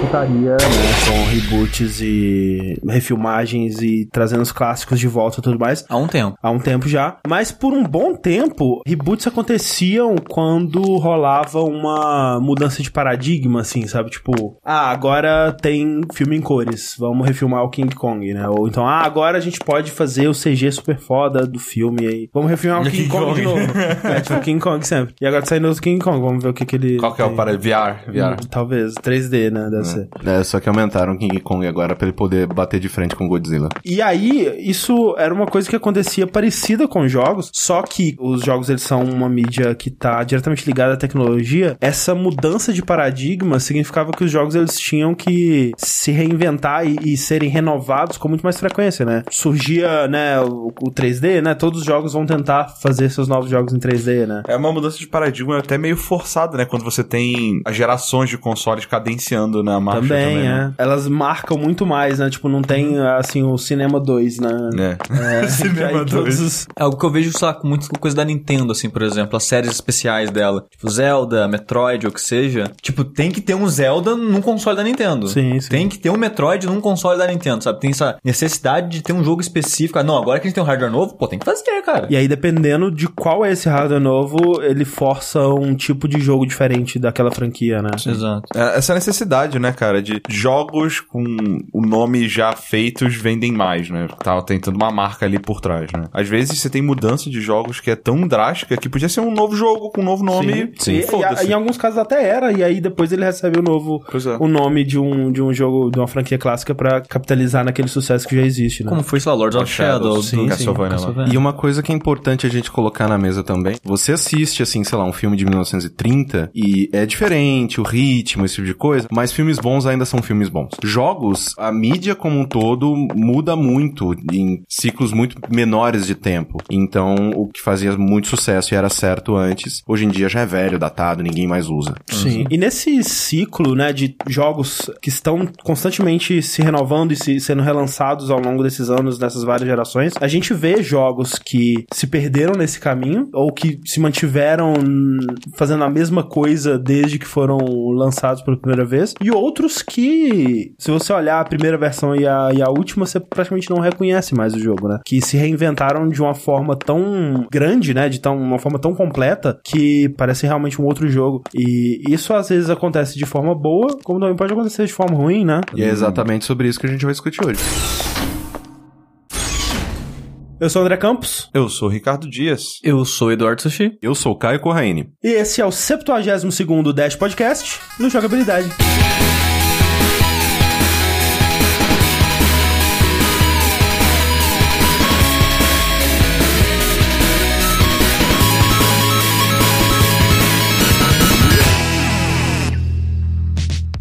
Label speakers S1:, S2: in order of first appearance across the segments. S1: voltaria Tá né, com reboots e refilmagens e trazendo os clássicos de volta e tudo mais.
S2: Há um tempo.
S1: Há um tempo já. Mas por um bom tempo, reboots aconteciam quando rolava uma mudança de paradigma, assim, sabe? Tipo, ah, agora tem filme em cores, vamos refilmar o King Kong, né? Ou então, ah, agora a gente pode fazer o CG super foda do filme aí. Vamos refilmar o King, King Kong, Kong, de novo. é, tipo, King Kong sempre. E agora tá saindo o King Kong, vamos ver o que, que ele.
S3: Qual que é o
S1: tem.
S3: para VR? VR.
S1: Hum, Talvez, 3D, né? Deve ser.
S4: É, só que aumentaram King Kong agora pra ele poder bater de frente com Godzilla.
S1: E aí, isso era uma coisa que acontecia parecida com jogos, só que os jogos eles são uma mídia que tá diretamente ligada à tecnologia. Essa mudança de paradigma significava que os jogos eles tinham que se reinventar e, e serem renovados com muito mais frequência, né? Surgia, né, o, o 3D, né? Todos os jogos vão tentar fazer seus novos jogos em 3D, né?
S3: É uma mudança de paradigma até meio forçada, né? Quando você tem as gerações de consoles cadenciando na marcha também.
S1: também,
S3: né?
S1: é. Elas marcam muito mais, né? Tipo, não tem, assim, o Cinema 2, né?
S3: É.
S1: É,
S3: Cinema
S1: que aí todos
S3: 2.
S1: os-
S2: É algo que eu vejo, sei lá, com muitas coisas da Nintendo, assim, por exemplo, as séries especiais dela. Tipo, Zelda, Metroid, ou o que seja. Tipo, tem que ter um Zelda num console da Nintendo.
S1: Sim, sim.
S2: Tem que ter um Metroid num console da Nintendo, sabe? Tem essa necessidade de ter um jogo específico. Ah, não, agora que a gente tem um hardware novo, pô, tem que fazer, cara.
S1: E aí, dependendo de qual é esse hardware novo, ele força um tipo de jogo diferente daquela franquia, né?
S2: Exato.
S3: É, Essa necessidade, né, cara, de jogos com o nome já feitos vendem mais, né? Tava tentando uma marca ali por trás, né? Às vezes você tem mudança de jogos que é tão drástica que podia ser um novo jogo com um novo nome
S1: E-
S3: e
S1: e a-
S3: foda-se.
S1: em alguns casos até era, e aí depois ele recebe o novo
S3: Pois é.
S1: o nome de um, de um jogo, de uma franquia clássica pra capitalizar naquele sucesso que já existe, né?
S2: Como foi, sei lá, Lords of
S3: Of
S2: Shadows,
S3: Shadows, sim,
S2: do-
S3: Castlevania lá.
S4: E uma coisa que é importante a gente colocar na mesa também, você assiste, assim, sei lá, um filme de 1930 e é diferente, o ritmo, esse tipo de coisa, mas filmes bons ainda são filmes bons. Jogos, a mídia como um todo muda muito em ciclos muito menores de tempo. Então, o que fazia muito sucesso e era certo antes, hoje em dia já é velho, datado, ninguém mais usa.
S1: Sim. E nesse ciclo, né, de jogos que estão constantemente se renovando e se- sendo relançados ao longo desses anos, nessas várias gerações, a gente vê jogos que se perderam nesse caminho ou que se mantiveram hum, fazendo a mesma coisa desde que foram lançados pela primeira vez, e outros que, se você olhar a primeira versão e a, e a última, você praticamente não reconhece mais o jogo, né? Que se reinventaram de uma forma tão grande, né? De tão, uma forma tão completa que parece realmente um outro jogo. E isso às vezes acontece de forma boa, como também pode acontecer de forma ruim, né?
S4: E é exatamente sobre isso que a gente vai discutir hoje.
S1: Eu sou o André Campos
S3: Eu sou o Ricardo Dias.
S2: Eu sou Eduardo Sushi.
S4: Eu sou o Caio Corraine.
S1: e esse é o 72º Dash Podcast no Jogabilidade.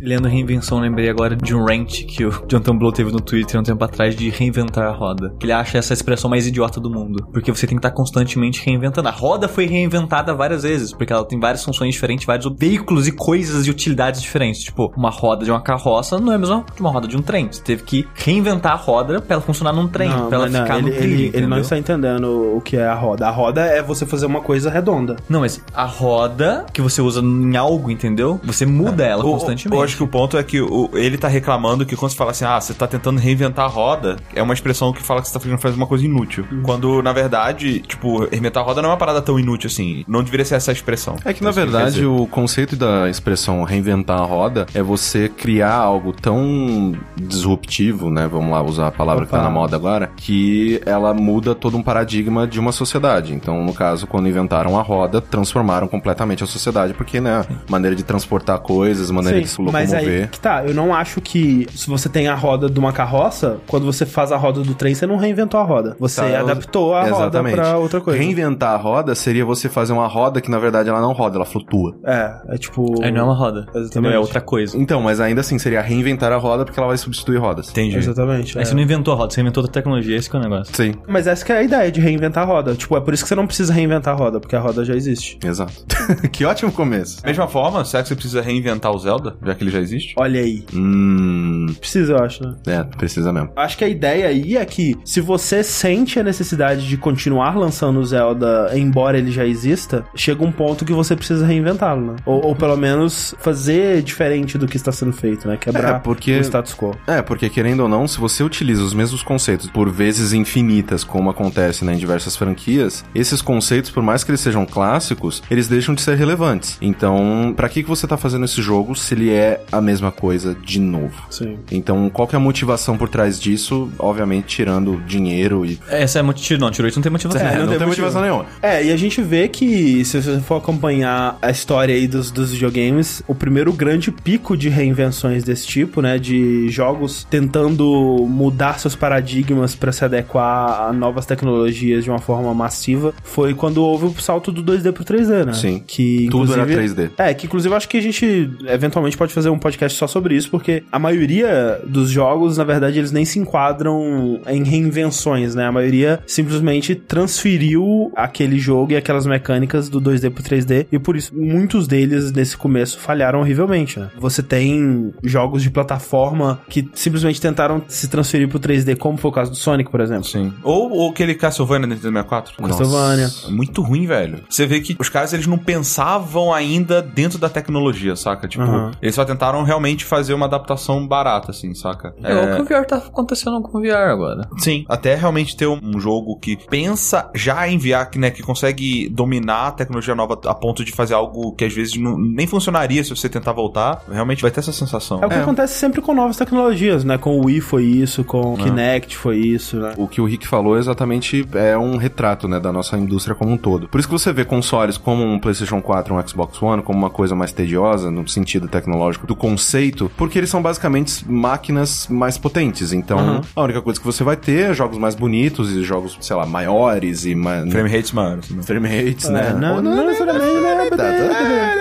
S2: Lendo Reinvenção, lembrei agora de um rant que o Jonathan Blow teve no Twitter um tempo atrás de reinventar a roda. Que ele acha essa expressão mais idiota do mundo. Porque você tem que estar constantemente reinventando. A roda foi reinventada várias vezes, porque ela tem várias funções diferentes, vários veículos e coisas e utilidades diferentes. Tipo, uma roda de uma carroça não é a mesma de uma roda de um trem. Você teve que reinventar a roda pra ela funcionar num trem, pra ela
S1: mas não,
S2: ficar
S1: ele,
S2: no trilho.
S1: ele, ele não
S2: entendeu?
S1: está entendendo o que é a roda. A roda é você fazer uma coisa redonda.
S2: Não, mas a roda que você usa em algo, entendeu? Você muda
S1: Ah,
S2: ela
S3: O-
S2: constantemente.
S3: Eu acho que o ponto é que o- ele tá reclamando que quando você fala assim, ah, você tá tentando reinventar a roda, é uma expressão que fala que você tá fazendo fazer uma coisa inútil. Quando, na verdade, tipo, reinventar a roda não é uma parada tão inútil assim. Não deveria ser essa expressão.
S4: É que
S1: Então,
S4: na
S3: Isso quer
S4: verdade
S3: dizer.
S4: o conceito da expressão reinventar a roda é você criar algo tão disruptivo, né? Vamos lá usar a palavra que tá
S1: Opa.
S4: na moda agora, que ela muda todo um paradigma de uma sociedade. Então, no caso, quando inventaram a roda, transformaram completamente a sociedade, porque, né, maneira de transportar coisas, maneira de se
S1: mas aí
S4: locomover.
S1: que tá, eu não acho que se você tem a roda de uma carroça, quando você faz a roda do trem, você não reinventou a roda. Você
S4: Tá, eu-
S1: adaptou a roda
S4: Exatamente.
S1: pra outra coisa.
S4: Reinventar a roda seria você fazer uma roda que, na verdade, ela não roda, ela flutua.
S1: É, é tipo...
S2: Aí não é uma roda. Entendeu? É outra coisa.
S4: Então, mas ainda assim, seria reinventar a roda porque ela vai substituir rodas.
S3: Entendi.
S1: Exatamente. é.
S2: Aí você não inventou a roda, você inventou outra tecnologia, esse que é o negócio.
S4: Sim,
S1: Mas essa que é a ideia de reinventar a roda. Tipo, é por isso que você não precisa reinventar a roda, porque a roda já existe.
S4: exato. que ótimo começo.
S3: Mesma forma, será que você precisa reinventar o Zelda? Já que ele já existe?
S1: Olha aí.
S4: Hum.
S1: Precisa, eu acho, né?
S4: É, precisa mesmo.
S1: Acho que a ideia aí é que se você sente a necessidade de continuar lançando o Zelda, embora ele já exista, chega um ponto que você precisa reinventá-lo, né? Ou, ou pelo menos fazer diferente do que está sendo feito, né? Quebrar
S4: É, porque-
S1: o status quo.
S4: É, porque querendo ou não, se você utiliza os mesmos conceitos por vezes infinitas, como acontece né, em diversas franquias, esses conceitos, por mais que eles sejam clássicos, eles deixam de ser relevantes. Então, pra que, que você tá fazendo esse jogo se ele é a mesma coisa de novo?
S1: Sim.
S4: Então, qual que é a motivação por trás disso? Obviamente, tirando dinheiro e.
S2: É, Essa é motivação. Não, tirou isso, não tem motivação.
S1: É, não
S4: não,
S1: tem
S4: tem motivação nenhuma.
S1: É, e a gente vê que, se você for acompanhar a história aí dos, dos videogames, o primeiro grande pico de reinvenções desse tipo, né? De jogos tentando mudar seus paradigmas pra se adequar a novas tecnologias de uma forma massiva, foi quando houve o salto do 2D pro 3D, né?
S4: Sim.
S1: Que,
S4: Tudo era
S1: inclusive,
S4: 3D.
S1: é, que inclusive eu acho que a gente eventualmente pode fazer um podcast só sobre isso, porque a maioria dos jogos, na verdade, eles nem se enquadram em reinvenções, né? A maioria simplesmente transferiu aquele jogo e aquelas mecânicas do 2D pro 3D, e por isso muitos deles nesse começo falharam horrivelmente, né? Você tem jogos de plataforma que simplesmente tentaram se transferir pro 3D, como foi o caso do Sonic, por exemplo.
S3: Sim. Ou, ou aquele Castlevania do Nintendo 64.
S1: Nossa. Castlevania.
S3: É Muito ruim, velho. Você vê que os caras, eles não pensavam ainda dentro da tecnologia, saca? Tipo,
S1: Aham.
S3: eles só tentaram realmente fazer uma adaptação barata, assim, saca?
S2: É, o que o VR tá acontecendo com o VR agora.
S3: Sim. Até realmente ter um um jogo que pensa já em VR, que, né, que consegue dominar a tecnologia nova a ponto de fazer algo que às vezes não- nem funcionaria se você tentar voltar. Realmente vai ter essa sensação.
S1: É o que acontece sempre com novas tecnologias, né? Com o Wii foi isso, com o Kinect foi isso, né?
S4: O que o Rick falou exatamente é um retrato, né, da nossa indústria como um todo. Por isso que você vê consoles como um PlayStation 4, um Xbox One, como uma coisa mais tediosa no sentido tecnológico do conceito, porque eles são basicamente máquinas mais potentes. Então, a única coisa que você vai ter é jogos mais bonitos e jogos, sei lá, maiores e mais
S3: Frame rates maior. Assim, né?
S4: frame rates, né?
S1: É,
S4: É, tá,
S1: Não,
S4: Ou-
S1: não necessariamente, né?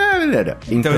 S4: Então,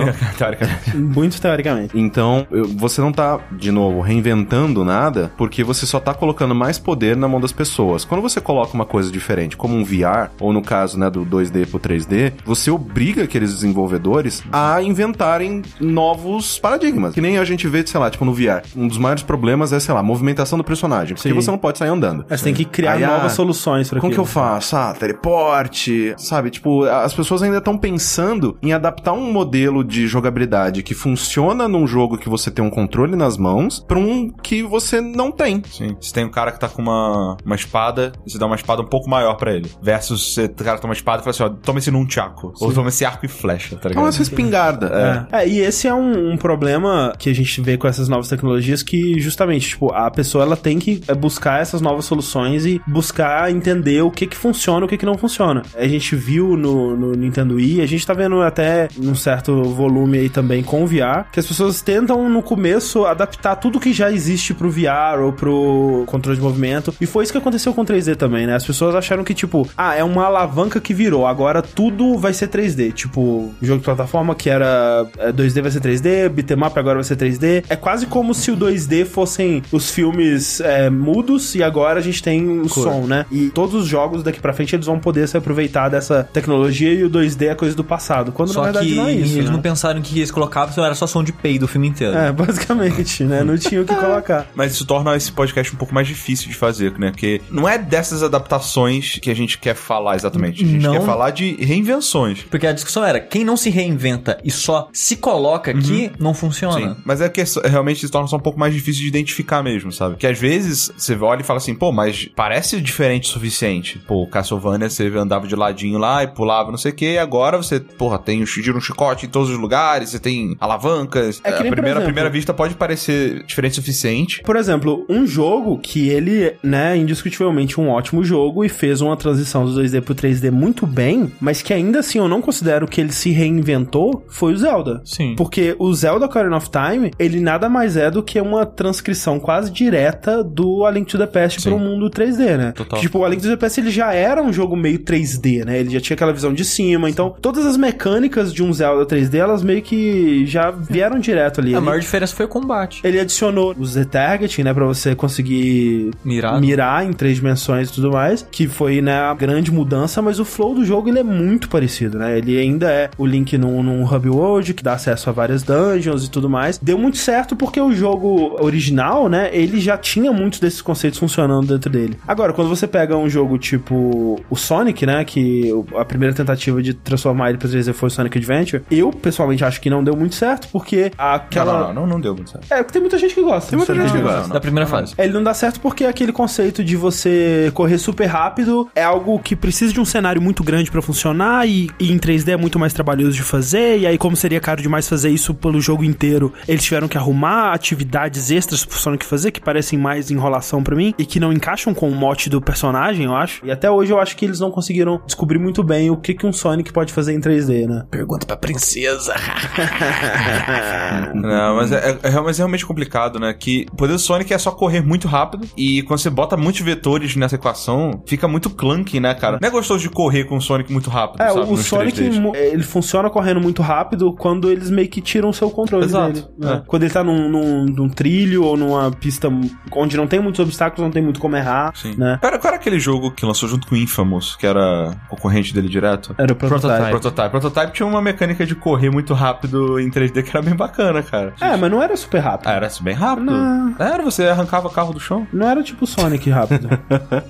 S3: teoricamente.
S1: Muito teoricamente.
S4: Então, eu- você não tá, de novo, reinventando nada, porque você só tá colocando mais poder na mão das pessoas. Quando você coloca uma coisa diferente, como um VR, ou no caso, né, do 2D pro 3D, você obriga aqueles desenvolvedores a inventarem novos paradigmas. Que nem a gente vê, sei lá, tipo no VR. Um dos maiores problemas é, sei lá, a movimentação do personagem, porque
S1: Sim.
S4: você não pode sair andando.
S1: Mas tem que criar
S4: Aí,
S1: novas
S4: ah,
S1: soluções pra
S4: Como que eu
S1: aquilo.
S4: faço? Ah, teleporte, sabe? Tipo, as pessoas ainda estão pensando em adaptar um modelo de jogabilidade que funciona num jogo que você tem um controle nas mãos pra um que você não tem.
S3: Sim. Você tem um cara que tá com uma, uma espada, você dá uma espada um pouco maior pra ele. Versus você- o cara toma uma espada e fala assim, ó, toma esse nunchaku. Ou toma esse arco e flecha, tá
S4: É uma
S3: ligado?
S4: espingarda.
S1: É. É, e esse é um, um problema que a gente vê com essas novas tecnologias que justamente, tipo, a pessoa ela tem que é, buscar essas novas soluções e buscar entender o que que funciona e o que que não funciona. A gente viu no, no Nintendo Wii, a gente tá vendo até num certo volume aí também com o VR, que as pessoas tentam no começo adaptar tudo que já existe pro VR ou pro controle de movimento, e foi isso que aconteceu com o 3D também, né? As pessoas acharam que, tipo, ah, é uma alavanca que virou, agora tudo vai ser 3D. Tipo, jogo de plataforma que era é, 2D vai ser 3D, bitmap agora vai ser 3D. É quase como se o 2D fossem os filmes é, mudos e agora a gente tem o som, né? E todos os jogos daqui pra frente eles vão poder se aproveitar dessa tecnologia e o 2D é coisa do passado. Quando
S2: Só
S1: na verdade
S2: que
S1: não é isso.
S2: eles
S1: né?
S2: não pensaram que eles colocavam, era só som de pei do filme inteiro.
S1: É, basicamente, né? Não tinha o que colocar.
S3: Mas isso torna esse podcast um pouco mais difícil de fazer, né? Porque não é dessas adaptações que a gente quer falar exatamente. A gente
S2: Não.
S3: quer falar de reinvenções.
S2: Porque a discussão era, quem não se reinventa e só se coloca aqui, não funciona.
S3: Sim. Mas é que isso- realmente se torna só um pouco mais difícil de identificar mesmo, sabe? Que às vezes você olha e fala assim, pô, mas parece diferente o suficiente. Pô, o Castlevania você andava de ladinho lá e pulava não sei o que, e agora você, porra, tem o chi- gira um chicote em todos os lugares, você tem alavancas.
S1: É que
S3: a
S1: nem, por
S3: primeira, à
S1: exemplo-
S3: primeira vista pode parecer diferente o suficiente.
S1: Por exemplo, um jogo que ele, né, é indiscutivelmente um ótimo jogo e fez uma transição do 2D pro 3D muito bem, mas que ainda assim eu não considero que ele se reinventou, foi o Zelda.
S2: Sim.
S1: Porque o Zelda Ocarina of Time, ele nada mais é do que uma transcrição quase direta do A Link to the Past
S3: Sim.
S1: pro mundo 3D, né?
S3: Total.
S1: Tipo, o A Link to the Past ele já era um jogo meio 3D, né? Ele já tinha aquela visão de cima, então todas as mecânicas de um um Zelda 3D, elas meio que já vieram direto ali.
S2: A
S1: Ele-
S2: maior diferença foi o combate.
S1: Ele adicionou o Z-Targeting, né, pra você conseguir
S2: Mirado.
S1: mirar em três dimensões e tudo mais, que foi, né, a grande mudança, mas o flow do jogo, ele é muito parecido, né, ele ainda é o Link num, num hub world, que dá acesso a várias dungeons e tudo mais, deu muito certo porque o jogo original, né, ele já tinha muitos desses conceitos funcionando dentro dele. Agora, quando você pega um jogo tipo o Sonic, né, que o- a primeira tentativa de transformar ele pra 3D foi o Sonic Adventure, eu, pessoalmente, acho que não deu muito certo, porque aquela...
S3: Não, não, não, não deu muito certo.
S1: É, porque tem muita gente que gosta. Tem
S3: muita gente que
S1: gosta.
S3: gosta.
S2: Da primeira fase.
S1: Ele não dá certo porque aquele conceito de você correr super rápido é algo que precisa de um cenário muito grande pra funcionar e, e em 3D é muito mais trabalhoso de fazer. E aí, como seria caro demais fazer isso pelo jogo inteiro, eles tiveram que arrumar atividades extras pro Sonic fazer que parecem mais enrolação pra mim e que não encaixam com o mote do personagem, eu acho. E até hoje eu acho que eles não conseguiram descobrir muito bem o que, que um Sonic pode fazer em 3D, né?
S2: Pergunta pra princesa.
S3: Não, mas é, é- é- mas é realmente complicado, né? Que o poder do Sonic é só correr muito rápido. E quando você bota muitos vetores nessa equação, fica muito clunky, né, cara? Não é gostoso de correr com o Sonic muito rápido,
S1: É,
S3: sabe?
S1: o
S3: nos
S1: Sonic
S3: 3Ds.
S1: mu- ele funciona correndo muito rápido quando eles meio que tiram o seu controle
S3: Exato,
S1: dele. né?
S3: é.
S1: Quando ele tá num, num- num trilho ou numa pista onde não tem muitos obstáculos, não tem muito como errar,
S3: Sim.
S1: né?
S3: Pera, qual era aquele jogo que lançou junto com o Infamous, que era concorrente dele direto?
S1: Era o prototype.
S2: Prototype.
S3: Prototype. Prototype tinha uma mecânica de correr muito rápido em 3D que era bem bacana, cara.
S1: É, mas não era super rápido.
S3: Ah, era bem rápido.
S1: Não.
S3: Era, você arrancava o carro do chão.
S1: Não era tipo Sonic rápido.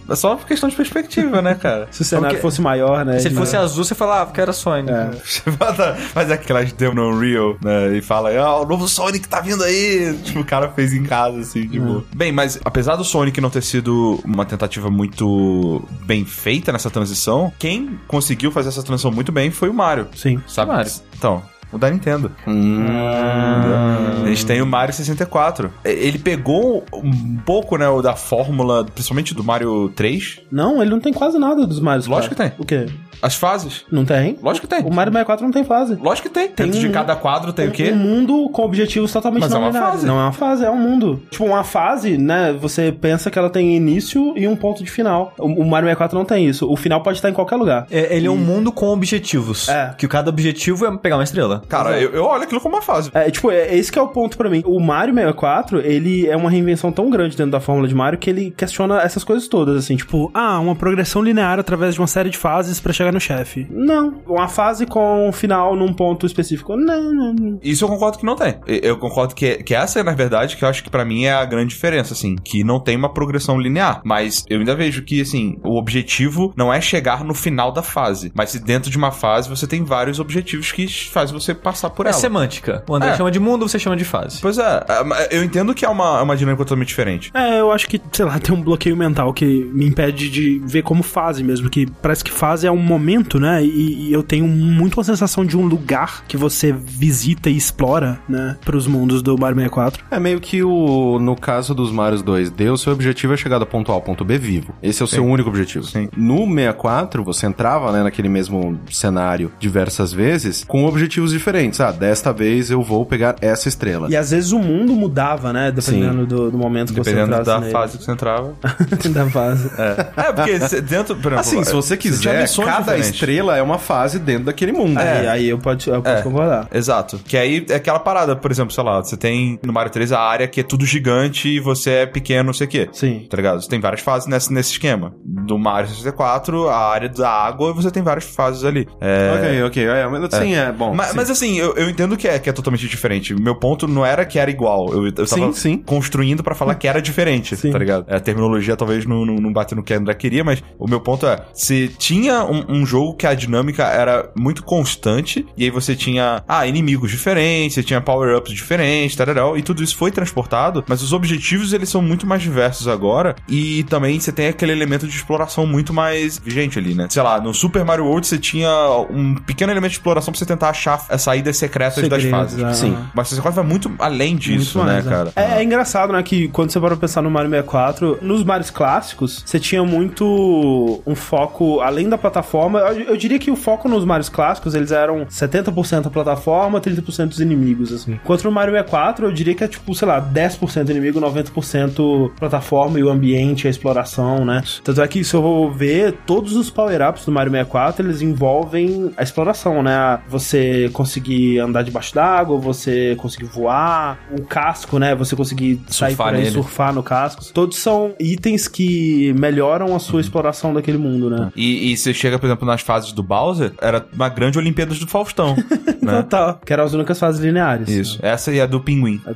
S3: É só por questão de perspectiva, né, cara?
S1: Se o cenário
S2: Porque-
S1: fosse maior, né?
S2: Se ele
S1: Mas-
S2: fosse azul, você falava que era Sonic.
S1: É.
S3: Você bota- Faz aquelas demo no Unreal, né? E fala, ah, o novo Sonic tá vindo aí. Tipo, o cara fez em casa, assim, de boa. Bem, mas apesar do Sonic não ter sido uma tentativa muito bem feita nessa transição, quem conseguiu fazer essa transição muito bem foi o Mario.
S1: Sim.
S3: Sabe?
S2: Mario.
S3: Então, o da Nintendo.
S4: Hum.
S3: Ah. A gente tem o Mario 64. E- Ele pegou um pouco, né, o da fórmula, principalmente do Mario 3.
S1: Não, ele não tem quase nada dos Marios.
S3: Lógico
S1: cara.
S3: que tem.
S1: O quê?
S3: As fases.
S1: Não tem?
S3: Lógico que tem.
S1: O Mario 64 não tem fase.
S3: Lógico que tem. Uhum.
S1: Tem
S3: Dentro
S1: um-
S3: de cada quadro tem o quê?
S1: Um mundo com objetivos totalmente
S3: Mas
S1: não
S3: é uma
S1: lineares.
S3: fase.
S1: Não é uma fase, é um mundo. Tipo, uma fase, né? Você pensa que ela tem início e um ponto de final. O o Mario 64 não tem isso. O final pode estar em qualquer lugar.
S2: É, ele é um mundo com objetivos.
S1: É.
S2: Que cada objetivo é pegar uma estrela.
S3: Cara, eu, eu olho aquilo como uma fase.
S1: É, tipo, é, esse que é o ponto pra mim. O Mario 64, ele é uma reinvenção tão grande dentro da fórmula de Mario que ele questiona essas coisas todas, assim, tipo, ah, uma progressão linear através de uma série de fases para chegar no chefe. Não, uma fase com um final num ponto específico. Não, não, não.
S3: Isso eu concordo que não tem. E- Eu concordo que, que essa é, na verdade, que eu acho que pra mim é a grande diferença, assim. Que não tem uma progressão linear. Mas eu ainda vejo que, assim, o objetivo não é chegar no final da fase. Mas se dentro de uma fase você tem vários objetivos que faz você passar por
S2: É
S3: ela.
S2: semântica. O André
S3: É.
S2: chama de mundo, você chama de fase.
S3: Pois é, é, mas eu entendo que é uma, é uma dinâmica totalmente diferente.
S5: É, eu acho que, sei lá, tem um bloqueio mental que me impede de ver como fase mesmo, que parece que fase é um momento, né? E, e eu tenho muito uma sensação de um lugar que você visita e explora, né, pros mundos do Mario 64.
S4: É meio que o. No caso dos Marios 2D, o seu objetivo é chegar do ponto A ao ponto B vivo. Esse é o seu único objetivo.
S3: Sim.
S4: No 64, você entrava né, naquele mesmo cenário diversas vezes com objetivos diferentes. Ah, desta vez eu vou pegar essa estrela.
S1: E às vezes o mundo mudava, né? Dependendo do, do momento que você
S3: Dependendo
S1: entrasse
S3: da
S1: nele.
S3: fase que você tá. entrava.
S1: da fase.
S3: É, porque você- dentro. Por exemplo, é,
S4: Assim, se você
S3: tinha
S4: quiser,
S3: missões
S4: cada
S3: diferentes.
S4: estrela é uma fase dentro daquele mundo.
S1: Aí, aí eu posso, eu posso
S3: É.
S1: concordar.
S3: Exato. Que aí é aquela parada, por exemplo, sei lá, você tem no Mario 3 a área que é tudo gigante e você é pequeno, não sei o quê.
S1: Sim.
S3: Tá ligado? Você tem várias fases nesse, nesse esquema. Do Mario 64, a área da água, você tem várias fases ali. É...
S4: Ok, ok. É, mas assim, é, bom.
S3: Ma- Mas,
S4: sim.
S3: assim, eu, eu entendo que é, que é totalmente diferente. Meu ponto não era que era igual. Eu, eu tava
S4: Sim, sim.
S3: construindo pra falar que era diferente,
S1: Sim.
S3: tá ligado? A terminologia talvez não, não, não bate no que a André queria, mas o meu ponto é: se tinha um, um jogo que a dinâmica era muito constante, e aí você tinha, ah, inimigos diferentes, você tinha power-ups diferentes, tararau, e tudo isso foi transportado, mas os objetivos eles são muito mais diversos agora, e também você tem aquele elemento de exploração muito mais vigente ali, né? Sei lá, no Super Mario World você tinha um pequeno elemento de exploração pra você tentar achar as saídas secretas das
S1: Segredos,
S3: fases.
S1: ah. Sim.
S3: Mas você quase vai muito além disso,
S1: Muito mais,
S3: né, cara?
S1: É, é engraçado, né, que quando você para pra pensar no Mario 64, nos Marios clássicos, você tinha muito um foco, além da plataforma, plataforma. Eu, eu diria que o foco nos Marios clássicos, eles eram 70% a plataforma, 30% os inimigos, assim. Enquanto no Mario E4, eu diria que é tipo, sei lá, 10% inimigo, 90% plataforma e o ambiente, a exploração, né? Tanto é que se eu vou ver, todos os power-ups do Mario 64, eles envolvem a exploração, né? Você conseguir andar debaixo d'água, você conseguir voar, o casco, né? Você conseguir sair por
S2: Surfar
S1: aí,
S2: nele.
S1: surfar no casco. Todos são itens que melhoram a
S3: Uhum.
S1: sua exploração daquele mundo, né?
S3: E, e você chega, por exemplo, nas fases do Bowser, era uma grande Olimpíadas do Faustão. né?
S1: Total. Então tá, Que eram as únicas fases lineares.
S3: Isso. Essa e a do Pinguim.
S1: Pam,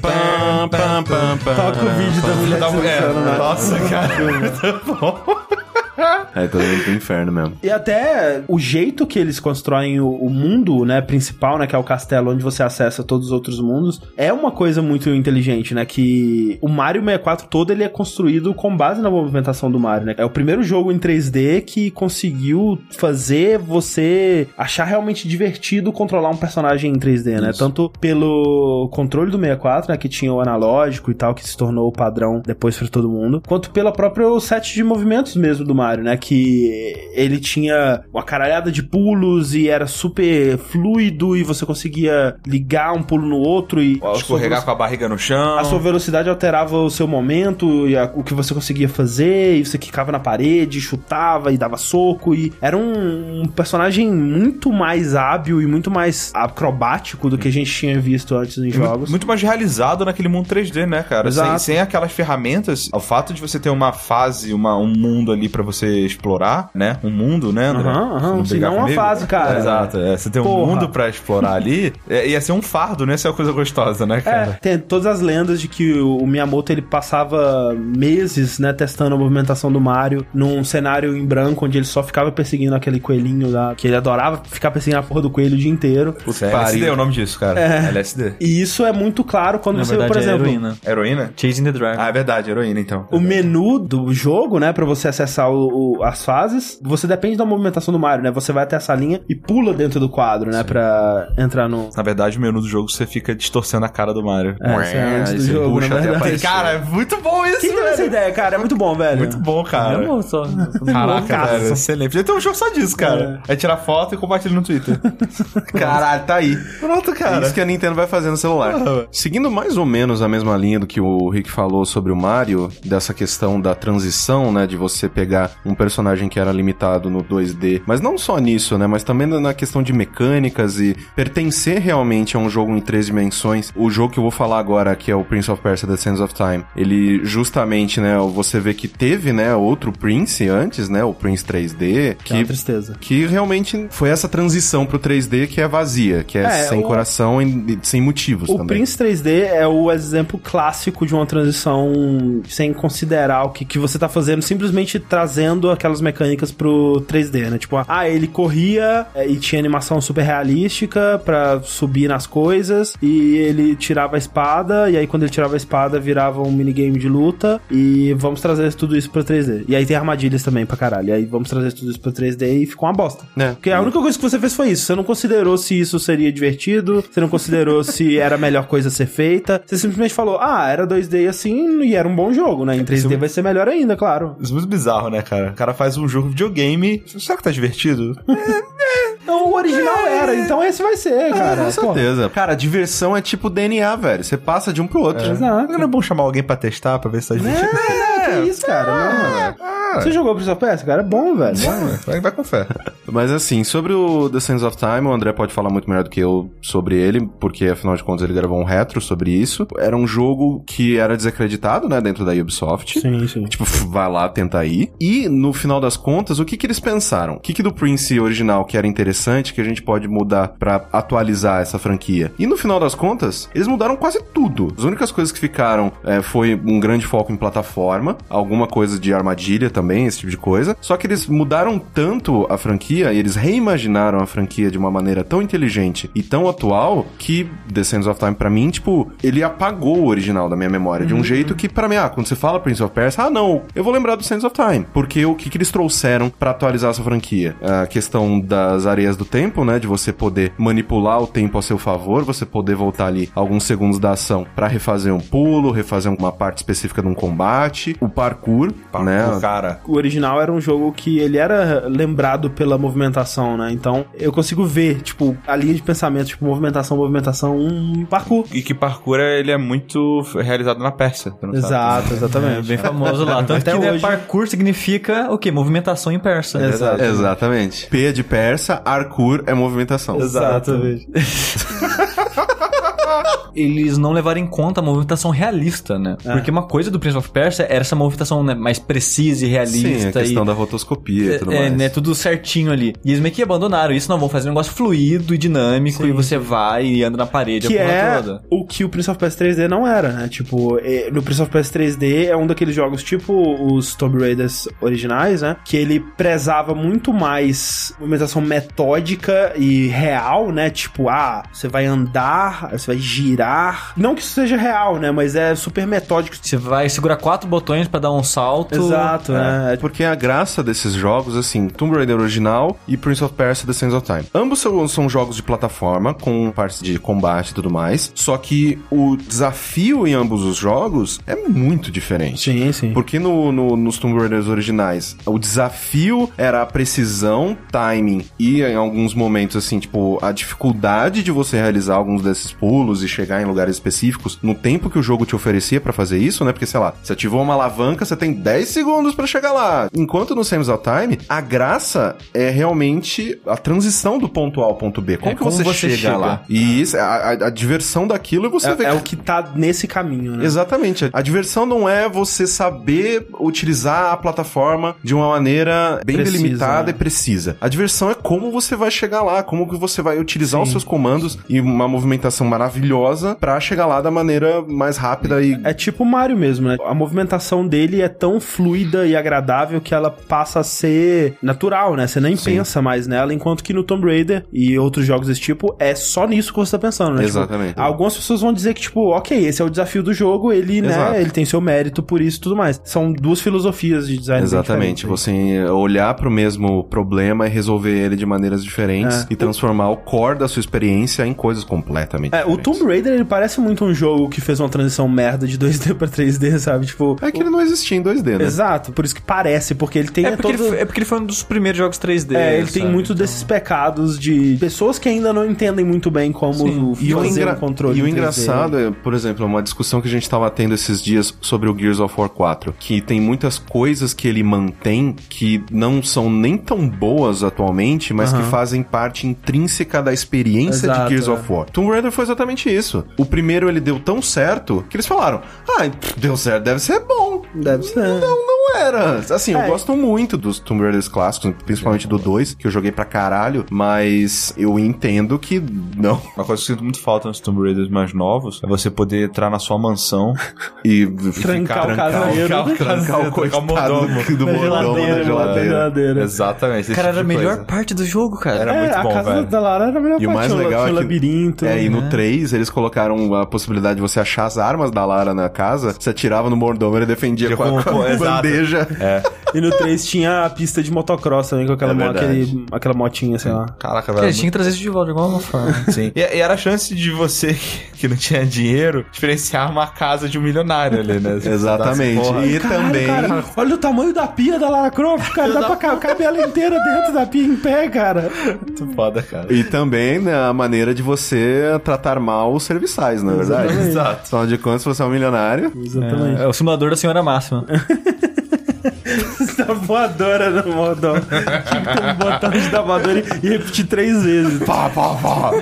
S1: pam, pam, pam, pam, Toca o vídeo da mulher
S3: Da mulher.
S1: dançando, né?
S3: é, Nossa, cara.
S4: É, todo mundo pro inferno mesmo.
S1: E até o jeito que eles constroem o, o mundo, né, principal, né, que é o castelo onde você acessa todos os outros mundos, é uma coisa muito inteligente, né, que o Mario 64 todo ele é construído com base na movimentação do Mario, né? É o primeiro jogo em 3D que conseguiu fazer você achar realmente divertido controlar um personagem em 3D, né? Tanto pelo controle do 64, né, que tinha o analógico e tal, que se tornou o padrão depois pra todo mundo, quanto pelo próprio set de movimentos mesmo do Mario, né, que ele tinha uma caralhada de pulos e era super fluido e você conseguia ligar um pulo no outro e tipo,
S3: Escorregar É, tipo, com a barriga no chão.
S1: a sua velocidade alterava o seu momento e a- o que você conseguia fazer, e você quicava na parede, chutava e dava soco, e era um, um personagem muito mais hábil e muito mais acrobático do que a gente tinha visto antes nos jogos.
S3: Muito mais realizado naquele mundo 3D, né, cara? Sem,
S1: Exato.
S3: sem aquelas ferramentas, o fato de você ter uma fase, uma, um mundo ali pra você explorar, né? Um mundo, né, André?
S1: Aham, aham,
S3: Se
S1: sim,
S3: brigar
S1: não uma
S3: comigo.
S1: fase, cara.
S3: É, exato. é, você tem um
S1: Porra.
S3: mundo pra explorar ali, é, ia ser um fardo, né? Isso é uma coisa gostosa, né,
S1: É,
S3: cara?
S1: tem todas as lendas de que o o Miyamoto ele passava meses, né, testando a movimentação do Mario num cenário em branco onde ele só ficava perseguindo aquele coelhinho lá, que ele adorava ficar perseguindo a porra do coelho o dia inteiro.
S3: Putz, é LSD é o nome disso, cara. LSD.
S1: E isso é muito claro quando
S2: Na
S1: você, vê,
S2: verdade,
S1: por
S2: é
S1: exemplo,
S2: heroína.
S3: Heroína?
S2: Chasing the Dragon.
S3: Ah, é verdade, heroína, então.
S1: O menu do jogo, né, Pra você acessar o- o- as fases, você depende da movimentação do Mario, né? Você vai até essa linha e pula dentro do quadro, né, Pra entrar no
S3: Na verdade, o menu do jogo você fica distorcendo a cara do Mario.
S1: É, isso é antes
S4: aí
S1: do
S4: você
S1: jogo,
S4: puxa
S1: na
S4: até
S1: verdade.
S4: aparecer.
S3: Cara, é muito bom isso,
S1: Quem teve essa ideia, cara? É muito bom, velho.
S3: Muito bom, cara.
S2: Meu amor, é só.
S3: Caraca,
S1: Loucaço.
S3: velho, excelente. Podia ter um jogo só disso, cara. É, tirar foto e compartilhar no Twitter.
S4: Caralho, tá aí.
S3: Pronto,
S4: É isso que a Nintendo vai fazer no celular. Seguindo mais ou menos a mesma linha do que o Rick falou sobre o Mario, dessa questão da transição, né? De você pegar um personagem que era limitado no 2D, mas não só nisso, né? Mas também na questão de mecânicas e pertencer realmente a um jogo em três dimensões. O jogo que eu vou falar agora, que é o Prince of Persia The Sands of Time, ele justamente, né? Você vê que teve, né? Outro Prince antes, né? O Prince 3D,
S1: Que é uma
S4: que
S1: tristeza.
S4: que realmente foi essa transição pro 3D que é vazia, que é,
S1: É,
S4: sem
S1: o-
S4: coração e sem motivos
S1: O
S4: também.
S1: Prince 3D é o exemplo clássico de uma transição sem considerar o que, que você tá fazendo, simplesmente trazendo aquelas mecânicas pro 3D, né? Tipo, ah, ele corria é, e tinha animação super realística pra subir nas coisas, e ele tirava a espada, e aí quando ele tirava a espada virava um minigame de luta, e vamos trazer tudo isso pro 3D. E aí tem armadilhas também pra caralho, e aí vamos trazer tudo isso pro 3D e ficou uma bosta.
S4: né?
S1: Porque a única coisa que você fez foi isso. Você não considerou se isso seria divertido, você não considerou se era a melhor coisa a ser feita. Você simplesmente falou, ah, era 2D assim e era um bom jogo, né? Em 3D vai ser melhor ainda, claro.
S3: Isso é muito bizarro, né, cara? O cara faz um jogo de videogame. Será que tá divertido?
S1: Não, o original era, então esse vai ser, cara.
S4: com
S1: Pô,
S4: certeza. Cara, diversão é tipo DNA, velho. Você passa de um pro outro.
S1: Exato.
S3: Não é bom chamar alguém pra testar, pra ver se tá
S1: Né?
S3: divertido?
S1: É, que isso, cara. Não, Você jogou Prince of Persia, cara? É bom, velho.
S3: né? Vai, vai com fé.
S4: Mas assim, sobre o The Sands of Time, o André pode falar muito melhor do que eu sobre ele, porque afinal de contas ele gravou um retro sobre isso. Era um jogo que era desacreditado, né, dentro da Ubisoft.
S1: Sim, sim.
S4: Tipo, "Pff, vai lá, tenta ir. E, no final das contas, o que que eles pensaram? O que que do Prince original que era interessante, que a gente pode mudar pra atualizar essa franquia? E, no final das contas, eles mudaram quase tudo. As únicas coisas que ficaram eh, foi um grande foco em plataforma, alguma coisa de armadilha também, esse tipo de coisa. Só que eles mudaram tanto a franquia, e eles reimaginaram a franquia de uma maneira tão inteligente e tão atual, que The Sands of Time, pra mim, tipo, ele apagou o original da minha memória, de um jeito que, pra mim, ah, quando você fala Prince of Persia, ah, não, eu vou lembrar do Sands of Time, porque o que, que eles trouxeram pra atualizar essa franquia? A questão das areias do tempo, né, de você poder manipular o tempo a seu favor, você poder voltar ali alguns segundos da ação pra refazer um pulo, refazer uma parte específica de um combate, o parkour, né,
S3: cara, É.
S1: O original era um jogo que ele era lembrado pela movimentação, né? Então eu consigo ver, tipo, a linha de pensamento, tipo, movimentação, movimentação, um parkour.
S3: E que parkour é- ele é muito realizado na Pérsia. tu não sabe?
S1: Exato, exatamente.
S2: Bem famoso lá. Tanto
S1: Até
S2: que né,
S1: hoje.
S2: parkour significa o quê? Movimentação em persa.
S1: Exato.
S4: Exatamente. P é de persa, Arcur é movimentação.
S1: Exatamente.
S2: eles não levaram em conta a movimentação realista, né? Porque uma coisa do Prince of Persia era essa movimentação né, mais precisa e
S4: Sim, a
S2: realista.
S4: questão
S2: e...
S4: da rotoscopia e tudo
S2: É,
S4: mais.
S2: né? Tudo certinho ali. E eles meio que abandonaram isso, não. Vão fazer um negócio fluido e dinâmico. E você vai e anda na parede
S1: Que
S2: a porra
S1: é
S2: toda.
S1: o que o Prince of Persia 3D não era, né? Tipo, eh, no Prince of Persia 3D é um daqueles jogos tipo os Tomb Raiders originais, né? Que ele prezava muito mais movimentação metódica e real, né? Tipo, ah, você vai andar, você vai girar. Não que isso seja real, né? Mas é super metódico.
S2: Você vai segurar quatro botões pra dar um salto.
S1: Exato, né?
S4: É porque a graça desses jogos, assim, Tomb Raider original e Prince of Persia The Sands of Time. Ambos são, são jogos de plataforma, com partes de combate e tudo mais. Só que o desafio em ambos os jogos é muito diferente.
S1: Sim, sim.
S4: Porque no, no- nos Tomb Raiders originais, o desafio era a precisão, timing e, em alguns momentos, assim, tipo, a dificuldade de você realizar alguns desses pulos e chegar em lugares específicos no tempo que o jogo te oferecia pra fazer isso, né? Porque, sei lá, você ativou uma alavanca, você tem 10 segundos pra chegar lá. Enquanto no Sam's Out Time, a graça é realmente a transição do ponto A ao ponto B. Como
S2: É
S4: que
S2: como
S4: você,
S2: você
S4: chega,
S2: chega.
S4: lá? E isso, a, a- a diversão daquilo é você ver
S1: É, é o que tá nesse caminho, né?
S4: Exatamente. A diversão não é você saber utilizar a plataforma de uma maneira bem
S1: Precisa,
S4: delimitada
S1: né?
S4: e precisa. A diversão é como você vai chegar lá, como que você vai utilizar os seus comandos e uma movimentação maravilhosa pra chegar lá da maneira mais rápida e
S1: É tipo o Mario mesmo, né? A movimentação dele é tão fluida e agradável que ela passa a ser natural, né? Você nem pensa mais nela, enquanto que no Tomb Raider e outros jogos desse tipo, é só nisso que você tá pensando, né? Tipo,
S4: Exatamente.
S1: algumas pessoas vão dizer que, tipo, ok, esse é o desafio do jogo, ele,
S4: Exato.
S1: né, ele tem seu mérito por isso e tudo mais. São duas filosofias de design bem
S4: Exatamente,
S1: diferentes, né?
S4: você eh, olhar pro mesmo problema e resolver ele de maneiras diferentes
S1: É.
S4: e transformar o core da sua experiência em coisas completamente
S1: É, o
S4: diferentes.
S1: Tomb Raider, ele parece muito um jogo que fez uma transição merda de 2D pra 3D, sabe? Tipo...
S4: É que ele não existia em 2D, né?
S1: Exato, por isso que parece, porque ele tem
S2: É porque,
S1: todo-
S2: ele, foi- é porque ele foi um dos primeiros jogos 3D.
S1: É, ele tem
S2: sabe?
S4: Então.
S2: Então,
S1: muito desses pecados de pessoas que ainda não entendem muito bem como o
S4: E o,
S1: fazer
S4: engra-
S1: um controle.
S4: e o
S1: em 3D.
S4: engraçado é, por exemplo, uma discussão que a gente tava tendo esses dias sobre o Gears of War 4, que tem muitas coisas que ele mantém que não são nem tão boas atualmente, mas que fazem parte intrínseca da experiência
S1: Exato,
S4: de Gears
S1: é.
S4: of War. Tomb Raider foi exatamente isso. O primeiro ele deu tão certo que eles falaram: "Ah, deu certo, deve ser bom".
S1: Deve ser.
S4: Não, não era. Assim,
S1: É.
S4: eu gosto muito dos Tomb Raiders clássicos, principalmente do 2, que eu joguei pra caralho, mas eu entendo que não
S3: Uma coisa que eu sinto muito falta nos Tomb Raiders mais novos é você poder entrar na sua mansão
S4: e
S1: Trancar o caseiro.
S3: trancar,
S4: trancar o coitado
S3: mordomo.
S4: do
S1: Na
S4: mordomo na
S1: geladeira, na
S4: geladeira.
S1: geladeira.
S3: Exatamente. esse
S2: Cara, era
S3: tipo
S2: a
S3: de
S2: melhor
S3: coisa.
S2: parte do jogo, cara.
S3: Era
S1: É,
S3: muito bom,
S1: a casa
S3: velho.
S1: da Lara era a melhor
S4: E o
S1: parte,
S4: mais
S1: tinha
S4: legal
S1: tinha
S4: é que-
S1: labirinto.
S4: É, e no 3 eles colocaram a possibilidade de você achar as armas da Lara na casa, você atirava no mordomo, ele defendia
S3: Que
S4: com a,
S3: com-
S4: com a
S3: exato.
S4: bandeja.
S1: E no 3 tinha a pista de motocross também, com aquela,
S4: É
S1: mo-
S4: verdade.
S1: aquele- aquela motinha, sei lá.
S3: Caraca,
S2: Cara,
S3: velho.
S2: eles tinham que trazer isso de volta de alguma forma.
S3: Sim. E, e era a chance de você que, que não tinha dinheiro diferenciar uma casa de um milionário ali, né?
S4: Exatamente.
S3: Porra.
S4: E também.
S1: cara, olha o tamanho da pia da Lara Croft, cara. Dá pra ca- caber ela inteira dentro da pia em pé, cara.
S3: Muito foda, cara.
S4: E também na maneira de você tratar mal os serviçais, na verdade.
S1: Exatamente.
S4: Exato. Afinal de contas, você é um milionário.
S1: Exatamente.
S2: É o simulador da senhora máxima.
S1: da voadora no modão. Tinha que ter um botão de da voadora e- e repetir três vezes.
S4: Pá, pá, pá.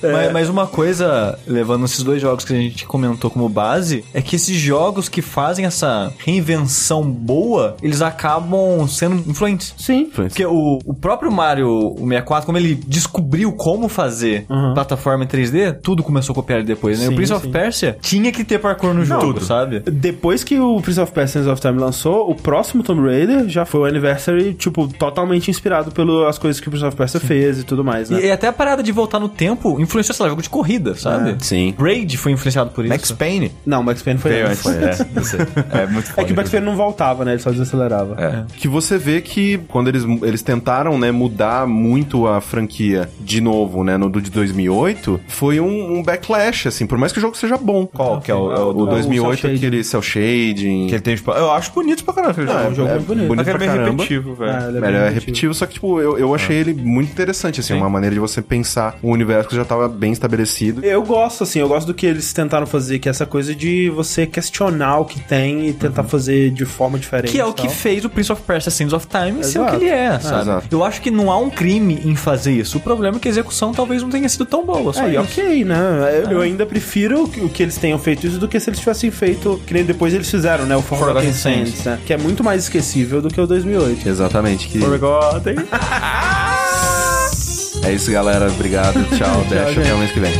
S2: Mas, mas uma coisa, levando esses dois jogos que a gente comentou como base, é que esses jogos que fazem essa reinvenção boa, eles acabam sendo influentes.
S1: Sim.
S2: Porque o, o próprio Mario o 64, como ele descobriu como fazer plataforma em 3D, tudo começou a copiar ele depois, né?
S1: Sim,
S2: o Prince of
S1: sim.
S2: Persia tinha que ter parkour no jogo, sabe?
S1: Depois que o Prince of Persia Sands of Time lançou, o próximo Tomb Raider já foi foi o Anniversary, tipo, totalmente inspirado pelas coisas que o Prince of Persia fez e tudo mais, né?
S2: E, e até a parada de voltar no tempo influenciou, sei lá, jogo de corrida, sabe?
S1: É.
S4: Sim.
S2: Braid foi influenciado por isso.
S3: Max Payne.
S1: Não, o Max Payne foi
S3: Veio
S1: antes.
S3: antes. É, eu sei. é muito
S1: É que o
S3: foda.
S1: Max Payne não voltava, né? Ele só desacelerava.
S3: É.
S4: Que você vê que quando eles, eles tentaram, né, mudar muito a franquia de novo, né, no do de 2008, foi um, um backlash, assim, por mais que o jogo seja bom.
S3: Qual que é o, é o
S4: O
S3: do...
S1: Ah, o
S4: 2008,
S1: cel shading.
S4: aquele cel shading...
S3: Que ele tem... os- Eu acho bonito pra caralho. aquele
S1: Não,
S3: jogo.
S1: é um jogo muito bonito.
S3: Mas ele é
S4: pra
S3: meio
S4: caramba.
S3: repetitivo, velho.
S1: Ah, ele
S4: Ele é,
S1: bem
S4: repetitivo, só que, tipo, eu, eu achei ele muito interessante, assim,
S3: Sim.
S4: uma maneira de você pensar um universo que já tava bem estabelecido.
S1: Eu gosto, assim, eu gosto do que eles tentaram fazer, que é essa coisa de você questionar o que tem e tentar fazer de forma diferente.
S2: Uhum. Que é
S1: e
S2: o
S1: tal.
S2: que fez o Prince of Persia Sands of Time ser o que
S1: Exato.
S2: ele é, sabe?
S4: exato.
S2: Eu acho que não há um crime em fazer isso. O problema é que a execução talvez não tenha sido tão boa, só
S1: É, e
S2: isso. É.
S1: ok, né? Eu, eu ainda prefiro o que- o que eles tenham feito isso do que se eles tivessem feito, que nem depois eles fizeram, né? O Forgotten
S2: Forgotten
S1: Sands, né? Que é muito mais esquecível do que o 2008.
S4: Exatamente. Que...
S2: Forgotten.
S4: É isso, galera. Obrigado. Tchau. Deixa até o mês que vem.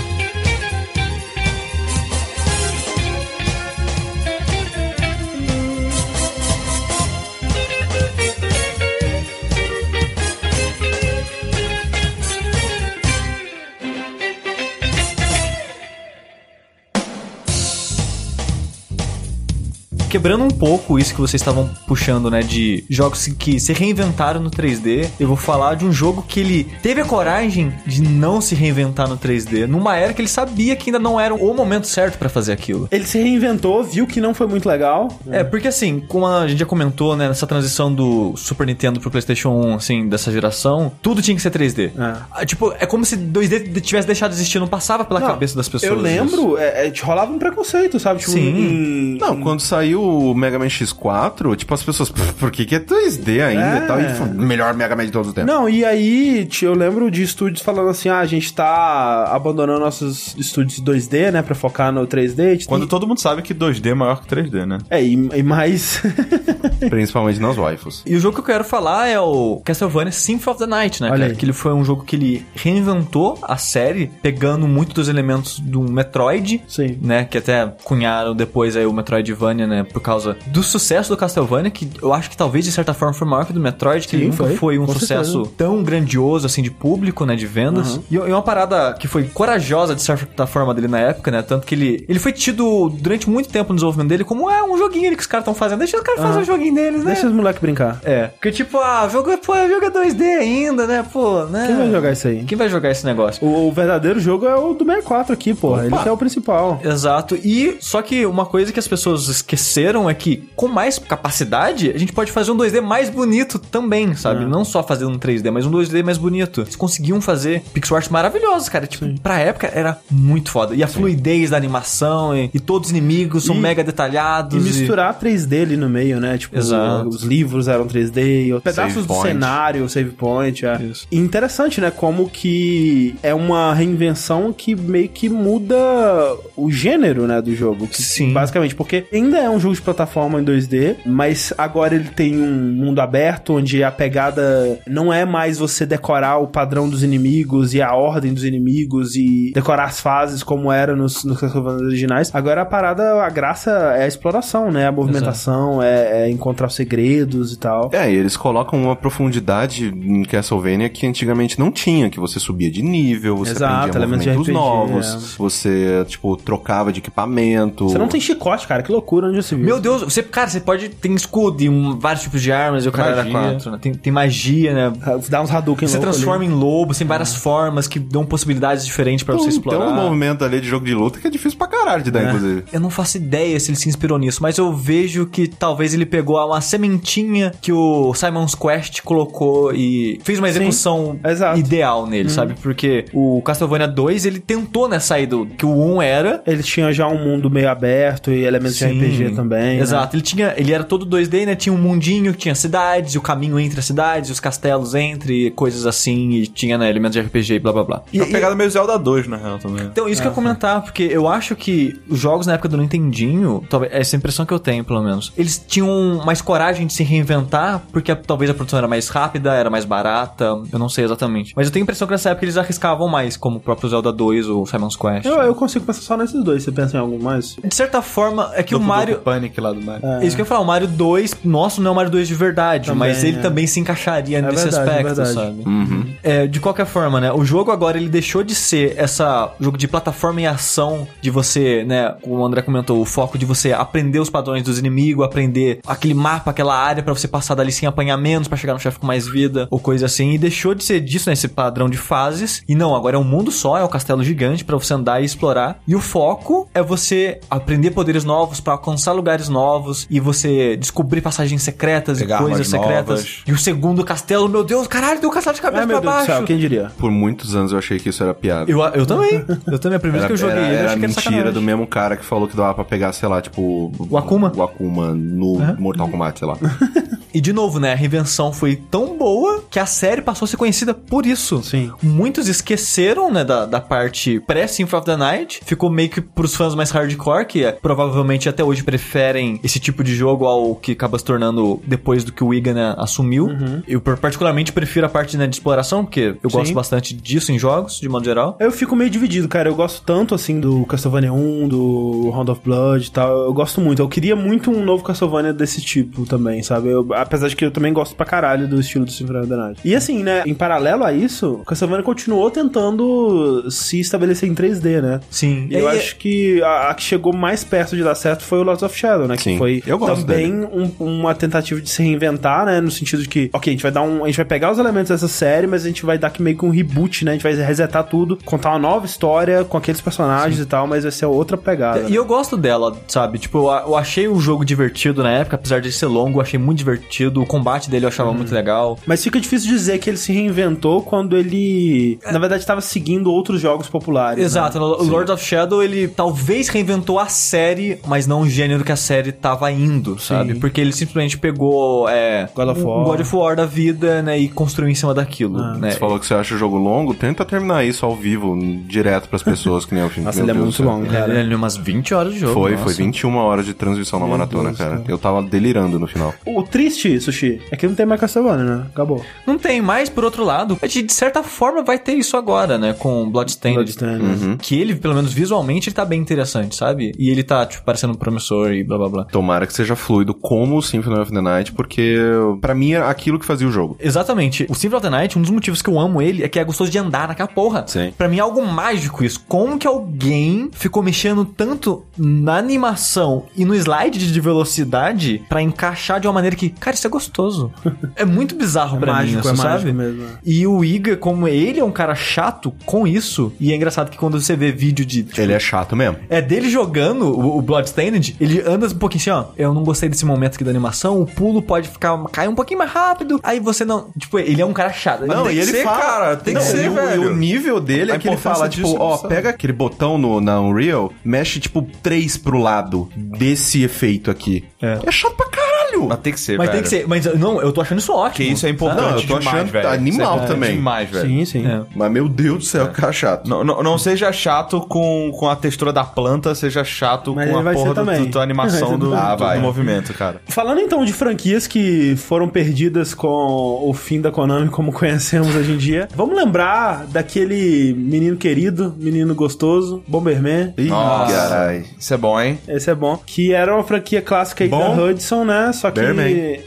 S2: Quebrando um pouco isso que vocês estavam puxando, né? De jogos que se reinventaram no 3D, eu vou falar de um jogo que ele teve a coragem de não se reinventar no 3D, numa era que ele sabia que ainda não era o momento certo pra fazer aquilo.
S1: Ele se reinventou, viu que não foi muito legal.
S2: É, porque assim, como a gente já comentou, né, nessa transição do Super Nintendo pro PlayStation 1, assim, dessa geração, tudo tinha que ser 3D.
S1: É.
S2: Ah, Tipo, é como se 2D de- tivesse deixado de existir, não passava pela
S1: Não,
S2: cabeça das pessoas.
S1: Eu
S2: isso.
S1: lembro, é, é, rolava um preconceito, sabe? Tipo,
S2: Sim.
S1: em-
S4: Não, quando saiu o Mega Man X4, tipo, as pessoas, "Pff, por que, que é 3D
S1: É.
S4: ainda e tal? E foi o melhor Mega Man de todos os tempos.
S1: Não, e aí tio, eu lembro de estúdios falando assim: ah, a gente tá abandonando nossos estúdios 2D, né, pra focar no 3D.
S3: Quando
S1: E-
S3: todo mundo sabe que 2D é maior que 3D, né?
S1: É, e, e mais.
S4: Principalmente nas waifus.
S2: E o jogo que eu quero falar é o Castlevania Symphony of the Night, né?
S1: Olha
S2: cara?
S1: aí.
S2: Que ele foi um jogo que ele reinventou a série, pegando muito dos elementos do Metroid,
S1: Sim.
S2: né? Que até cunharam depois aí o Metroidvania, né? Por causa do sucesso do Castlevania, que eu acho que talvez de certa forma foi maior que o do Metroid, que
S1: Sim,
S2: nunca
S1: foi,
S2: foi, um
S1: com
S2: sucesso
S1: certeza. Uhum.
S2: tão grandioso assim de público, né? De vendas. E, e uma parada que foi corajosa de certa forma dele na época, né? Tanto que ele, ele foi tido durante muito tempo no desenvolvimento dele como é um joguinho ali que os caras estão fazendo. Deixa os caras fazerem o joguinho deles, né?
S1: Deixa os moleques brincar.
S2: É. Porque, tipo, ah, o jogo, é- pô, o jogo é 2D ainda, né? Pô, né?
S1: Quem vai jogar isso aí?
S2: Quem vai jogar esse negócio?
S1: O, o verdadeiro jogo é o do 64 aqui, porra. Ele que é o principal.
S2: Exato. E só que uma coisa que as pessoas esqueceram é que com mais capacidade, a gente pode fazer um 2D mais bonito também,
S1: É.
S2: sabe? Não só fazer um 3D, mas um 2D mais bonito. Eles conseguiam fazer pixel art maravilhosos, cara. Tipo, pra época era muito foda. E a fluidez da animação e, e todos os inimigos são
S1: E-
S2: mega detalhados.
S1: E misturar 3D ali no meio, né? Tipo,
S2: Exato.
S1: os livros eram 3D, e outros pedaços
S4: Save
S1: do
S4: point.
S1: cenário, save point. É.
S2: Isso.
S1: E interessante, né? Como que é uma reinvenção que meio que muda o gênero, né, do jogo. Que-
S2: Sim.
S1: Basicamente, porque ainda é um jogo de plataforma em 2D, mas agora ele tem um mundo aberto, onde a pegada não é mais você decorar o padrão dos inimigos e a ordem dos inimigos e decorar as fases como era nos, nos Castlevania originais. Agora a parada, a graça é a exploração, né? A movimentação, é, é encontrar os segredos e tal.
S4: É, e eles colocam uma profundidade em Castlevania que antigamente não tinha, que você subia de nível, você
S1: Exato,
S4: aprendia
S1: elementos de
S4: movimentos
S1: RPG,
S4: novos, você, tipo, trocava de equipamento.
S1: é. Você não tem chicote, cara. Que loucura onde já se viu.
S2: Meu Deus, você, cara, você pode. Tem escudo e um- vários tipos de armas e o cara era
S3: Magia.
S2: quatro, né? Tem, tem magia, né?
S1: Ah, Dá uns Hadouken
S2: Você
S1: louco ali. É.
S2: transforma em lobo, tem várias formas que dão possibilidades diferentes pra você
S1: Então,
S2: explorar.
S4: Tem um movimento ali de jogo de luta que é difícil pra caralho de dar, inclusive.
S2: Eu não faço ideia se ele se inspirou nisso, mas eu vejo que talvez ele pegou uma sementinha que o Simon's Quest colocou e fez uma execução
S1: exato. Uhum.
S2: ideal nele, sabe? Porque o Castlevania 2, ele tentou, né, sair do que o 1 era.
S1: Ele tinha já um mundo meio aberto e elementos de RPG também. né?
S2: Exato, ele tinha, ele era todo 2D, né? Tinha um mundinho que tinha cidades, e o caminho entre as cidades, e os castelos entre, e coisas assim, e tinha, né, elementos de RPG e blá blá blá.
S3: E, É uma pegada meio Zelda 2, na real, também.
S2: Então,
S1: Ah, tá.
S2: isso que eu ia comentar, porque eu acho que os jogos na época do Nintendinho, talvez, essa é a impressão que eu tenho, pelo menos, eles tinham mais coragem de se reinventar, porque a- talvez a produção era mais rápida, era mais barata, eu não sei exatamente. Mas eu tenho a impressão que nessa época eles arriscavam mais, como o próprio Zelda 2 ou Simon's Quest.
S1: Eu, eu consigo pensar só nesses dois. Você pensa em algum mais?
S2: De certa forma, é que o
S3: Doku
S2: Mario.
S3: Doku
S2: Sonic lá do Mario. Isso que eu ia falar, o Mario 2, nosso não é o Mario 2 de
S1: É.
S2: verdade,
S1: Também,
S2: mas ele
S1: é.
S2: também se encaixaria nesse
S1: verdade, é
S2: aspecto,
S1: verdade.
S2: sabe?
S4: Uhum.
S2: É, de qualquer forma, né? O jogo agora ele deixou de ser essa jogo de plataforma e ação de você, né? Como o André comentou, o foco de você aprender os padrões dos inimigos, aprender aquele mapa, aquela área pra você passar dali sem apanhar menos pra chegar no chefe com mais vida ou coisa assim. E deixou de ser disso, né? Esse padrão de fases. E não, agora é um mundo só, é um castelo gigante pra você andar e explorar. E o foco é você aprender poderes novos pra alcançar lugares novos e você descobrir passagens secretas
S3: Pegar
S2: e coisas
S3: armas
S2: secretas.
S3: novas.
S2: E o segundo castelo, meu Deus, caralho, deu um castelo de cabeça
S1: Ah,
S2: pra
S1: meu Deus do
S2: baixo.
S1: céu, quem diria?
S4: Por muitos anos eu achei que isso era piada.
S2: Eu, eu também. Eu também. A primeira vez
S4: Era,
S2: que eu joguei
S4: era,
S2: ele, eu
S4: era
S2: achei que era
S4: mentira
S2: sacanagem.
S4: do mesmo cara que falou que dava pra pegar, sei lá, tipo...
S2: O Akuma?
S4: O Akuma no Mortal Kombat, sei lá.
S2: E de novo, né? A reinvenção foi tão boa que a série passou a ser conhecida por isso.
S1: Sim.
S2: Muitos esqueceram, né, da, da parte pré-Symphony of the Night. Ficou meio que pros fãs mais hardcore, que é, provavelmente até hoje preferem esse tipo de jogo ao que acaba se tornando depois do que o Iga, né, assumiu. Eu per- particularmente prefiro a parte né, de exploração, porque eu gosto
S1: Sim.
S2: bastante disso em jogos, de modo geral.
S1: Eu fico meio dividido, cara. Eu gosto tanto, assim, do Castlevania 1, do Round of Blood e tal. Eu gosto muito. Eu queria muito um novo Castlevania desse tipo também, sabe? Eu- apesar de que eu também gosto pra caralho do estilo do Symphony of the Night. E assim, né, em paralelo a isso, o Castlevania continuou tentando se estabelecer em 3D, né?
S2: Sim.
S1: E eu
S2: É, E-
S1: acho que a, a que chegou mais perto de dar certo foi o Lords of Shadow, né?
S4: Sim,
S1: que foi
S4: eu gosto
S1: também um- uma tentativa de se reinventar, né? No sentido de que, ok, a gente vai dar um. A gente vai pegar os elementos dessa série, mas a gente vai dar que meio que um reboot, né? A gente vai resetar tudo, contar uma nova história com aqueles personagens e tal, mas vai ser outra pegada.
S2: É, E eu gosto dela, sabe? Tipo, eu, a- eu achei o jogo divertido na época, apesar de ser longo, eu achei muito divertido. O combate dele eu achava muito legal.
S1: Mas fica difícil dizer que ele se reinventou quando ele, na verdade, estava seguindo outros jogos populares. né?
S2: Exato, o Lord of Shadow, ele talvez reinventou a série, mas não o gênero que a série tava indo, sabe? Porque ele simplesmente pegou é,
S1: God of
S2: o-
S1: War.
S2: o God of War da vida, né, e construiu em cima daquilo,
S1: É.
S2: né?
S4: Você falou que você acha o jogo longo, tenta terminar isso ao vivo, n- direto pras pessoas, que nem eu fiz.
S1: Nossa,
S4: Meu
S1: ele é
S4: Deus
S1: muito
S4: do céu.
S1: longo,
S2: Ele
S1: cara.
S2: ele é umas 20 horas de jogo.
S4: Foi,
S2: nossa.
S4: foi 21 horas de transmissão na maratona, cara. Eu tava delirando no final.
S1: O triste, Sushi, é que não tem mais Castlevania, né? Acabou.
S2: Não tem mais, por outro lado, a gente, de certa forma vai ter isso agora, né, com Bloodstained.
S1: Bloodstained.
S2: Que ele, pelo menos visualmente, ele tá bem interessante, sabe? E ele tá, tipo, parecendo promissor e blá blá blá.
S4: Tomara que seja fluido como o Symphony of the Night, porque pra mim era aquilo que fazia o jogo.
S2: Exatamente. O Symphony of the Night, um dos motivos que eu amo ele é que é gostoso de andar naquela porra.
S4: Sim.
S2: Pra mim é algo mágico isso. Como que alguém ficou mexendo tanto na animação e no slide de velocidade pra encaixar de uma maneira que, cara, isso é gostoso. é muito bizarro pra mim,
S1: mágico,
S2: isso,
S1: é mágico
S2: sabe?
S1: mesmo, é.
S2: E o Iga, como ele é um cara chato com isso, e é engraçado que quando você vê vídeo de. tipo,
S4: Ele é chato mesmo.
S2: é dele jogando o, o Bloodstained, ele anda um pouquinho assim, ó. Eu não gostei desse momento aqui da animação, o pulo pode ficar cair um pouquinho mais rápido. Aí você não. Tipo, ele é um cara chato.
S4: Não,
S2: tem
S4: e
S2: que
S4: ele
S2: ser,
S4: fala,
S2: cara,
S4: tem que ser, velho. o nível dele
S3: A
S4: é que ele
S3: importância
S4: fala, tipo,
S3: disso,
S4: ó,
S3: sabe?
S4: pega aquele botão no, na Unreal, mexe, tipo, três pro lado desse efeito aqui. É, chato pra caralho!
S3: Mas tem que ser,
S2: Mas
S3: velho.
S2: tem que ser. Mas não, eu tô achando isso ótimo.
S3: Porque isso é importante
S4: Não, eu tô
S3: demais,
S4: achando
S3: velho.
S4: animal
S3: Isso é importante
S4: também.
S3: demais, velho.
S1: Sim, sim.
S2: É.
S4: Mas, meu Deus do céu, cara chato.
S3: Não, não, não seja chato com, com a textura da planta, seja chato
S1: Mas
S3: com
S1: ele
S3: a
S1: vai ser
S3: porra do-
S1: também.
S3: do- da animação do,
S4: Ah,
S3: do-
S4: vai.
S3: do movimento, cara.
S1: Falando então de franquias que foram perdidas com o fim da Konami como conhecemos hoje em dia, vamos lembrar daquele menino querido, menino gostoso, Bomberman. Ah,
S4: Ih, Ah.
S3: Nossa.
S4: caralho.
S3: Isso é bom, hein?
S1: Esse é bom. Que era uma franquia clássica aí
S4: Bom.
S1: da Hudson, né? Só que.
S4: Bearman.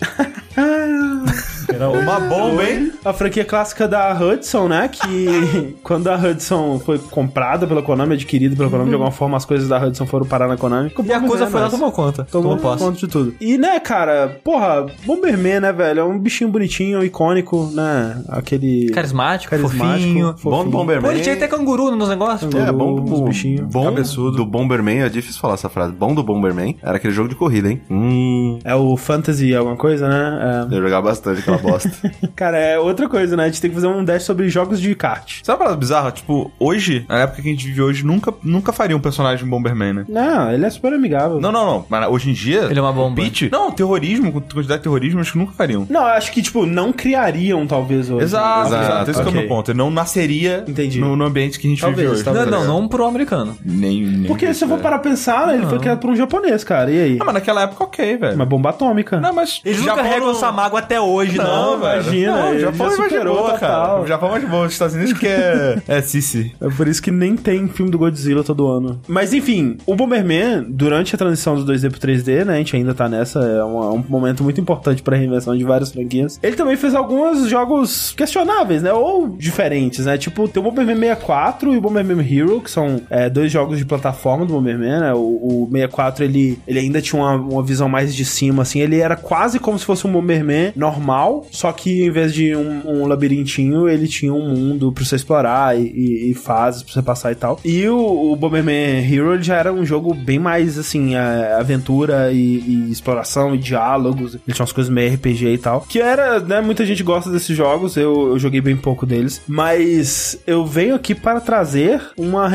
S1: Era
S3: é Uma bomba, hein?
S1: a franquia clássica da Hudson, né? Que quando a Hudson foi comprada pela Konami, adquirida pela Konami, de alguma forma as coisas da Hudson foram parar na Konami.
S2: E a coisa foi lá
S1: tomou
S2: tomou conta.
S1: Tomou
S2: Tomou posse.
S1: conta de tudo. E, né, cara, porra, Bomberman, né, velho? É um bichinho bonitinho, icônico, né? Aquele.
S2: Carismático,
S1: carismático.
S2: fofinho.
S4: Bom do Bomberman.
S2: Pô, ele tinha até canguru nos negócios.
S4: É,
S1: Os
S4: bom do
S1: bichinhos.
S4: bom
S3: Cabeçudo.
S4: do Bomberman, é difícil falar essa frase. Bom do Bomberman era aquele jogo de corrida, hein? Hum,
S1: É o Fantasy, alguma coisa, né?
S4: eu jogava bastante aquela bosta.
S1: É. Cara, é outra coisa, né? A gente tem que fazer um dash sobre jogos de kart.
S3: Sabe uma parada bizarra? Tipo, hoje, na época que a gente vive hoje, nunca, nunca faria um personagem Bomberman, né?
S1: Não, ele é super amigável.
S3: Não, não, não. Mas hoje em dia.
S2: Ele é uma bomba.
S3: Pitch? Não, terrorismo, com quantidade de terrorismo, acho que nunca fariam.
S1: Não, eu acho que, tipo, não criariam, talvez, hoje.
S3: Exato,
S4: Exato,
S3: exato. Esse que é o
S1: ok.
S3: meu ponto. Ele não nasceria
S1: Entendi.
S3: No, no ambiente que a gente
S1: Talvez,
S3: vive hoje.
S1: talvez.
S2: Não, não, não pro americano.
S3: Nem, nem
S1: Porque é se eu for parar pra pensar, né, ele foi criado por um japonês, cara. E aí?
S3: Ah, mas naquela época, ok, velho.
S1: Uma bomba atômica.
S3: Não, mas.
S2: Eles
S3: já
S2: não carregam
S3: foram-
S2: essa mágoa até hoje, não,
S3: Não, velho.
S1: imagina,
S3: Não, o
S1: ele
S3: Japão
S1: já
S3: é mais de
S1: superou
S3: boa, cara.
S1: total.
S3: O Japão é mais de boa. Os Estados Unidos que é. É Sissi.
S1: É por isso que nem tem filme do Godzilla todo ano. Mas enfim, o Bomberman, durante a transição do 2D pro 3D, né? A gente ainda tá nessa, é um, é um momento muito importante pra reinvenção de várias franquias. Ele também fez alguns jogos questionáveis, né? Ou diferentes, né? Tipo, tem o Bomberman 64 e o Bomberman Hero, que são é, dois jogos de plataforma do Bomberman, né? O, o 64, ele, ele ainda tinha uma, uma visão mais de cima, assim. Ele era quase como se fosse um Bomberman normal, só que em vez de um, um labirintinho, ele tinha um mundo pra você explorar e, e- e fases pra você passar e tal. E o, o Bomberman Hero ele já era um jogo bem mais, assim, é, aventura e, e exploração e diálogos. Ele tinha umas coisas meio RPG e tal. Que era, né, muita gente gosta desses jogos, eu, eu joguei bem pouco deles. Mas eu venho aqui para trazer uma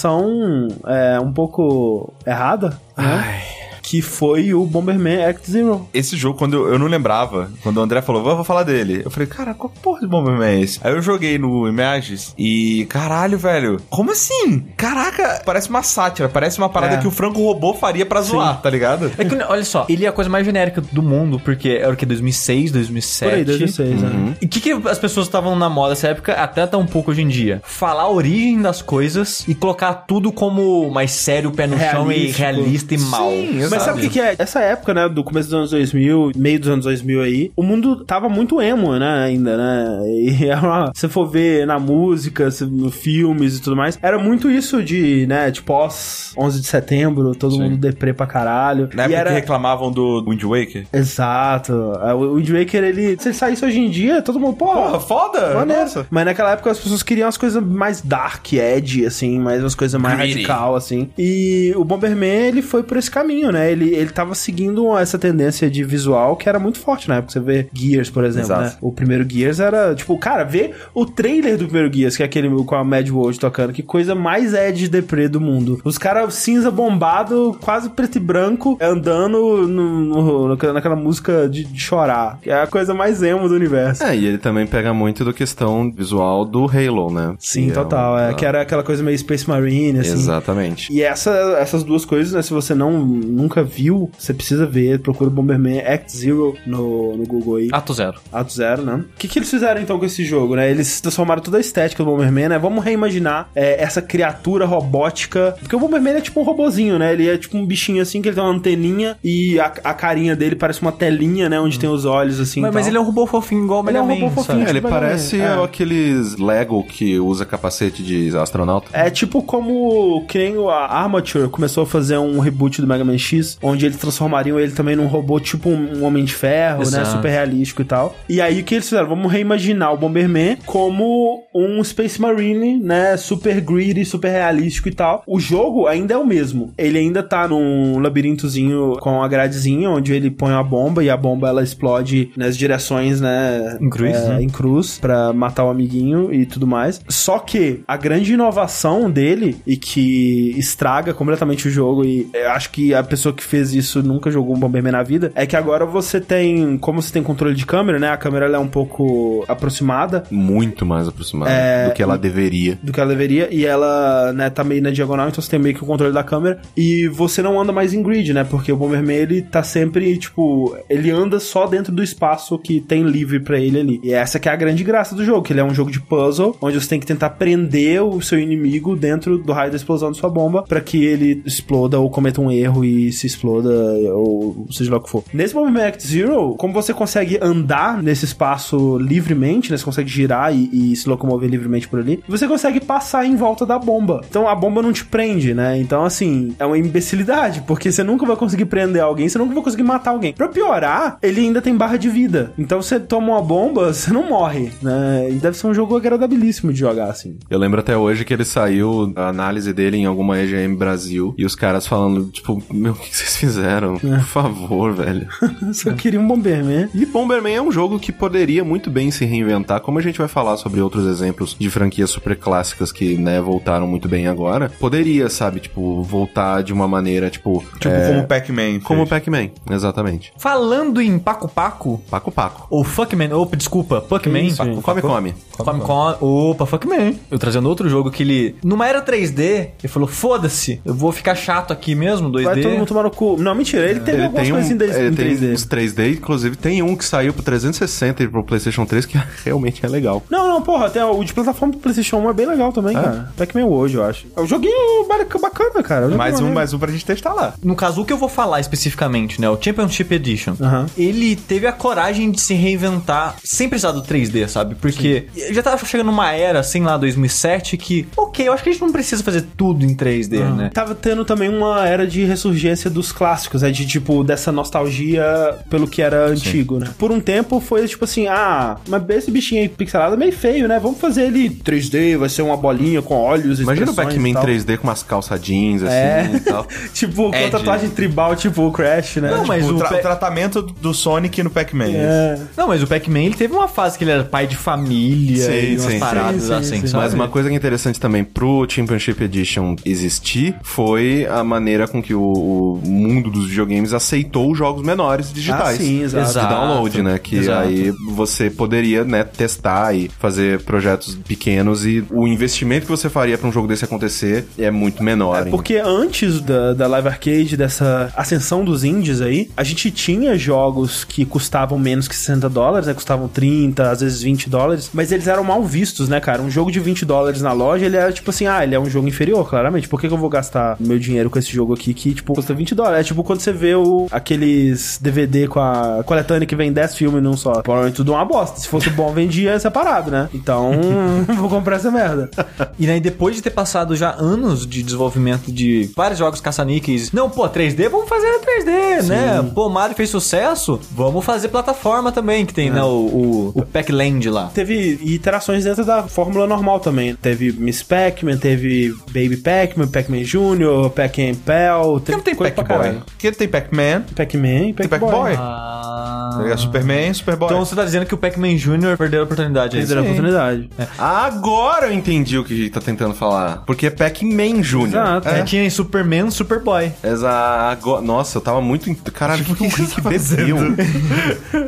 S1: reinvenção é, um pouco errada, né? Que foi o Bomberman Act Zero.
S3: Esse jogo, quando eu, eu não lembrava, quando o André falou, "Vou- vou falar dele. Eu falei, cara, qual porra de Bomberman é esse? Aí eu joguei no Images e, caralho, velho, como assim? Caraca, parece uma sátira, parece uma parada
S2: É.
S3: que o Franco Robô faria pra zoar, tá ligado?
S2: É que, olha só, ele é a coisa mais genérica do mundo, porque era o que? 2006, 2007?
S1: Por aí, 2006, né?
S2: E o que, que as pessoas estavam na moda nessa época, até tá um pouco hoje em dia? Falar a origem das coisas e colocar tudo como mais sério, pé no chão e
S1: Realístico.
S2: realista e mal.
S1: Mas sabe o que, que é? Essa época, né, do começo dos anos 2000, meio dos anos 2000 aí, o mundo tava muito emo, né, ainda, né? E era uma, se você for ver na música, se- no filmes e tudo mais, era muito isso de, né, de pós 11 de setembro, todo mundo deprê pra caralho. e
S3: Na época
S1: era...
S3: que reclamavam do Wind Waker.
S1: Exato. É, O Wind Waker, ele... Se ele saísse hoje em dia, todo mundo, pô...
S3: Porra, foda!
S1: Maneiro.
S3: Nossa.
S1: Mas naquela época as pessoas queriam as coisas mais dark, edge, assim, mais umas coisas mais
S3: Gritty.
S1: radical, assim. E o Bomberman, ele foi por esse caminho, né? Ele, ele tava seguindo essa tendência de visual que era muito forte na época. Você vê Gears, por exemplo,
S3: Exato.
S1: né? O primeiro Gears era, tipo, cara, vê o trailer do primeiro Gears, que é aquele com a Mad World tocando, que coisa mais edge deprê do mundo. Os caras cinza bombado, quase preto e branco, andando no- no- naquela música de, de chorar. Que é a coisa mais emo do universo.
S4: É, e ele também pega muito da questão visual do Halo, né?
S1: Sim,
S4: Que é
S1: total.
S4: um-
S1: É, que era aquela coisa meio Space Marine, assim.
S4: Exatamente.
S1: E essa, essas duas coisas, né? Se você não nunca viu, você precisa ver. Procura Bomberman Act Zero no, no Google
S4: Ah.
S1: aí.
S2: Ato zero.
S1: Ato Zero, né? O que, que eles fizeram então com esse jogo, né? Eles transformaram toda a estética do Bomberman, né? Vamos reimaginar é, essa criatura robótica. Porque o Bomberman é tipo um robozinho, né? Ele é tipo um bichinho assim, que ele tem uma anteninha e a, a carinha dele parece uma telinha, né?
S4: Hum.
S1: Onde tem os olhos assim.
S2: Mas, mas ele é um robô fofinho igual o
S1: Ele é
S2: Mega
S1: um
S2: Man,
S1: robô
S2: sabe?
S1: fofinho.
S4: É, ele
S1: Tipo,
S4: parece
S1: é.
S4: aqueles Lego que usa capacete de astronauta.
S1: É tipo como que nem a Armature começou a fazer um reboot do Mega Man X, onde eles transformariam ele também num robô tipo um um Homem de Ferro, né?
S2: Exato.
S1: Super realístico e tal. E aí o que eles fizeram? Vamos reimaginar o Bomberman como um Space Marine, né? Super greedy, super realístico e tal. O jogo ainda é o mesmo. Ele ainda tá num labirintozinho com a gradezinha, onde ele põe uma bomba e a bomba ela explode nas direções, né?
S2: Em cruz,
S1: é,
S2: né?
S1: em cruz pra matar o amiguinho e tudo mais. Só que a grande inovação dele e que estraga completamente o jogo e eu acho que a pessoa que fez isso nunca jogou um Bomberman na vida é que agora você tem, como você tem controle de câmera, né? A câmera ela é um pouco aproximada
S4: Muito mais aproximado
S3: É,
S4: do que ela deveria.
S1: do que ela deveria e ela, né, tá meio na diagonal, então você tem meio que o controle da câmera e você não anda mais em grid, né? Porque o Bomberman ele tá sempre, tipo, ele anda só dentro do espaço que tem livre pra ele ali. E essa que é a grande graça do jogo, que ele é um jogo de puzzle, onde você tem que tentar prender o seu inimigo dentro do raio da explosão da sua bomba pra que ele exploda ou cometa um erro e se exploda ou seja lá o que for. Tipo, Nesse Bomberman Act Zero, como você consegue andar nesse espaço livremente, né? Você consegue girar e, e se locomover livremente por ali, você consegue passar em volta da bomba. Então a bomba não te prende, né? Então, assim, é uma imbecilidade, porque você nunca vai conseguir prender alguém, você nunca vai conseguir matar alguém. Pra piorar, ele ainda tem barra de vida. Então você toma uma bomba, você não morre, né? E deve ser um jogo agradabilíssimo de jogar, assim.
S4: Eu lembro até hoje que ele saiu, a análise dele em alguma EGM Brasil, e os caras falando, tipo, meu, o que vocês
S3: É.
S4: fizeram? Por favor, velho.
S1: Eu só queria um Bomberman.
S4: E Bomberman é um jogo que poderia muito bem se reinventar, como a gente vai falar sobre outros exemplos de franquias super clássicas que, né, voltaram muito bem agora. Poderia, sabe, tipo, voltar de uma maneira, tipo,
S3: Tipo,
S4: é,
S3: como o Pac-Man.
S4: como o
S3: fez.
S4: Pac-Man, exatamente.
S2: Falando em Paco Paco,
S4: Paco Paco.
S2: ou Fuckman, opa, desculpa, Puckman.
S1: Isso,
S2: Paco-
S1: gente.
S4: Come, come.
S2: Come, come. Opa, Fuckman. Eu trazendo outro jogo que ele, numa era 3D, ele falou, foda-se, eu vou ficar chato aqui mesmo, 2D.
S1: Vai todo mundo tomar no cu. Não, mentira, É, ele um teve algumas coisas em, 3D,
S4: um- ele
S1: em
S4: tem
S1: 3D.
S4: uns 3D, inclusive tem um que saiu pro 360 e pro PlayStation 3 que realmente é legal.
S1: Não, não, porra, até o de plataforma do PlayStation 1 é bem legal também, cara. Pac-Man hoje, eu acho. É um joguinho bac- bacana, cara. joguinho
S3: Mais um,
S1: é maneiro.
S3: mais um pra gente testar lá.
S2: No caso, o que eu vou falar especificamente, né? O Championship Edition.
S1: Aham.
S2: Ele teve a coragem de se reinventar sem precisar do 3D, sabe? Porque já tava chegando uma era, assim, lá 2007, que, ok, eu acho que a gente não precisa fazer tudo em 3D, né?
S1: Uhum. Tava tendo também uma era de ressurgência dos clássicos, né? De tipo, dessa nostalgia pelo que era antigo, né? Por um tempo foi tipo assim: ah, mas esse bichinho aí pixelado é meio feio, né? Vamos fazer ele 3D, vai ser uma bolinha com olhos e
S4: Imagina o
S1: expressões
S4: Pac-Man
S1: e tal.
S4: 3D com umas calça jeans assim
S1: É.
S4: e tal.
S1: Tipo, com
S2: Ed.
S1: tatuagem tribal, tipo o Crash, né?
S2: Não,
S1: Tipo,
S2: mas
S3: O,
S2: o
S3: tra-
S2: Pe-
S3: o tratamento do Sonic no Pac-Man.
S1: É.
S2: Não, mas o Pac-Man, ele teve uma fase que ele era pai de família
S4: Sim,
S2: e umas
S4: sim.
S2: paradas
S1: Sim, sim,
S2: assim,
S1: sim.
S2: sabe?
S4: Mas uma coisa que é interessante também pro Championship Edition existir foi a maneira com que o, o mundo dos videogames aceitou os jogos menores digitais.
S1: Ah, sim, exato.
S4: De download, né? Que
S2: Exato.
S4: aí você poderia, né, testar e fazer projetos pequenos e o investimento que você faria pra um jogo desse acontecer é muito menor. hein?
S1: Porque antes da, da Live Arcade, dessa ascensão dos indies aí, a gente tinha jogos que custavam menos que 60 dólares, né? Custavam 30, às vezes 20 dólares, mas eles eram mal vistos, né, cara? Um jogo de 20 dólares na loja, ele era tipo assim, ah, ele é um jogo inferior, claramente. Por que, que eu vou gastar meu dinheiro com esse jogo aqui que, tipo, custa 20 dólares? É tipo quando você vê o, aqueles DVD com a coletânea que vem 10 filmes num só. Provavelmente tudo uma bosta. Se fosse bom, vendia separado, né? Então, vou comprar essa merda.
S2: E aí, depois de ter passado já anos de desenvolvimento de vários jogos caça-níqueis, não, pô, 3D, vamos fazer a 3D, né? Pô, Mario fez sucesso, vamos fazer plataforma também, que tem, né, o, o, o Pac-Land lá.
S1: teve iterações dentro da fórmula normal também. Teve Miss Pac-Man, teve Baby Pac-Man, Pac-Man Jr., Pac-Man Pal,
S3: Por que
S1: teve
S3: não tem
S1: coisa pra
S3: Pac-Boy?
S1: caralho.
S3: Por que não tem Pac-Man?
S1: Pac-Man e
S3: Tem
S1: Pac-Boy.
S3: Pac-Boy? Tá ligado? Superman, Superboy.
S2: Então você tá dizendo que o Pac-Man Jr. perdeu a oportunidade aí.
S1: Perderam a oportunidade.
S4: Agora eu entendi o que a gente tá tentando falar. Porque é Pac-Man Júnior.
S1: Exato.
S2: É. Tinha em Superman, Superboy.
S4: Exato. Nossa, eu tava muito. in- Caralho,
S1: Tipo, um
S4: o que o Rick bebeu?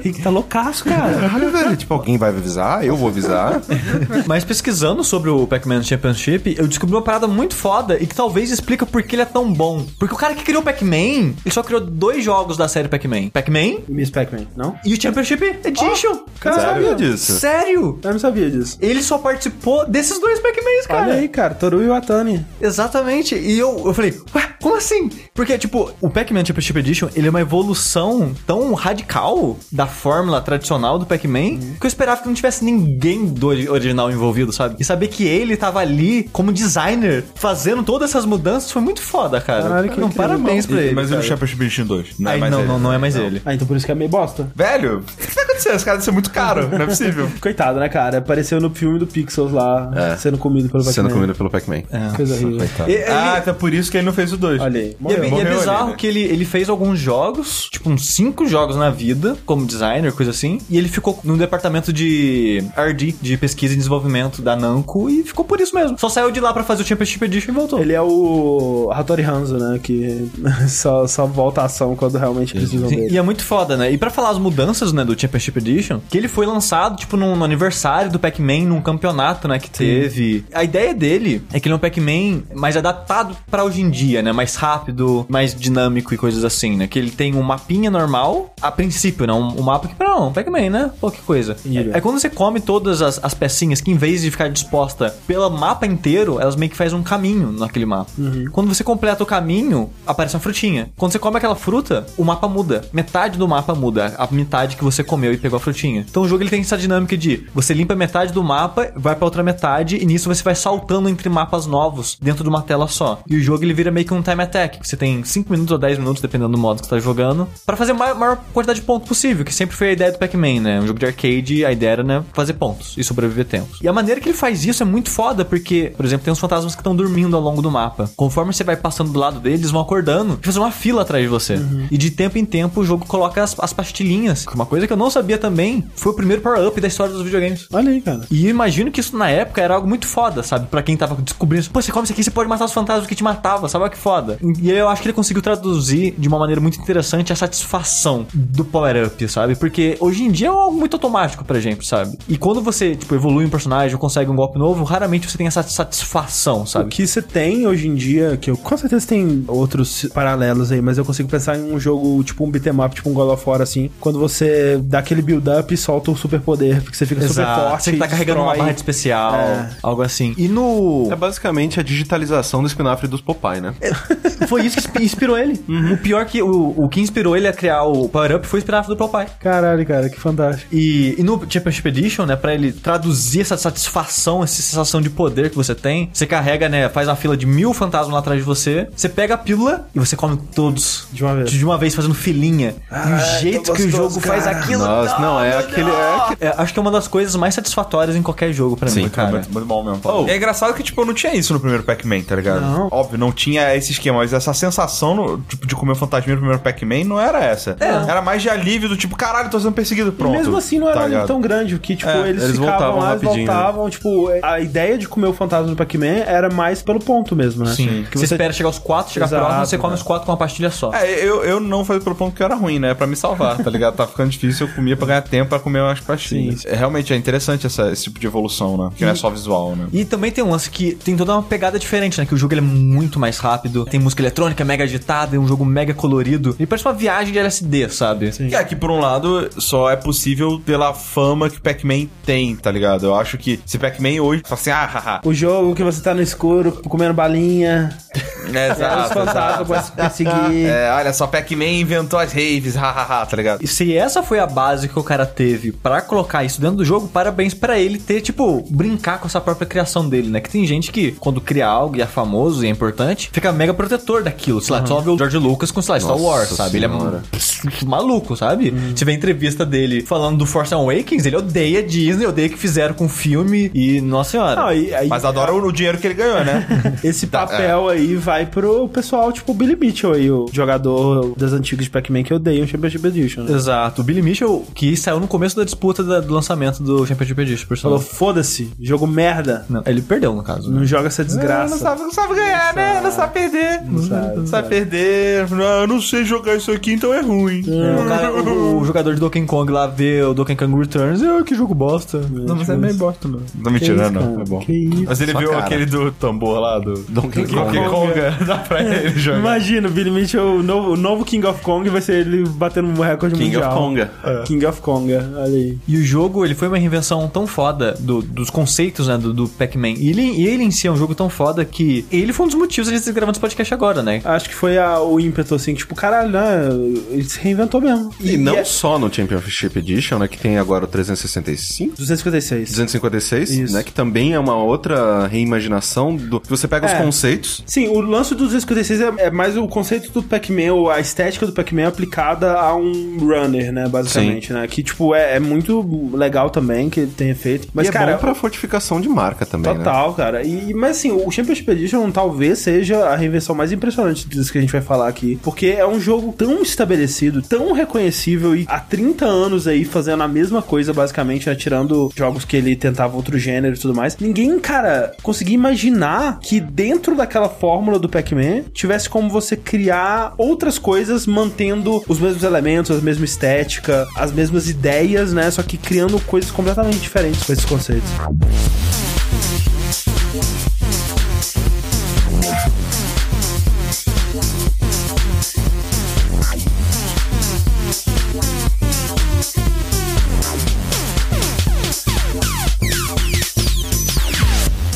S1: Rick tá loucaço, cara.
S4: Caralho, velho. Tipo, alguém vai avisar? Eu vou avisar.
S2: Mas pesquisando sobre o Pac-Man Championship, eu descobri uma parada muito foda e que talvez explica por que ele é tão bom. Porque o cara que criou o Pac-Man, ele só criou dois jogos da série Pac-Man. Pac-Man
S1: E Miss Pac-Man, não?
S2: e o Championship Edition.
S1: Cara, eu não sabia disso.
S2: Sério?
S1: Eu não sabia disso.
S2: Ele só participou desses dois Pac-Mans, cara.
S1: Olha aí, cara, Toru e Watani.
S2: Exatamente. E eu, eu falei, ué, como assim? Porque, tipo, o Pac-Man Championship Edition, ele é uma evolução tão radical da fórmula tradicional do Pac-Man que eu esperava que não tivesse ninguém do ori- original envolvido, sabe? E saber que ele tava ali como designer, fazendo todas essas mudanças, foi muito foda, cara.
S1: Caralho, que
S2: não,
S1: incrível.
S2: parabéns pra ele.
S3: Mas e no
S2: cara.
S3: Championship Edition 2?
S2: Aí, não,
S3: ele.
S2: não, não é mais ele.
S1: Ah, então por isso que é meio bosta.
S3: Velho, o que tá acontecendo? Esse cara deve ser muito caro. Não é possível.
S1: Coitado, né, cara? Apareceu no filme do Pixels lá,
S4: É.
S1: sendo comido pelo Pac-Man.
S4: Sendo comido pelo Pac-Man.
S1: Coisa horrível.
S4: Coitado.
S2: E- ele-
S3: ah, então por isso que ele não fez o 2.
S1: Olha aí.
S2: E é,
S1: morreu.
S2: bi- e é
S3: morreu ali,
S2: bizarro
S3: né?
S2: que ele, ele fez alguns jogos, tipo uns cinco jogos na vida, como designer, coisa assim, e ele ficou no departamento de RD, de pesquisa e desenvolvimento da Namco, e ficou por isso mesmo. Só saiu de lá pra fazer o Championship Edition e voltou.
S1: Ele é o Hattori Hanzo, né? Que só, só volta à ação quando realmente precisam
S2: Sim,
S1: dele.
S2: e é muito foda, né? E pra falar as mudanças, né, do Championship Edition, que ele foi lançado, tipo, num- no, aniversário do Pac-Man, num campeonato, né, que teve. A ideia dele é que ele é um Pac-Man mais adaptado pra hoje em dia, né? Mais rápido, mais dinâmico e coisas assim, né? Que ele tem um mapinha normal, a princípio, né? Um, um mapa que, não, um Pac-Man, né? Pô, que coisa.
S1: Ele-
S2: É, é quando você come todas as, as pecinhas, que em vez de ficar disposta pelo mapa inteiro, elas meio que fazem um caminho naquele mapa. Quando você completa o caminho, aparece uma frutinha. Quando você come aquela fruta, o mapa muda. Metade do mapa muda. A metade que você comeu e pegou a frutinha. Então o jogo ele tem essa dinâmica de você limpa metade do mapa, vai pra outra metade, e nisso você vai saltando entre mapas novos dentro de uma tela só. E o jogo ele vira meio que um time attack. que Você tem 5 minutos ou 10 minutos, dependendo do modo que você tá jogando, pra fazer a maior, maior quantidade de pontos possível, que sempre foi a ideia do Pac-Man, né? Um jogo de arcade, a ideia era, né, fazer pontos e sobreviver tempos. E a maneira que ele faz isso é muito foda, porque, por exemplo, tem uns fantasmas que estão dormindo ao longo do mapa. Conforme você vai passando do lado deles, vão acordando e fazer uma fila atrás de você. E de tempo em tempo o jogo coloca as, as pastilhinhas. Uma coisa que eu não sabia também foi o primeiro power-up da história dos videogames.
S1: Olha aí, cara.
S2: E eu imagino que isso na época era algo muito foda, sabe? Pra quem tava descobrindo, pô, você come isso aqui, você pode matar os fantasmas que te matava, sabe? Olha que foda. E eu acho que ele conseguiu traduzir de uma maneira muito interessante a satisfação do power-up, sabe? Porque hoje em dia é algo muito automático pra gente, sabe? E quando você, tipo, evolui um personagem ou consegue um golpe novo, raramente você tem essa satisfação,
S1: O
S2: sabe?
S1: que você tem hoje em dia, que eu com certeza tem outros paralelos aí, mas eu consigo pensar em um jogo tipo um beat'em up, tipo um God of War assim, quando você dá aquele build-up e solta o superpoder, porque você fica super forte.
S2: você que tá
S1: e
S2: carregando uma
S1: destrói.
S2: barra de especial,
S1: É.
S2: algo assim. E no.
S4: É basicamente a digitalização do espinafre dos Popeye, né?
S2: Foi isso que inspi- inspirou ele. Uhum. O pior que. O, o que inspirou ele a criar o Power Up foi o espinafre do Popeye.
S1: Caralho, cara, que fantástico.
S2: E, e no Championship Edition, né, pra ele traduzir essa satisfação, essa sensação de poder que você tem, você carrega, né, faz uma fila de mil fantasmas lá atrás de você, você pega a pílula e você come todos.
S1: De uma vez.
S2: De uma vez, fazendo filinha. e o jeito que o jogo faz aquilo...
S4: Nossa, não, é aquele. É aquele...
S2: É, acho que é uma das coisas mais satisfatórias em qualquer jogo pra mim,
S3: Sim, cara.
S2: cara.
S3: Muito, muito bom mesmo. Paulo. É engraçado que, tipo, eu não tinha isso no primeiro Pac-Man, tá ligado?
S1: Não.
S3: Óbvio, não tinha esse esquema, mas essa sensação no- tipo, de comer o fantasminha no primeiro Pac-Man não era essa. Era mais de alívio do tipo, caralho, tô sendo perseguido, pronto.
S1: e mesmo assim não
S3: tá
S1: era
S3: ligado?
S1: tão grande, porque tipo,
S3: É,
S1: eles,
S4: eles
S1: ficavam
S4: voltavam
S1: lá, eles
S4: rapidinho, né?
S1: voltavam, tipo, a ideia de comer o fantasma do Pac-Man era mais pelo ponto mesmo, né?
S2: Sim.
S1: Que
S2: Você,
S1: você
S2: espera chegar aos quatro, chegar
S1: Exato,
S2: próximo, você come
S1: né?
S2: os quatro com uma pastilha só.
S3: É, eu, eu não fazia pelo ponto que eu era ruim, né? Pra me salvar, tá ligado? Tá ficando difícil, eu comia pra ganhar tempo pra comer umas pastilhas. É, realmente é interessante essa- esse tipo de evolução, né? Que não é só visual, né?
S2: E também tem um lance que tem toda uma pegada diferente, né? Que o jogo ele é muito mais rápido, tem música eletrônica mega agitada, é um jogo mega colorido. E parece uma viagem de LSD, sabe? Sim.
S3: É que por um lado só é possível pela fama que Pac-Man tem, tá ligado? Eu acho que se Pac-Man hoje fala assim, ah, haha.
S1: O jogo que você tá no escuro, comendo balinha, os
S3: É, Exato,
S1: fantasmas
S3: exato.
S1: vão se perseguir.
S3: É, olha só, Pac-Man inventou as raves, hahaha, tá ligado?
S2: E se essa foi a base que o cara teve pra colocar isso dentro do jogo, parabéns pra ele ter, tipo, brincar com essa própria criação dele, né? Que tem gente que, quando cria algo e é famoso e é importante, fica mega protetor daquilo. Sei lá, só vê o George Lucas com, sei lá, Star
S4: Nossa
S2: Wars, sabe? Ele é
S4: Senhora.
S2: um maluco, sabe? Se vê a entrevista dele falando do Force Awakens, ele odeia Disney, odeia o que fizeram com o filme e, nossa senhora.
S1: Não, Ah, e- aí-
S3: Mas adora o dinheiro que ele ganhou, né?
S1: Esse papel aí vai pro pessoal, tipo o Billy Mitchell aí, o jogador das antigas de Pac-Man que odeia o Championship Edition. Né?
S2: Exato, o Billy Mitchell, que saiu no começo da disputa da- do lançamento do Championship Edition, por
S1: Falou,
S2: sinal.
S1: foda-se, jogo merda.
S2: Não, ele perdeu, no caso. né?
S1: Não joga essa desgraça.
S3: não sabe ganhar, né? Não sabe perder. Não
S1: sabe, não sabe.
S3: perder. Ah, eu não sei jogar isso aqui, então é ruim.
S2: É, o, cara- o- o jogador de Donkey Kong lá vê o Donkey Kong Returns e "Ah, que jogo bosta. Não, mas é meio bosta.
S3: Não me tirando,
S1: cara?
S3: não. É bom.
S1: Que isso?
S3: Mas ele viu
S4: cara.
S3: aquele do tambor lá, do
S4: Donkey
S3: Donkey
S4: Kong.
S3: Kong, dá pra ele jogar.
S1: Imagina, o Billy Mitchell, o novo, o novo King of Kong, vai ser ele batendo um recorde
S4: King of
S1: mundial. É.
S4: Konga.
S1: King of Konga, olha aí.
S2: E o jogo, ele foi uma reinvenção tão foda do- dos conceitos, né, do, do Pac-Man. E ele, e ele em si é um jogo tão foda que ele foi um dos motivos de gente ter gravando esse podcast agora, né?
S1: Acho que foi a- o ímpeto, assim, que, tipo, caralho, né? Ele se reinventou mesmo.
S4: E não
S1: é-
S4: só no Championship Edition, né? Que tem agora o 365.
S1: 256.
S4: 256,
S1: Isso.
S4: né? Que também é uma outra reimaginação do. que Você pega
S1: É.
S4: os conceitos.
S1: Sim, o lance do 256 é, é mais o conceito do Pac-Man, ou a estética do Pac-Man aplicada a um runner, né? Basicamente, né? Que, tipo, é, é muito legal também que ele tenha feito. Mas,
S4: e é
S1: cara.
S4: bom pra fortificação de marca também, né?
S1: Total, cara. E, mas assim, o Championship Edition talvez seja a reinvenção mais impressionante disso que a gente vai falar aqui. Porque é um jogo tão estabelecido, tão reconhecível e há 30 anos aí fazendo a mesma coisa, basicamente, né? Tirando jogos que ele tentava outro gênero e tudo mais. Ninguém, cara, conseguia imaginar que dentro daquela fórmula do Pac-Man tivesse como você criar outras coisas mantendo os mesmos elementos, a mesma estética, as mesmas ideias, né? Só que criando coisas completamente diferentes com esses conceitos.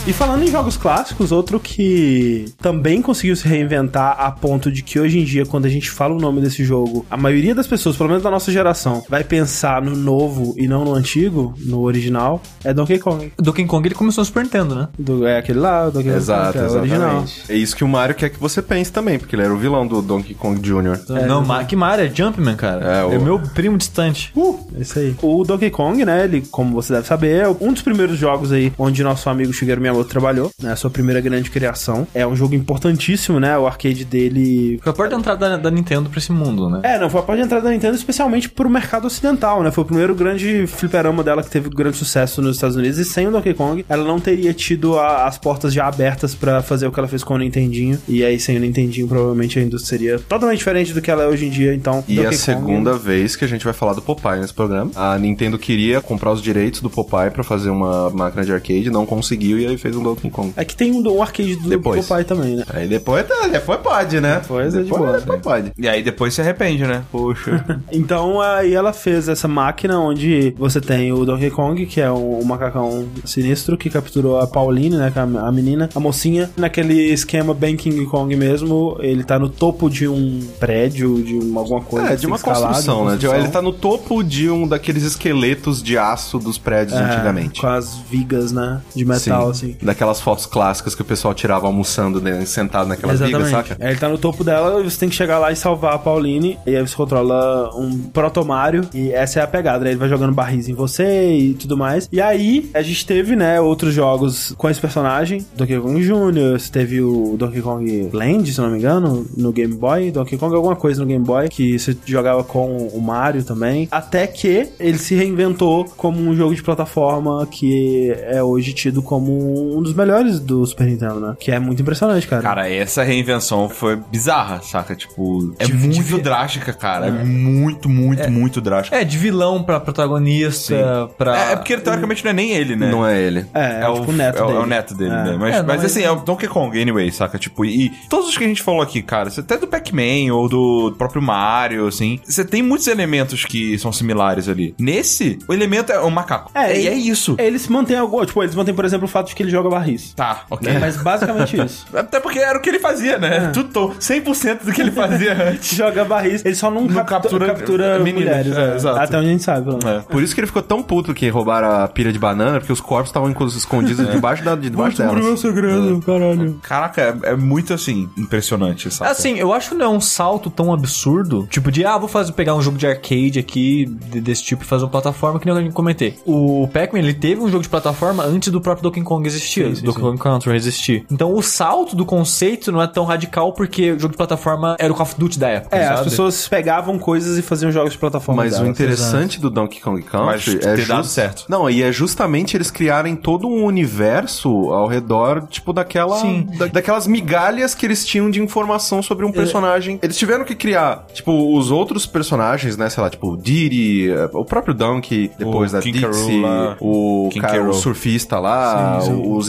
S1: E falando em jogos clássicos, outro que também conseguiu se reinventar a ponto de que hoje em dia, quando a gente fala o nome desse jogo, a maioria das pessoas, pelo menos da nossa geração, vai pensar no novo e não no antigo, no original, é Donkey Kong.
S2: O Donkey Kong, ele começou no Super Nintendo, né?
S1: Do- é aquele lá, o Donkey
S4: Exato,
S1: Kong, que é o original.
S4: exatamente. É isso que o Mario quer que você pense também, porque ele era o vilão do Donkey Kong Jr.
S2: não, Ma- que Mario é Jumpman, cara.
S4: É, o-
S2: é meu primo distante.
S1: Uh, é isso aí. O Donkey Kong, né, ele, como você deve saber, é um dos primeiros jogos aí onde nosso amigo Shigeru Miyamoto Miyamoto trabalhou, né? A sua primeira grande criação. É um jogo importantíssimo, né? O arcade dele.
S2: Foi a porta de entrada da, da Nintendo pra esse mundo, né?
S1: É, não, foi a porta de entrada da Nintendo, especialmente pro mercado ocidental, né? Foi o primeiro grande fliperama dela que teve grande sucesso nos Estados Unidos. E sem o Donkey Kong, ela não teria tido a- as portas já abertas pra fazer o que ela fez com o Nintendinho. E aí, sem o Nintendinho, provavelmente a indústria seria totalmente diferente do que ela é hoje em dia. Então,
S4: E
S1: Donkey
S4: a
S1: Kong-
S4: segunda vez que a gente vai falar do Popeye nesse programa. A Nintendo queria comprar os direitos do Popeye pra fazer uma máquina de arcade, não conseguiu e aí fez um Donkey Kong.
S1: É que tem um, um arcade do
S4: Depois.
S1: Popeye também, né?
S4: Aí depois, tá, depois pode, né?
S1: Depois é de
S4: depois,
S1: boa,
S4: depois pode.
S3: E aí depois se arrepende, né? Poxa.
S1: Então aí ela fez essa máquina onde você tem o Donkey Kong, que é o, o macacão sinistro que capturou a Pauline, né, que é a, a menina, a mocinha, naquele esquema bem King Kong mesmo, ele tá no topo de um prédio, de uma, alguma coisa.
S4: É,
S1: que
S4: de
S1: tem
S4: uma
S1: escalado,
S4: construção, né? De-
S1: construção.
S4: Ele tá no topo de um daqueles esqueletos de aço dos prédios
S1: É,
S4: antigamente.
S1: Com as vigas, né, de metal, assim.
S4: Daquelas fotos clássicas que o pessoal tirava almoçando, né, sentado naquela viga, saca?
S1: É, Ele tá no topo dela, você tem que chegar lá e salvar a Pauline. E aí você controla um protomário. E essa é a pegada, né? Ele vai jogando barris em você e tudo mais. E aí, a gente teve, né, outros jogos com esse personagem. Donkey Kong Jr., você teve o Donkey Kong Land, se não me engano, no Game Boy. Donkey Kong é alguma coisa no Game Boy, que você jogava com o Mario também. Até que ele se reinventou como um jogo de plataforma que é hoje tido como um dos melhores do Super Nintendo, né? Que é muito impressionante,
S3: Cara, essa reinvenção foi bizarra, saca? Tipo, é muito drástica, cara. É muito, muito, muito drástica.
S2: É, de vilão pra protagonista, pra...
S3: É, é porque teoricamente não é nem ele, né?
S4: Não é ele.
S1: É, é, tipo o neto
S3: é,
S1: dele.
S3: é o neto dele,
S1: É.
S3: né? Mas,
S2: É, não,
S3: mas
S2: mas-
S3: assim, é o Donkey Kong, anyway, saca? Tipo, e todos os que a gente falou aqui, cara, até do Pac-Man ou do próprio Mario, assim, você tem muitos elementos que são similares ali. Nesse, o elemento é o macaco.
S1: É,
S3: e
S1: e-
S3: é isso.
S1: Eles mantêm algo, tipo, eles mantêm, por exemplo, o fato de que ele joga barris.
S3: Tá, ok.
S1: Né? Mas basicamente isso.
S3: Até porque era o que ele fazia, né? Tudo 100% do que ele fazia antes.
S1: Joga barris, ele só não,
S3: Não
S1: captura,
S3: captura-
S1: captura
S3: meninas.
S1: mulheres.
S3: É,
S1: né?
S3: exato.
S1: Até onde a gente sabe. pelo menos.
S3: É.
S4: Por isso que ele ficou tão puto que roubaram a pilha de banana, porque os corpos estavam inclusive, escondidos
S1: É.
S4: debaixo, da, debaixo delas.
S1: segredo, caralho.
S3: Caraca, é, é muito assim, impressionante,
S1: Tá
S3: sabe?
S2: Assim, eu acho que não é um salto tão absurdo. Tipo, de ah, vou fazer, pegar um jogo de arcade aqui, de- desse tipo, e fazer uma plataforma, que nem eu comentei. O Pac-Man, ele teve um jogo de plataforma antes do próprio Donkey Kong existir, do Donkey Kong Country existir. Então, o salto do conceito não é tão radical, porque o jogo de plataforma era o Call of Duty da época.
S1: É,
S2: sabe?
S1: as pessoas pegavam coisas e faziam jogos de plataforma.
S4: Mas o
S1: delas.
S4: interessante do Donkey Kong
S3: Mas
S4: Country é
S3: ter dado
S4: jus-
S3: certo.
S4: Não, e é justamente eles criarem todo um universo ao redor, tipo, daquela.
S2: Sim.
S4: da- daquelas migalhas que eles tinham de informação sobre um personagem. Eles tiveram que criar, tipo, os outros personagens, né? Sei lá, tipo, o Diddy, eh, o próprio Donkey, depois da
S3: King Carol
S4: Dixie,
S3: lá.
S4: o,
S3: King
S4: cara, o
S3: Carol.
S4: surfista lá, os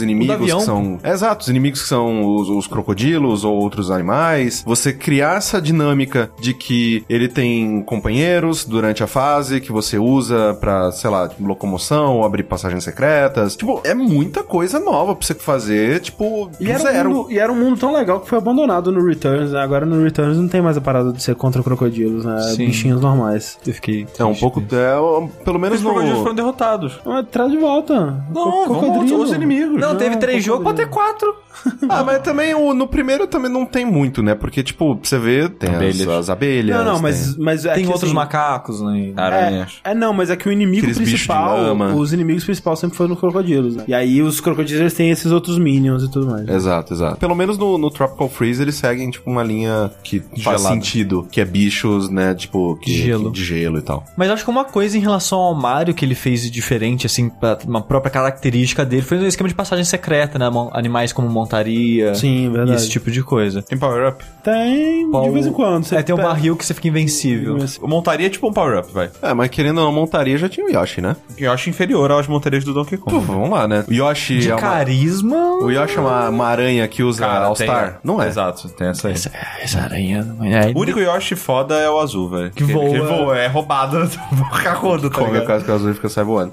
S2: O do
S4: inimigos
S2: avião,
S4: que são. Exato, os inimigos que são os, os crocodilos ou outros animais. Você criar essa dinâmica de que ele tem companheiros durante a fase que você usa pra, sei lá, tipo, locomoção ou abrir passagens secretas. Tipo, é muita coisa nova pra você fazer, tipo,
S1: E era,
S4: zero.
S1: um mundo, e era um mundo tão legal que foi abandonado no Returns, né? Agora no Returns não tem mais a parada de ser contra crocodilos, né?
S2: Sim.
S1: Bichinhos normais.
S2: Eu fiquei
S4: É um pouco. É, pelo menos
S3: os
S4: no.
S3: programas foram derrotados.
S1: Mas é traz de volta.
S2: Não,
S1: Co-
S2: vamos
S1: cocodrilo.
S2: os inimigos. Não, teve
S1: né?
S2: três jogos, pode ter
S1: cocodrilo.
S2: quatro.
S4: Ah, mas também o, no primeiro também não tem muito, né? Porque, tipo, você vê, tem
S3: Abelhas.
S4: As, as abelhas.
S1: Não, não,
S4: tem-
S1: mas, mas é
S2: Tem
S1: que,
S2: outros
S1: assim,
S2: macacos, né?
S3: Aranhas.
S1: É, não, mas é que o inimigo
S4: Aqueles bichos de
S1: principal,
S4: lama.
S1: os inimigos principais sempre foram os crocodilos, né? E aí os crocodilos eles têm esses outros minions e tudo mais. né?
S4: Exato, exato. Pelo menos no, no Tropical Freeze eles seguem, tipo, uma linha que faz
S3: Gelado.
S4: sentido. Que é bichos, né, tipo... Que,
S2: De gelo.
S4: que- de gelo e tal.
S2: Mas acho que uma coisa em relação ao Mario que ele fez de diferente, assim, pra uma própria característica dele, foi no esquema de passagem secreta, né? Mon- Animais como montaria.
S1: Sim, é
S2: e
S1: verdade.
S2: Esse tipo de coisa.
S3: Tem power-up?
S1: Tem de
S2: Pau-
S1: vez em quando.
S2: É, tem um
S1: pega- um assim.
S2: barril que você fica invencível.
S3: Eu montaria tipo um power-up, vai.
S4: É, mas querendo ou não, montaria já tinha o Yoshi, né?
S3: Eu acho inferior às montarias do Donkey
S4: Pô,
S3: Kong.
S4: vamos lá, né? O Yoshi
S2: De
S4: é uma...
S2: carisma.
S4: O Yoshi é uma, uma aranha que usa All-Star.
S3: tem-
S4: Não é.
S3: Exato, tem essa aí.
S2: Essa aranha. É,
S3: O único Yoshi foda é o azul, velho. Que,
S2: voa.
S3: Que voa, é roubado. Carrodo, tá
S4: Come a
S3: ligado? É.
S4: casa que azul e fica sai voando.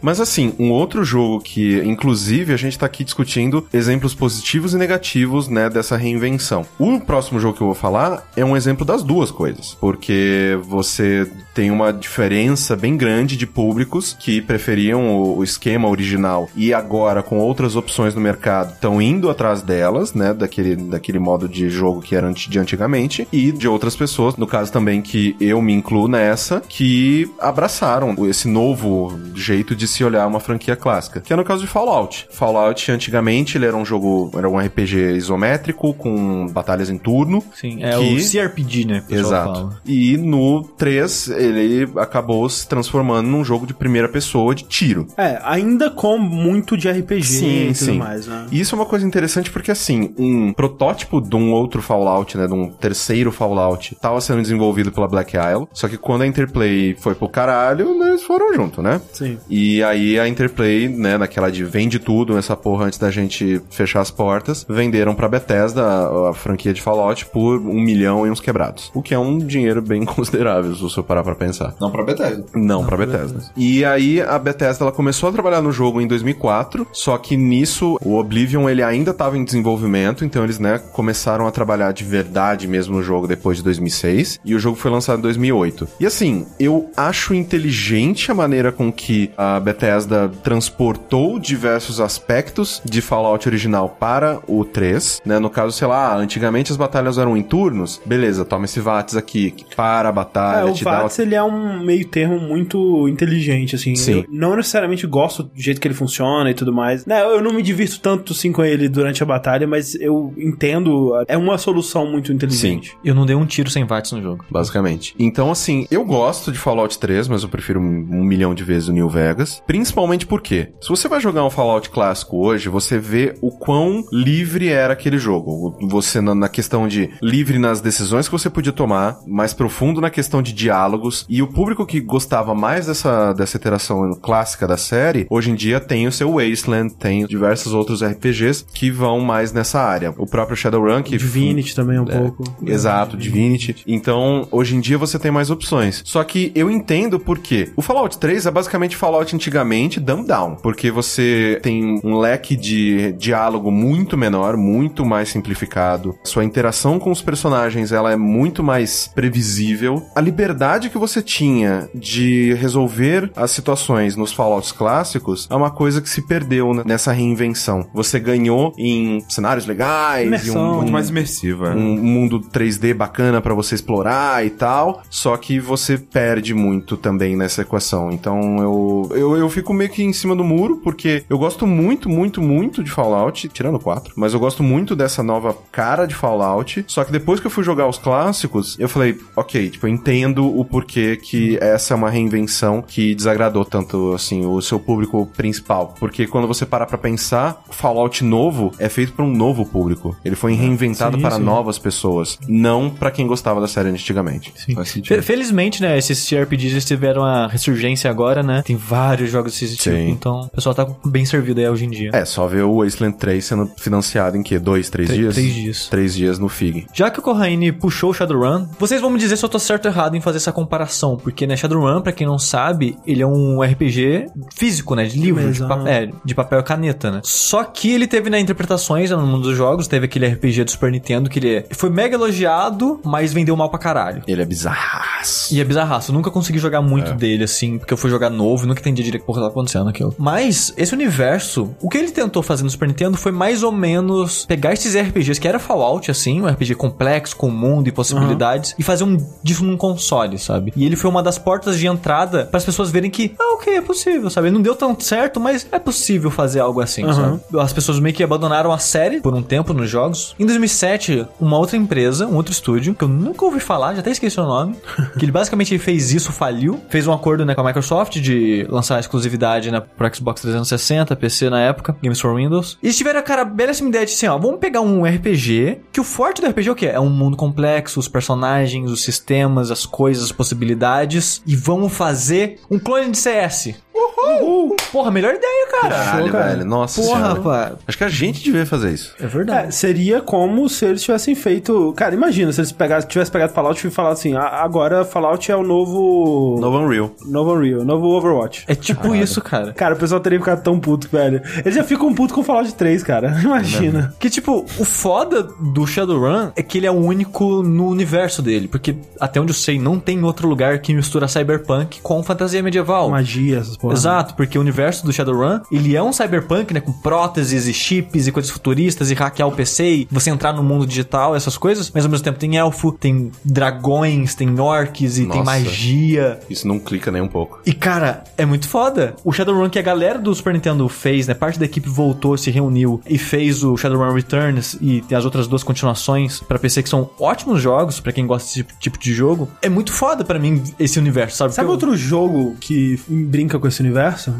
S4: Mas assim, um outro jogo que, inclusive, a gente tá aqui discutindo exemplos positivos e negativos, né, dessa reinvenção. O próximo jogo que eu vou falar é um exemplo das duas coisas, porque você tem uma diferença bem grande de públicos que preferiam o o esquema original e agora com outras opções no mercado estão indo atrás delas, né, daquele, daquele modo de jogo que era anti- de antigamente e de outras pessoas, no caso também que eu me incluo nessa, que abraçaram esse novo jeito de se olhar uma franquia clássica, que é no caso de Fallout. Fallout antigamente ele era um jogo, era um RPG isométrico com batalhas em turno.
S2: Sim, é
S4: Que-
S2: o CRPG, né? que o pessoal
S4: Exato.
S2: fala.
S4: E no 3 ele acabou se transformando num jogo de primeira pessoa de tiro.
S1: É, ainda com muito de RPG
S4: Sim,
S1: e tudo
S4: sim.
S1: mais, né?
S4: E isso é uma coisa interessante porque, assim, um protótipo de um outro Fallout, né, de um terceiro Fallout, tava sendo desenvolvido pela Black Isle, só que quando a Interplay foi pro caralho, né, eles foram junto, né?
S1: Sim.
S4: E aí a Interplay, né, naquela de vende tudo, essa porra antes da gente fechar as portas, venderam pra Bethesda a, a franquia de Fallout por um milhão e uns quebrados. O que é um dinheiro bem considerável, se você parar pra pensar.
S3: Não pra Bethesda.
S4: Não, pra Bethesda. E aí a Bethesda ela começou a trabalhar no jogo em 2004, só que nisso o Oblivion ele ainda estava em desenvolvimento, então eles né começaram a trabalhar de verdade mesmo no jogo depois de 2006 e o jogo foi lançado em 2008. E assim, eu acho inteligente a maneira com que a Bethesda transportou diversos aspectos de Fallout original para o 3, né? No caso, sei lá, antigamente as batalhas eram em turnos, beleza, toma esse VATS aqui, que para a
S1: É,
S4: batalha,
S1: o
S4: Ah, te dá
S1: VATS, ele é um meio termo muito inteligente, assim.
S4: Sim.
S1: Eu não necessariamente gosto do jeito que ele funciona e tudo mais. Né, eu não me divirto tanto, sim, com ele durante a batalha, mas eu entendo. É uma solução muito inteligente.
S2: Eu não dei um tiro sem watts no jogo.
S4: basicamente. Então, assim, eu gosto de Fallout 3, mas eu prefiro um, um milhão de vezes o New Vegas. Principalmente porque, se você vai jogar um Fallout clássico hoje, você vê o quão livre era aquele jogo. Você, na, na questão de livre nas decisões que você podia tomar, mais profundo na questão de diálogos. E o público que gostava mais dessa, dessa iteração clássica da série, hoje em dia tem o seu Wasteland, tem diversos outros RPGs que vão mais nessa área. O próprio Shadowrun, que é.
S1: Divinity também, um pouco.
S4: Exato, Divinity. Então, hoje em dia você tem mais opções. Só que eu entendo por quê. O Fallout 3 é basicamente Fallout antigamente dumbed down, porque você tem um leque de diálogo muito menor, muito mais simplificado. Sua interação com os personagens, ela é muito mais previsível. A liberdade que você tinha de resolver as situações nos Fallouts clássicos é uma coisa que se perdeu né, nessa reinvenção. Você ganhou em cenários legais,
S1: Imersão,
S4: e um,
S3: Muito
S4: um
S3: mais é. imersiva.
S4: um mundo 3D bacana pra você explorar e tal, só que você perde muito também nessa equação. Então eu, eu, eu fico meio que em cima do muro, porque eu gosto muito, muito, muito de Fallout, tirando o 4, mas eu gosto muito dessa nova cara de Fallout, só que depois que eu fui jogar os clássicos, eu falei, ok, tipo, eu entendo o porquê que essa é uma reinvenção que desagradou tanto, assim, o seu público principal, porque quando você parar pra pensar, Fallout novo é feito pra um novo público. Ele foi reinventado
S2: Sim,
S4: para
S2: sim.
S4: novas pessoas, não pra quem gostava da série antigamente.
S3: Faz
S2: Fe-
S3: sentido.
S2: Felizmente, né, esses CRPGs eles tiveram a ressurgência agora, né? Tem vários jogos desse tipo,
S4: Sim.
S2: então o pessoal tá bem servido aí hoje em dia.
S4: É, só ver o Wasteland 3 sendo financiado em quê? Dois, três
S2: Tre-
S4: dias?
S2: três dias.
S4: Três dias no FIG.
S2: Já que o Corraine puxou o Shadowrun, vocês vão me dizer se eu tô certo ou errado em fazer essa comparação, porque, né, Shadowrun, pra quem não sabe, ele é um RPG físico, né, de livro, de,
S1: Mesão.
S2: pa- é, de papel e caneta, né. Só que ele teve, né, interpretações no mundo dos jogos, teve aquele RPG do Super Nintendo que ele é, foi mega elogiado, mas vendeu mal pra caralho.
S4: Ele é bizarraço.
S2: E é bizarraço, eu nunca consegui jogar muito dele, assim, porque eu fui jogar novo e nunca entendi direito o que tava acontecendo aquilo. Mas, esse universo, o que ele tentou fazer no Super Nintendo foi mais ou menos pegar esses RPGs que era Fallout, assim, um RPG complexo, com mundo e possibilidades, e fazer um disso num console, sabe? E ele foi uma das portas de entrada para as pessoas verem que, ah, ok, é possível, sabe? Não deu tão certo, mas é possível fazer algo assim, sabe? As pessoas meio que abandonaram a série por um tempo nos jogos. Em 2007, uma outra empresa, um outro estúdio, que eu nunca ouvi falar, já até esqueci o nome, que ele basicamente fez isso, faliu, fez um acordo né, com a Microsoft de lançar a exclusividade né, pro Xbox 360, PC na época, Games for Windows. E eles tiveram a cara, belíssima ideia de assim, ó, vamos pegar um RPG, que o forte do RPG é o quê? É um mundo complexo, os personagens, os sistemas, as coisas, as possibilidades, e vamos fazer um clone de CS. Uhul! Porra, melhor ideia, cara!
S4: Caralho,
S1: cara.
S4: velho. Nossa
S2: Porra,
S4: senhora.
S2: rapaz.
S4: Acho que a gente devia fazer isso.
S2: É
S1: É,
S2: verdade.
S1: seria como se eles tivessem feito. Cara, imagina se eles pegassem, tivessem pegado Fallout e falado assim: "Ah, agora Fallout é o novo.
S4: Novo Unreal.
S1: Novo Unreal, novo Overwatch.
S2: É, tipo isso, cara.
S1: Cara, o pessoal teria ficado tão puto, velho. Eles já ficam puto com Fallout 3, cara. Imagina.
S2: Que, tipo, o foda do Shadowrun é que ele é o único no universo dele. Porque, até onde eu sei, não tem outro lugar que mistura cyberpunk com fantasia medieval.
S1: Magia, essas porra.
S2: Exato, porque o universo do Shadowrun, ele é um cyberpunk, né? Com próteses e chips e coisas futuristas e hackear o PC e você entrar no mundo digital, essas coisas. Mas ao mesmo tempo tem elfo, tem dragões, tem orcs e tem
S4: Nossa.
S2: magia.
S4: Isso não clica nem um pouco.
S2: E, cara, é muito foda. O Shadowrun que a galera do Super Nintendo fez né? Parte da equipe voltou, se reuniu e fez o Shadowrun Returns e tem as outras duas continuações pra PC que são ótimos jogos pra quem gosta desse tipo de jogo. É muito foda pra mim esse universo, sabe?
S1: Sabe
S2: Porque eu-
S1: outro jogo que brinca com esse universo?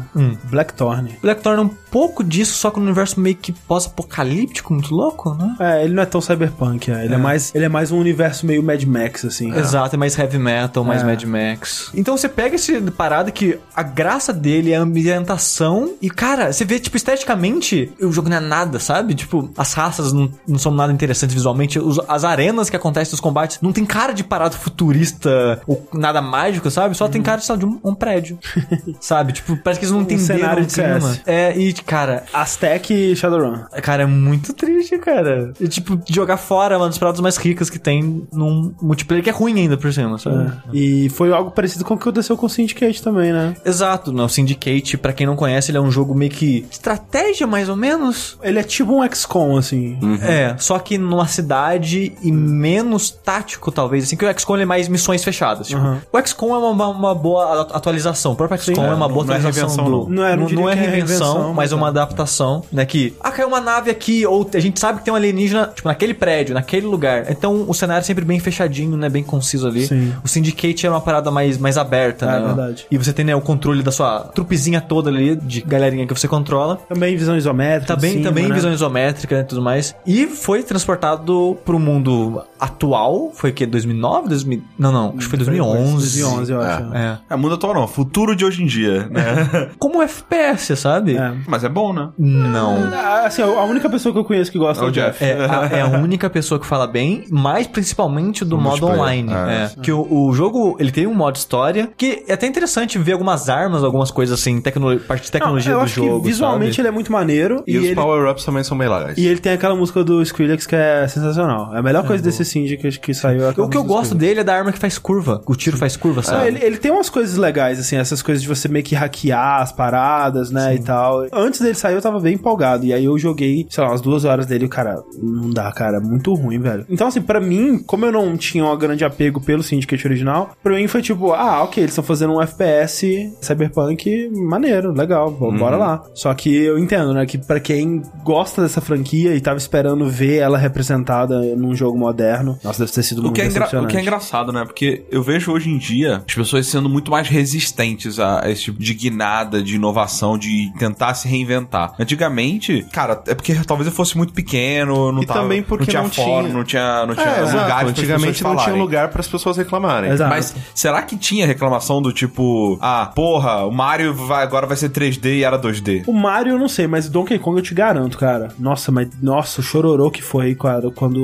S1: Blackthorn.
S2: Blackthorn é um pouco disso, só que no universo meio que pós-apocalíptico, muito louco, né?
S1: É, ele não é tão cyberpunk, é. Ele, é. mais, ele é mais um universo meio Mad Max, assim.
S2: Exato, é mais heavy metal, mais
S1: É.
S2: Mad Max. Então você pega esse parada que a graça dele é a ambientação e, cara, você vê, tipo, esteticamente o jogo não é nada, sabe? Tipo, as raças não, não são nada interessantes visualmente. Os- as arenas que acontecem nos combates não tem cara de parada futurista ou nada mágico, sabe? Só tem cara, sabe, de um, um prédio, sabe? Tipo, parece que eles não entenderam
S1: cenário
S2: o
S1: de
S2: clima.
S1: CS.
S2: É, e, cara,
S1: Aztec e Shadowrun.
S2: Cara, é muito triste, cara. E, tipo, jogar fora uma das paradas mais ricas que tem num multiplayer que é ruim ainda por cima,
S1: Hum.
S2: sabe?
S1: E foi algo parecido com o que aconteceu com o Syndicate também, né?
S2: Exato, né? O Syndicate, pra quem não conhece, ele é um jogo meio que de estratégia, mais ou menos.
S1: Ele é tipo um XCOM, assim.
S2: É, só que numa cidade e menos tático, talvez, assim, que o XCOM ele é mais missões fechadas. Tipo, O XCOM é uma, uma- uma boa a- atualização. O próprio XCOM é uma boa
S3: não é
S2: atualização.
S3: reinvenção,
S2: do-
S3: não.
S1: Não é, não diria
S2: é
S1: que é
S2: reinvenção,
S1: reinvenção,
S2: mas é uma adaptação, né? Que, ah, caiu uma nave aqui, ou a gente sabe que tem um alienígena, tipo, naquele prédio, naquele lugar. Então, o cenário é sempre bem fechadinho, né? Bem conciso ali.
S1: Sim.
S2: O Syndicate é uma parada mais, mais aberta,
S1: É,
S2: né?
S1: verdade.
S2: E você tem, né, o controle da sua trupezinha toda ali, de galerinha que você controla.
S1: Também visão isométrica.
S2: Também,
S1: em cima,
S2: Tá também
S1: né?
S2: visão isométrica e tudo mais. E foi transportado pro mundo atual. Foi o quê? 2009? 2000... Não, não. Acho que foi 2011.
S1: 2011, eu acho.
S2: É.
S3: É, mundo atual não, futuro de hoje em dia, né?
S2: Como FPS, sabe?
S1: É.
S3: Mas é bom, né?
S2: Não.
S1: Ah, Assim, a única pessoa que eu conheço que gosta
S3: É o
S1: do Jeff.
S3: Jeff.
S2: É a, é a única pessoa que fala bem, mas principalmente do
S3: O
S2: modo
S3: multiplayer.
S2: online.
S3: É.
S2: É. Que o, o jogo, ele tem um modo história, que é até interessante ver algumas armas, algumas coisas assim, tecno- parte de
S1: Não,
S2: tecnologia
S1: eu
S2: do
S1: acho
S2: jogo.
S1: que visualmente
S2: sabe?
S1: ele é muito maneiro.
S4: E,
S1: E,
S4: os
S1: ele,
S4: power-ups também são bem legais.
S1: e ele tem aquela música do Skrillex que é sensacional. É a melhor coisa desse Syndicate que saiu. é aquela
S2: O que eu
S1: música do
S2: gosto dele é da arma que faz curva. O tiro faz curva, sabe?
S3: É.
S1: Ah, ele, ele tem umas coisas legais, assim, essas coisas de você meio que hackear as paradas, né, e tal. Antes dele sair, eu tava bem empolgado. E aí eu joguei, sei lá, umas duas horas dele e, o cara, não dá, cara, é muito ruim, velho. Então, assim, pra mim, como eu não tinha um grande apego pelo Syndicate original, pra mim foi tipo, ah, ok, eles estão fazendo um FPS cyberpunk maneiro, legal,
S3: Uhum.
S1: bo- bora lá. Só que eu entendo, né, que pra quem gosta dessa franquia e tava esperando ver ela representada num jogo moderno, nossa, deve ter sido
S3: O
S1: muito
S3: que, é engra- o que é
S1: decepcionante.
S3: engraçado, né? Porque eu vejo hoje em dia as pessoas sendo muito mais resistentes a, a esse tipo de guinada, de inovação, de tentar se reinventar. Antigamente, cara, é porque talvez eu fosse muito pequeno, eu não
S4: E
S3: tava,
S4: também
S3: não
S4: porque
S3: tinha
S4: não
S3: fórum,
S4: tinha-
S3: não tinha, não tinha
S4: É, exato.
S3: lugar para as pessoas
S4: Antigamente não tinha
S3: falarem.
S4: lugar para as pessoas reclamarem.
S1: Exato.
S3: Mas será que tinha reclamação do tipo, ah, porra, o Mario vai- agora vai ser 3D e era 2D?
S1: O Mario eu não sei, mas o Donkey Kong eu te garanto, cara. Nossa, mas nossa, o chororô que foi cara, quando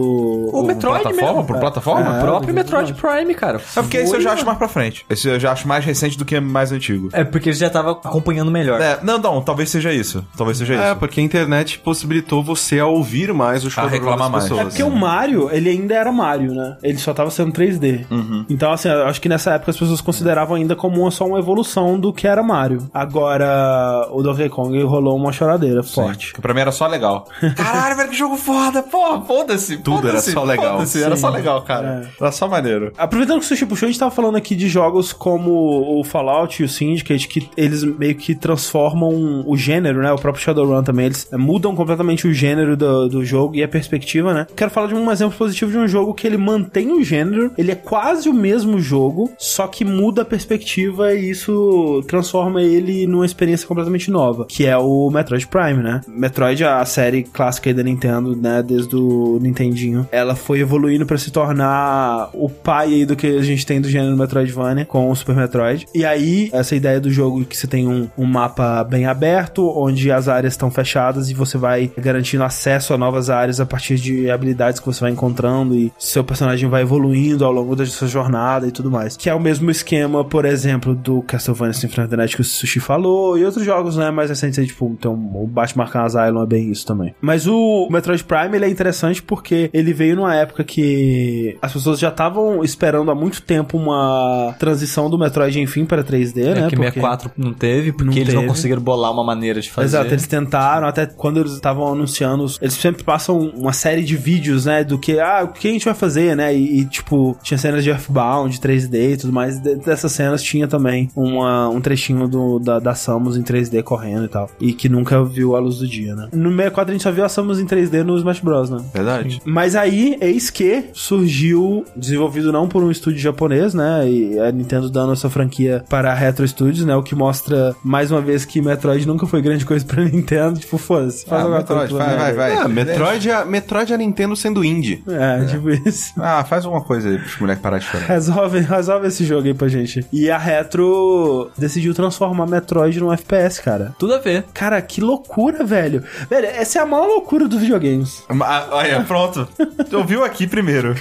S2: O Metroid
S3: plataforma,
S2: mesmo.
S3: Por
S2: cara.
S3: plataforma?
S2: O
S1: É.
S2: próprio Metroid Prime, cara.
S3: É porque esse eu já acho mais pra frente. Esse eu já acho mais recente do que mais antigo.
S2: É porque ele já tava acompanhando melhor.
S3: É, não, não, talvez seja isso. Talvez seja
S4: É,
S3: isso.
S4: porque a internet possibilitou você a ouvir mais os chororô
S3: reclamar
S4: das
S3: mais.
S4: pessoas.
S1: É porque o Mario, ele ainda era Mario, né? Ele só tava sendo 3D. Então, assim, eu acho que nessa época as pessoas consideravam ainda como uma- só uma evolução do que era Mario. Agora, o Donkey Kong rolou uma choradeira forte.
S3: Que pra mim era só legal. Caralho, velho, que jogo foda. Porra, foda-se.
S4: Tudo era
S3: foda-se,
S4: só legal.
S3: Foda-se, era só legal,
S1: É.
S3: cara. Era só maneiro.
S1: Aproveitando que o Sushi puxou, a gente tava falando aqui de jogos como o Fallout e o Syndicate, que eles meio que transformam o gênero, né? O próprio Shadowrun também, eles eh, mudam completamente o gênero do, do jogo e a perspectiva, né? Quero falar de um exemplo positivo de um jogo que ele mantém o gênero, ele é quase o mesmo jogo, só que muda a perspectiva e isso transforma ele numa experiência completamente nova, que é o Metroid Prime, né? Metroid, a série clássica aí da Nintendo, né? Desde o Nintendinho, ela foi evoluindo pra se tornar o pai aí do que a gente tem do gênero Metroidvania com o Super Metroid. E aí, essa ideia do jogo que você tem um, um mapa bem aberto, onde as áreas estão fechadas e você vai garantindo acesso a novas áreas a partir de habilidades que você vai encontrando e seu personagem vai evoluindo ao longo da sua jornada e tudo mais. Que é o mesmo esquema, por exemplo, do Castlevania Symphony of the Night que o Sushi falou e outros jogos, né, mais recentes aí, tipo, então, o Batman Arkham Asylum é bem isso também. Mas o Metroid Prime, ele é interessante porque ele veio numa época que as pessoas já estavam esperando há muito tempo uma transição do Metroid, enfim, para 3D,
S2: É
S1: né?
S2: que
S1: porque-
S2: 64 não teve, porque
S1: Não
S2: eles não
S1: teve.
S2: conseguiram bolar uma maneira de fazer.
S1: Exato, eles tentaram, até quando eles estavam anunciando, os- eles sempre passam uma série de vídeos, né, do que, ah, o que a gente vai fazer, né, e, e, tipo, tinha cenas de Earthbound, 3D e tudo mais, e dentro dessas cenas tinha também uma, um trechinho do, da, da Samus em 3D correndo e tal. e que nunca viu a luz do dia, né? No 64 a gente só viu a Samus em 3D no Smash Bros, né?
S4: Verdade.
S1: Mas aí, eis que surgiu, desenvolvido não por um estúdio japonês, né? E a Nintendo dando essa franquia para a Retro Studios, né? O que mostra, mais uma vez, que Metroid nunca foi grande coisa pra Nintendo. Tipo, foda-se, faz né?
S3: Ah,
S1: alguma
S3: Metroid,
S1: coisa.
S3: vai, vai, vai.
S4: Ah, Metroid é, a- Metroid é a Nintendo sendo indie.
S1: vai. É, tipo isso.
S3: Ah, faz alguma coisa aí pros moleques parar de chorar.
S1: Resolve, resolve esse jogo aí pra gente. E a Retro decidiu transformar Metroid num FPS, cara.
S2: Tudo a ver.
S1: Cara, que loucura, velho. Velho, essa é a maior loucura dos videogames.
S3: Ah, Olha, pronto. Tu ouviu aqui primeiro.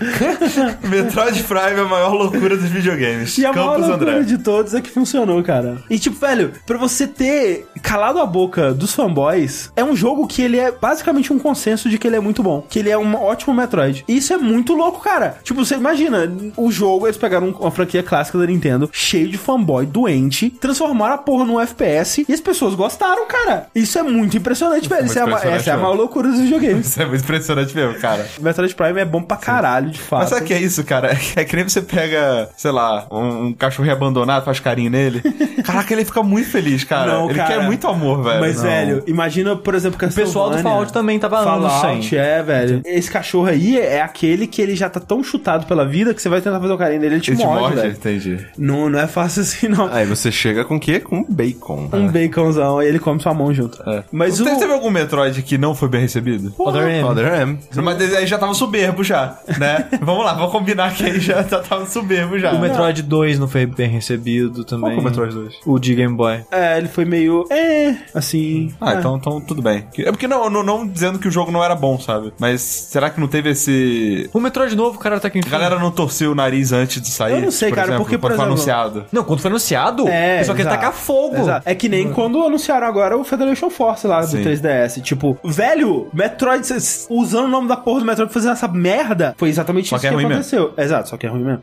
S3: Metroid Prime é a maior loucura dos videogames.
S1: E a maior
S3: Campos
S1: loucura
S3: André.
S1: de todos é que funcionou, cara. E tipo, velho, pra você ter calado a boca dos fanboys, é um jogo que ele é basicamente um consenso de que ele é muito bom. Que ele é um ótimo Metroid. E isso é muito louco, cara. Tipo, você imagina, o jogo, eles pegaram um, uma franquia clássica da Nintendo, cheio de fanboy doente, transformaram a porra num FPS e as pessoas gostaram, cara. Isso é muito impressionante, velho.
S3: muito
S1: Isso é uma-
S3: impressionante,
S1: essa é a
S3: né?
S1: maior loucura dos videogames.
S3: Isso é muito impressionante mesmo, cara.
S1: Metroid Prime é bom pra caralho, de fato.
S3: Mas sabe o que é isso, cara? É que nem você pega, sei lá, um, um cachorrinho abandonado, faz carinho nele. Caraca, ele fica muito feliz, cara.
S1: Não,
S3: ele
S1: cara.
S3: quer muito amor, velho.
S1: Mas,
S3: Não.
S1: velho, imagina, por exemplo, que
S2: O pessoal do Fallout também tava anos
S1: Fallout,
S2: sem.
S1: é, velho. Esse cachorro aí é aquele que ele já tá tão chutado pela vida que você vai tentar fazer o carinho dele, ele te
S3: Ele te Ah,
S1: morde,
S3: morde,
S1: velho.
S3: entendi.
S1: Não, não é fácil assim, não.
S4: Aí você chega com o quê? Com bacon.
S1: Um baconzão, e ele come sua mão junto. Mas o...
S3: Você teve algum Metroid é. que não foi bem recebido?
S2: Other M.
S4: Father M.
S3: Mas aí já tava soberbo já, né? vamos lá, vamos combinar que aí já tá- tava soberbo já.
S2: O Metroid 2 não foi bem recebido também.
S3: Qual que é o Metroid 2?
S2: O de Game Boy.
S1: É, ele foi meio... É, assim...
S3: Ah, então, então tudo bem. É porque não, não, não dizendo que o jogo não era bom, sabe? Mas será que não teve esse.
S2: O Metroid novo, cara, tá aqui em
S3: A galera não torceu o nariz antes de sair?
S1: Eu não sei,
S3: por
S1: cara,
S3: exemplo,
S1: porque, por
S3: quando foi
S1: exemplo-
S3: anunciado.
S2: Não, quando foi anunciado,
S1: É,
S2: só queria
S1: exato.
S2: tacar fogo.
S1: Exato. É que nem quando anunciaram agora o Federation Force lá
S3: Sim.
S1: do 3DS. Tipo, velho, Metroid, cês- usando o nome da porra do Metroid pra fazer essa merda, foi exatamente
S3: Só
S1: isso
S3: que
S1: que,
S3: é ruim
S1: aconteceu. Exato, só que é ruim mesmo.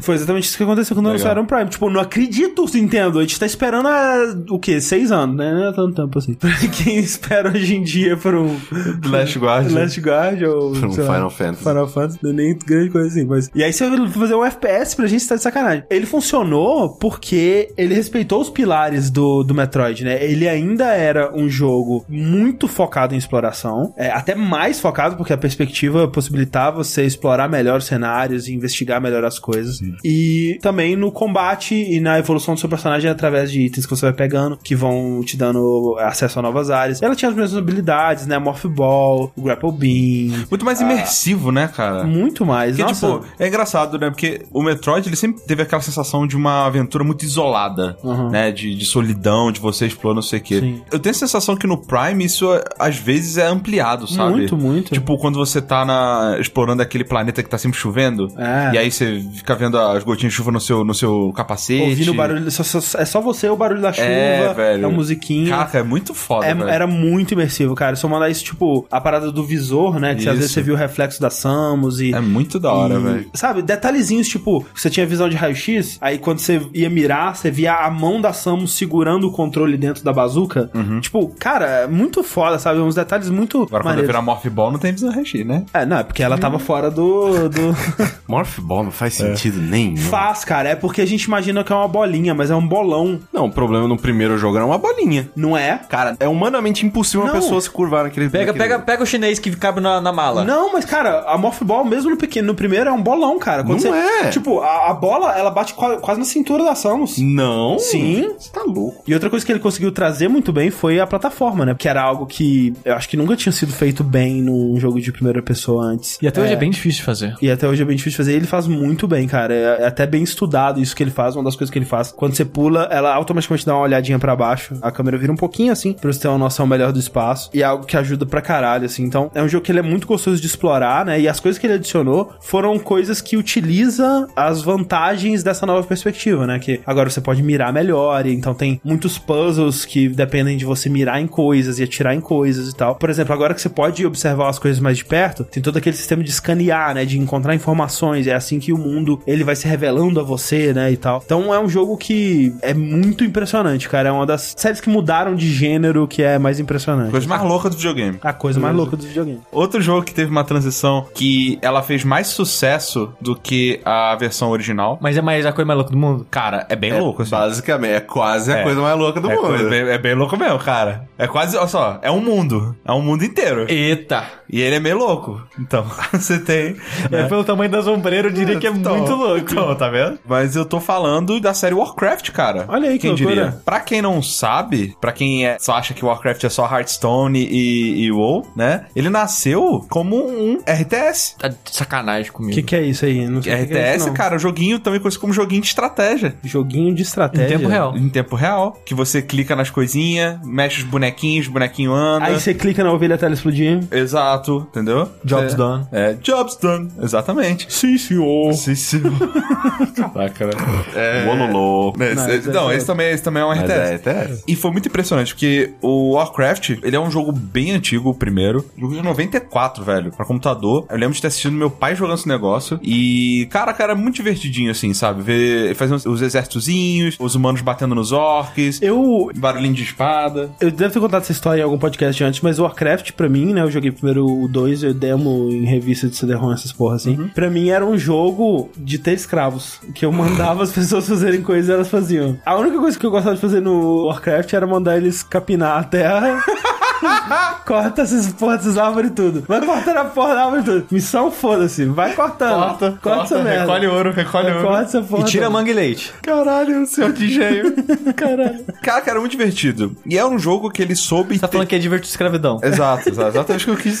S1: foi exatamente isso que aconteceu quando anunciaram o Prime. Tipo, não acredito, Nintendo. A gente tá esperando há, o quê? Seis anos, né? Não é tanto tempo assim. Pra quem espera hoje em dia por um...
S3: Last Guard.
S1: Last Guard ou...
S4: Por um
S1: sei lá,
S4: Final Fantasy.
S1: Final Fantasy, não é nem grande coisa assim, mas... E aí se eu fazer um FPS pra gente, você tá de sacanagem. Ele funcionou porque ele respeitou os pilares do, do Metroid, né? Ele ainda era um jogo muito focado em exploração, é, até mais focado, porque a perspectiva possibilitava você explorar melhor os cenários e investigar melhor as coisas. E também no combate e na evolução do seu personagem através de itens que você vai pegando, que vão te dando acesso a novas áreas. Ela tinha as mesmas habilidades, né? Morph Ball, Grapple Beam,
S3: Muito mais imersivo, né, cara?
S1: muito mais,
S3: Porque,
S1: Ah. Hum, nossa.
S3: tipo, é engraçado, né? Porque o Metroid, ele sempre teve aquela sensação de uma aventura muito isolada,
S1: Uhum.
S3: né? De, de solidão, de você explorar não sei o quê.
S1: Sim.
S3: Eu tenho a sensação que no Prime isso, às vezes, é ampliado, sabe?
S1: Muito, muito.
S3: Tipo, quando você tá na- explorando aquele planeta que tá sempre chovendo,
S1: É.
S3: e aí você fica vendo as gotinhas de chuva no seu, no seu capacete.
S1: ouvindo o barulho, só- só- é só você o barulho da chuva,
S3: É, velho.
S1: a musiquinha.
S3: Caraca, é muito foda,
S1: É-
S3: velho.
S1: era muito imersivo, cara. Somando a isso, tipo, a parada do visor, né? Que às
S3: Isso.
S1: vezes você viu o reflexo da Samus e.
S3: É muito da hora,
S1: e-
S3: velho.
S1: Sabe, detalhezinhos, tipo, você tinha visão de raio-x, aí quando você ia mirar, você via a mão da Samus segurando o controle dentro da bazuca. Tipo, cara, é muito foda, sabe? Uns detalhes muito.
S3: Uhum. Agora, quando eu
S1: maneiros.
S3: virar Morph Ball, não tem visão recheio, né?
S1: É, não, é porque ela tava fora do- do...
S4: Morph Ball não faz
S3: É.
S4: sentido nenhum.
S1: Faz, cara. É porque a gente imagina que é uma bolinha, mas é um bolão.
S4: Não, o problema no primeiro jogo era uma bolinha.
S1: Não é?
S4: Cara, é humanamente impossível
S1: Não.
S4: uma pessoa se curvar naquele...
S2: Pega,
S4: naquele-
S2: pega, pega o chinês que cabe na, na mala.
S1: Não, mas, cara, a Morph Ball, mesmo no pequeno, no primeiro, é um bolão, cara. Quando
S4: Não
S1: você-
S4: é.
S1: Tipo, a, a bola, ela bate qua- quase na cintura da Samus.
S4: Não.
S1: Sim.
S4: Você tá louco.
S1: E outra coisa que ele conseguiu trazer muito bem foi a plataforma, né? Que era algo que eu acho que nunca tinha sido feito bem num jogo de primeira pessoa antes.
S2: E até hoje é bem difícil de fazer.
S1: E até hoje é bem difícil de fazer. E ele faz muito bem, cara. É é até bem estudado isso que ele faz. Uma das coisas que ele faz. Quando você pula, ela automaticamente dá uma olhadinha pra baixo. A câmera vira um pouquinho assim, pra você ter uma noção melhor do espaço. E é algo que ajuda pra caralho, assim. Então, é um jogo que ele é muito gostoso de explorar, né? E as coisas que ele adicionou foram coisas que utiliza as vantagens dessa nova perspectiva, né? Que agora você pode mirar melhor. e então, tem muitos puzzles que dependem de você mirar em coisas e atirar em coisas e tal. Por exemplo, agora que você pode observar as coisas mais de perto, tem todo aquele sistema de escanear, né, de encontrar informações, é assim que o mundo ele vai se revelando a você, né, e tal. Então é um jogo que que é muito impressionante, cara. É uma das séries que mudaram de gênero que é mais impressionante.
S3: Coisa mais louca do videogame.
S1: A coisa mais louca dos videogames.
S3: Outro jogo que teve uma transição que ela fez mais sucesso do que a versão original.
S2: Mas é mais a coisa mais louca do mundo.
S3: Cara, é bem louco, assim.
S4: Basicamente, é quase a
S3: É.
S4: coisa mais louca do
S3: É, coisa
S4: mundo.
S3: bem, é bem louco mesmo, cara. É quase, olha só, é um mundo. É um mundo inteiro. E,
S2: Eita!
S3: ele é meio louco. Então, você tem.
S1: né?
S2: É, pelo tamanho da sombreira, eu diria que é
S3: Então,
S2: muito louco.
S3: Então, tá vendo? Mas eu tô falando da série Warcraft, cara.
S1: Olha aí que
S3: quem
S1: loucura.
S3: diria. Pra quem não sabe, pra quem é, só acha que Warcraft é só Hearthstone e, e WoW, né? Ele nasceu como um RTS.
S2: Tá de sacanagem
S1: O
S2: comigo.
S1: que, que é isso aí? Não sei o que que é isso,
S3: RTS,
S1: não.
S3: cara, o joguinho também conhecido como joguinho de estratégia.
S1: Joguinho de
S2: Em
S1: estratégia.
S2: tempo real.
S3: Em tempo real, que você clica nas coisinhas, mexe os bonequinhos, bonequinho anda.
S1: Aí você clica na ovelha até ela explodir.
S3: Exato, entendeu?
S2: Jobs
S3: É.
S2: done.
S3: É, jobs done, exatamente.
S1: Sim, senhor.
S3: Sim, sim. Caraca, né? É...
S4: Wololô.
S3: Esse-
S1: Não,
S3: esse-
S1: esse-
S3: não, esse também, esse também é um
S4: Mas
S3: RTS.
S4: é RTS.
S3: E foi muito impressionante, porque o Warcraft, ele é um jogo bem antigo, o primeiro. Jogo de 94, velho, pra computador. Eu lembro de ter assistido meu pai jogando esse negócio. E, cara, cara, é muito divertidinho, assim, sabe? Ver, fazer uns- os exércitozinhos, os humanos batendo nos orcs,
S1: Eu,
S3: barulhinho de espada.
S1: Eu devo ter contado essa história em algum podcast antes, mas Warcraft, pra mim, né? Eu joguei primeiro o 2, eu demo em revista de CD-ROM, essas porra assim. Pra mim era um jogo de ter escravos, que eu mandava as pessoas fazerem coisas e elas faziam. A única coisa que eu gostava de fazer no Warcraft era mandar eles capinar a terra. Corta essas porra dessas árvores e tudo. Vai cortando a porra da árvore e tudo. Missão, foda-se. Vai cortando. Corta, corta, essa merda.
S3: recolhe ouro, recolhe ouro.
S1: Corta essa porra.
S2: E tira a
S1: toda.
S2: manga e leite.
S3: Caralho, seu engenho.
S1: Caralho.
S3: cara, cara, é muito divertido. E é um jogo que ele soube...
S2: Você tá
S3: ter-
S2: falando que é divertido escravidão.
S3: Exato, exato, exatamente o que eu quis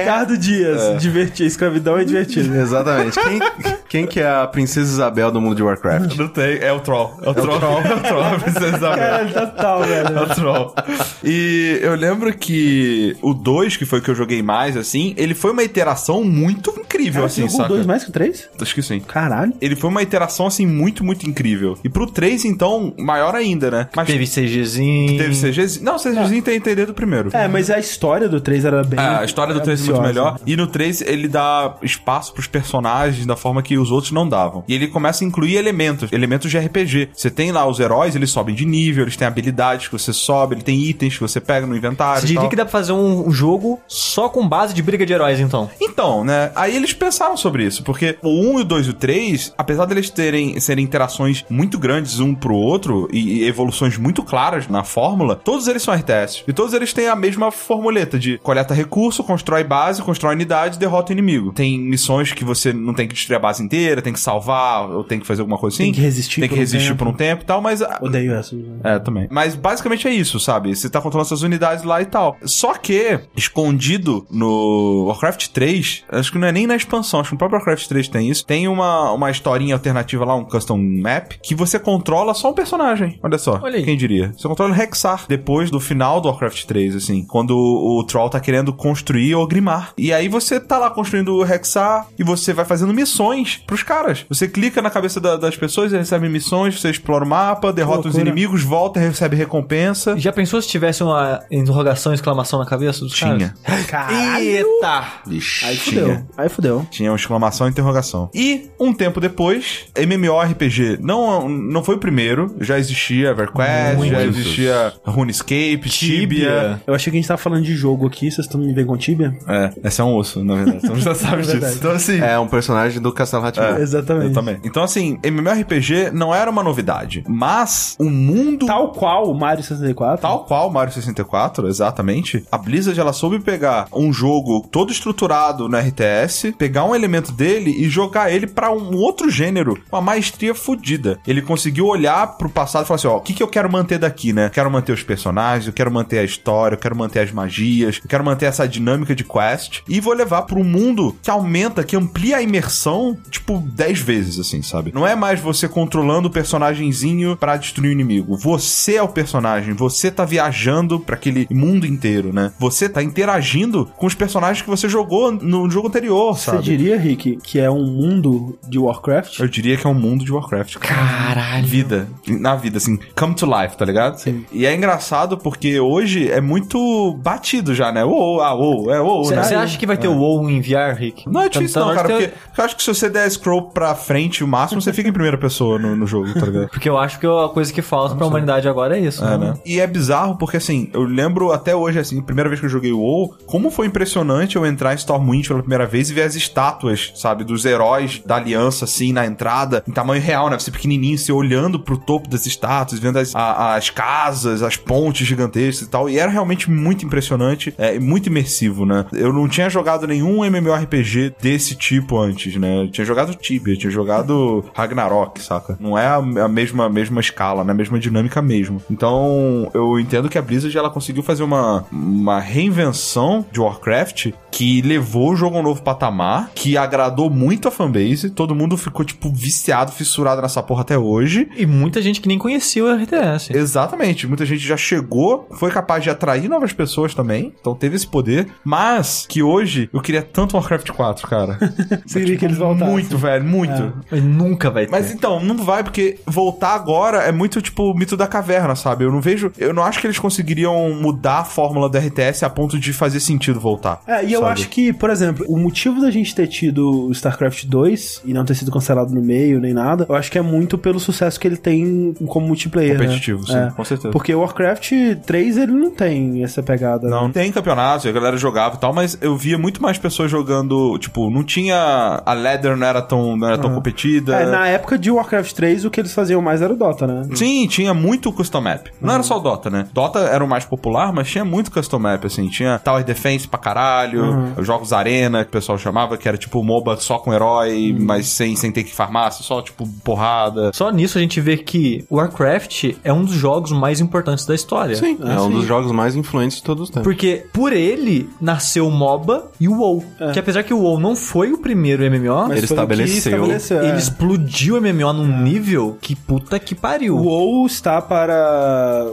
S1: Ricardo Dias. Divertir. Escravidão é divertido.
S4: Exatamente. Quem, quem que é a princesa Isabel do mundo de Warcraft?
S3: Não tem, é o troll. É o troll, é o troll, é a princesa Isabel.
S1: Caralho, total, velho.
S3: É o troll. E eu lembro que o 2, que foi o que eu joguei mais, assim, ele foi uma iteração muito incrível,
S1: Cara,
S3: assim,
S1: você jogou
S3: saca?
S1: dois mais que o três?
S3: Acho que sim.
S1: Caralho.
S3: Ele foi uma iteração, assim, muito, muito incrível. E pro 3, então, maior ainda, né? Mas
S2: Teve CGzinho.
S3: teve CGzinho. Não, CGzinho tem entender do primeiro.
S1: É, mas a história do 3 era bem.
S3: É, a história do 3 é muito
S1: ambiciosa.
S3: melhor. E no 3 ele dá espaço pros personagens da forma que os outros não davam. E ele começa a incluir elementos, elementos de RPG. Você tem lá os heróis, eles sobem de nível, eles têm habilidades que você sobe, ele tem itens que você pega no inventário.
S2: Você
S3: e tal.
S2: diria que dá pra fazer um um jogo só com base de briga de heróis, então?
S3: Então, né? Aí eles pensaram sobre isso, porque o 1 e o 2 e o 3, apesar deles terem serem interações muito grandes um pro outro e, e evoluções muito claras na fórmula, todos eles são RTS. E todos eles têm a mesma formuleta de coleta recurso, constrói base, constrói unidade, derrota o inimigo. Tem missões que você não tem que destruir a base inteira, tem que salvar, ou tem que fazer alguma coisa assim.
S1: Tem que resistir
S3: Tem que
S1: por um
S3: resistir
S1: tempo.
S3: por um tempo e tal, mas ah,
S1: Odeio essa.
S3: é, também. Mas basicamente é isso, sabe? Você tá controlando essas unidades lá e tal. Só que, escondido no Warcraft 3, acho que não é nem na expansão, acho que no próprio Warcraft 3 tem isso. Tem uma, uma historinha alternativa lá, um custom map, que você controla só um personagem. Olha só.
S2: Olha aí.
S3: Quem diria? Você controla o Hexar depois do final do Warcraft 3, assim. Quando o, o Troll tá querendo construir ou grimar. E aí você tá lá construindo o Hexar e você vai fazendo missões pros caras. Você clica na cabeça da- das pessoas, eles recebem missões, você explora o mapa, derrota os
S1: loucura.
S3: inimigos, volta e recebe recompensa.
S2: Já pensou se tivesse uma interrogação, exclamação na cabeça dos
S3: Tinha.
S2: caras? Eita!
S3: Uhum.
S1: Aí
S3: Tinha.
S1: fudeu. Aí fudeu.
S3: Tinha uma exclamação e interrogação. E, um tempo depois, MMORPG não, não foi o primeiro. Já existia EverQuest, já
S4: Muitos.
S3: existia RuneScape, Tibia.
S1: Eu achei que a gente tava falando de jogo aqui, vocês estão me vendo com Tibia?
S3: É, esse é um osso, na verdade. É. Então já sabe disso.
S1: verdade.
S3: Então, assim,
S4: É um personagem do Castelo Hatman.
S1: Exatamente.
S3: eu também. Então, assim, MMORPG não era uma novidade. Mas o mundo.
S1: Tal qual o Mario 64.
S3: Tal qual Mario 64, exatamente. A Blizzard ela soube pegar um jogo todo estruturado no RTS, pegar um elemento dele e jogar ele pra um outro gênero, uma maestria fodida. Ele conseguiu olhar pro passado e falar assim: ó, o que, que eu quero manter daqui, né? Eu quero manter os personagens, eu quero manter a história, eu quero manter as magias, eu quero manter essa dinâmica de quest e vou levar pro mundo que aumenta, que amplia a imersão, tipo, 10 vezes, assim, sabe? Não é mais você controlando o personagemzinho pra destruir o inimigo. Você é o personagem, você tá viajando pra aquele mundo inteiro, né? Você tá interagindo com os personagens que você jogou no jogo anterior, horror,
S1: Você
S3: sabe?
S1: diria, Rick, que é um mundo de Warcraft?
S3: Eu diria que é um mundo de Warcraft. Caralho. Vida. Na vida, assim. Come to life, tá ligado? Sim. E é engraçado porque hoje é muito batido já, né? Ou, ah, ou, é ou,
S2: Você
S3: né?
S2: você acha que vai ter o WoW em VR, Rick? Tá-
S3: Não é difícil não, cara,
S2: Tanto-
S3: porque, porque eu acho que se você der scroll pra frente o máximo, você fica em primeira pessoa no, no jogo, tá ligado?
S2: Porque eu acho que a coisa que falta pra humanidade agora é isso,
S3: É, né? E é bizarro porque, assim, eu lembro até hoje, assim, a primeira vez que eu joguei o WoW, como foi impressionante eu entrar em Stormwind pela primeira vez e ver as estátuas, sabe, dos heróis da aliança, assim, na entrada, em tamanho real, né? Você pequenininho, você olhando pro topo das estátuas, vendo as, a- as casas, as pontes gigantescas e tal. E era realmente muito impressionante é, e muito imersivo, né? Eu não tinha jogado nenhum MMORPG desse tipo antes, né? Eu tinha jogado Tibia, eu tinha jogado Ragnarok, saca? Não é a, a mesma, a mesma escala, né? A mesma dinâmica mesmo. Então, eu entendo que a Blizzard ela conseguiu fazer uma, uma reinvenção de Warcraft que levou o jogo a um novo patamar, que agradou muito a fanbase, todo mundo ficou, tipo, viciado, fissurado nessa porra até hoje.
S2: E muita gente que nem conhecia o RTS.
S3: Exatamente. Muita gente já chegou, foi capaz de atrair novas pessoas também. Então teve esse poder. Mas que hoje eu queria tanto Warcraft 4, cara. Tipo,
S1: Você diria que eles voltassem? É.
S3: Muito, velho, muito.
S2: Mas Nunca vai ter.
S3: Mas então, não vai, porque voltar agora é muito tipo o mito da caverna, sabe? Eu não vejo. Eu não acho que eles conseguiriam mudar a fórmula do RTS a ponto de fazer sentido voltar.
S1: É, e eu
S3: sabe?
S1: acho que, por exemplo, o motivo da gente ter tido o StarCraft 2 e não ter sido cancelado no meio nem nada, eu acho que é muito pelo sucesso que ele tem como multiplayer.
S3: Competitivo,
S1: né?
S3: sim,
S1: É.
S3: com certeza.
S1: Porque o Warcraft 3 ele não tem essa pegada.
S3: Não, tem campeonatos, a galera jogava e tal, mas eu via muito mais pessoas jogando, tipo, não tinha. A ladder não era tão, não era tão competida.
S1: É, na época de Warcraft 3, o que eles faziam mais era o Dota, né?
S3: Sim, tinha muito custom map. Não era só o Dota, né? Dota era o mais popular, mas tinha muito custom map, assim. Tinha Tower Defense pra caralho, jogos Arena, que o pessoal chamava, que era tipo MOBA só com herói, mas sem, sem ter que farmar, só tipo porrada.
S2: Só nisso a gente vê que Warcraft é um dos jogos mais importantes da história.
S4: Sim, é um dos jogos mais influentes de todos os tempos.
S2: Porque por ele nasceu o MOBA e o WoW. Que apesar que o WoW não foi o primeiro MMO,
S1: É. Mas
S4: Ele
S1: foi o que
S4: estabeleceu.
S1: estabeleceu, é.
S2: ele explodiu o MMO num nível que puta que pariu.
S1: O WoW está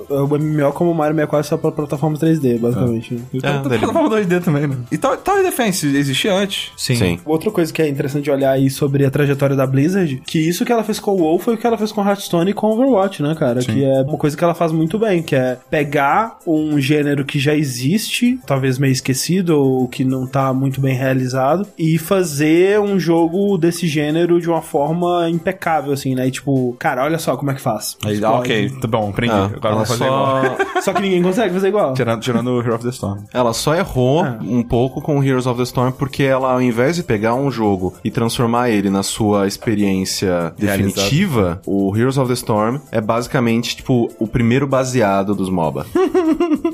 S1: para o MMO como o Mario 64 está para a plataforma 3D, basicamente. né?
S4: É,
S3: Então,
S4: dele-
S3: eu tava 2D também, né? E Tower Tower Defense existia antes.
S2: Sim.
S4: Sim.
S1: Outra coisa que é interessante de olhar aí sobre a trajetória da Blizzard, que isso que ela fez com o WoW foi o que ela fez com Hearthstone e com Overwatch, né, cara? Que é uma coisa que ela faz muito bem, que é pegar um gênero que já existe, talvez meio esquecido ou que não tá muito bem realizado, e fazer um jogo desse gênero de uma forma impecável, assim, né? E tipo, cara, olha só como é que faz.
S3: Aí, ah, ok, tá bom, aprendi.
S4: Ah,
S3: Agora eu
S4: ela
S3: vou fazer igual.
S4: só,
S1: Só que ninguém consegue fazer igual.
S3: Tirando, tirando o Hero of the Storm.
S4: ela só errou um pouco com Heroes of the Storm porque ela, ao invés de pegar um jogo e transformar ele na sua experiência
S3: Realizado.
S4: definitiva, o Heroes of the Storm é basicamente, tipo, o primeiro baseado dos MOBA.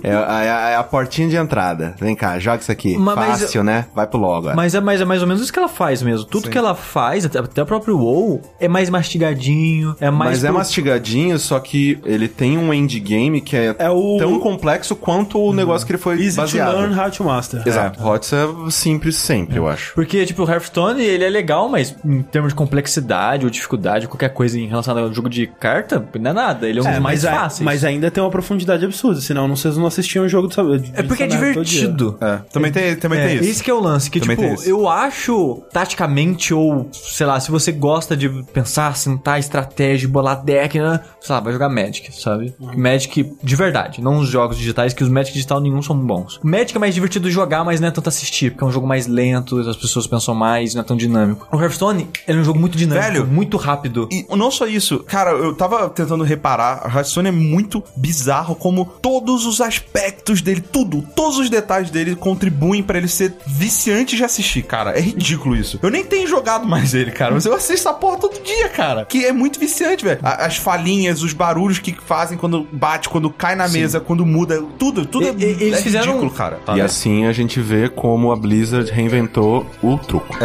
S4: é, a- é a- é a portinha de entrada. Vem cá, joga isso aqui.
S2: Mas- mas-
S4: Fácil, né? Vai pro logo.
S2: Mas é, mais, é mais ou menos isso que ela faz mesmo. Tudo que ela faz, até, até o próprio WoW, é mais mastigadinho, é mais.
S4: Mas é
S2: pro-
S4: mastigadinho, só que ele tem um endgame que é,
S1: É o-
S4: tão complexo quanto o negócio que ele foi
S1: Easy to
S4: baseado.
S1: learn how to master.
S4: Exato. HOTS é simples sempre, eu acho.
S2: Porque, tipo, o Hearthstone, ele é legal, mas em termos de complexidade ou dificuldade, qualquer coisa em relação ao jogo de carta, não é nada. Ele é um dos
S1: É,
S2: mais
S1: mas, a-
S2: fáceis.
S1: mas ainda tem uma profundidade absurda, senão não- vocês não assistiam o jogo do sabor.
S2: é porque é divertido.
S3: É. Também tem, também
S2: É,
S3: tem isso.
S2: esse que é o lance, que
S3: Também tem
S2: tipo,
S3: isso.
S2: eu acho taticamente ou, sei lá, se você gosta de pensar, sentar, estratégia, bolar deck, né, sei lá, vai jogar Magic, sabe? Magic de verdade, não os jogos digitais, que os Magic digital nenhum são bons. Magic é mais divertido de jogar, mas não é tanto assistir, porque é um jogo mais lento, as pessoas pensam mais, não é tão dinâmico. O Hearthstone, ele é um jogo muito dinâmico,
S3: Velho,
S2: muito rápido.
S3: E não só isso, cara, eu tava tentando reparar, a Hearthstone é muito bizarro como todos os aspectos dele, tudo, todos os detalhes dele contribuem pra ele ser viciante de assistir, cara. É ridículo isso. Eu nem tenho jogado mais ele, cara, mas eu assisto a porra todo dia, cara. Que é muito viciante, velho. A- As falinhas, os barulhos que fazem quando bate, quando cai na mesa, quando muda, tudo, tudo é,
S2: E- e- eles
S3: é
S2: fizeram-
S3: ridículo, cara.
S4: e
S2: Tá,
S3: né?
S4: assim a gente vê como a Blizzard reinventou o truco.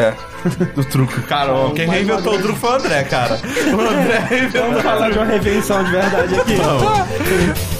S3: do truco. Cara, ó, quem reinventou o truco foi o André, cara. O André reinventou o
S1: falar de uma revenção de verdade aqui.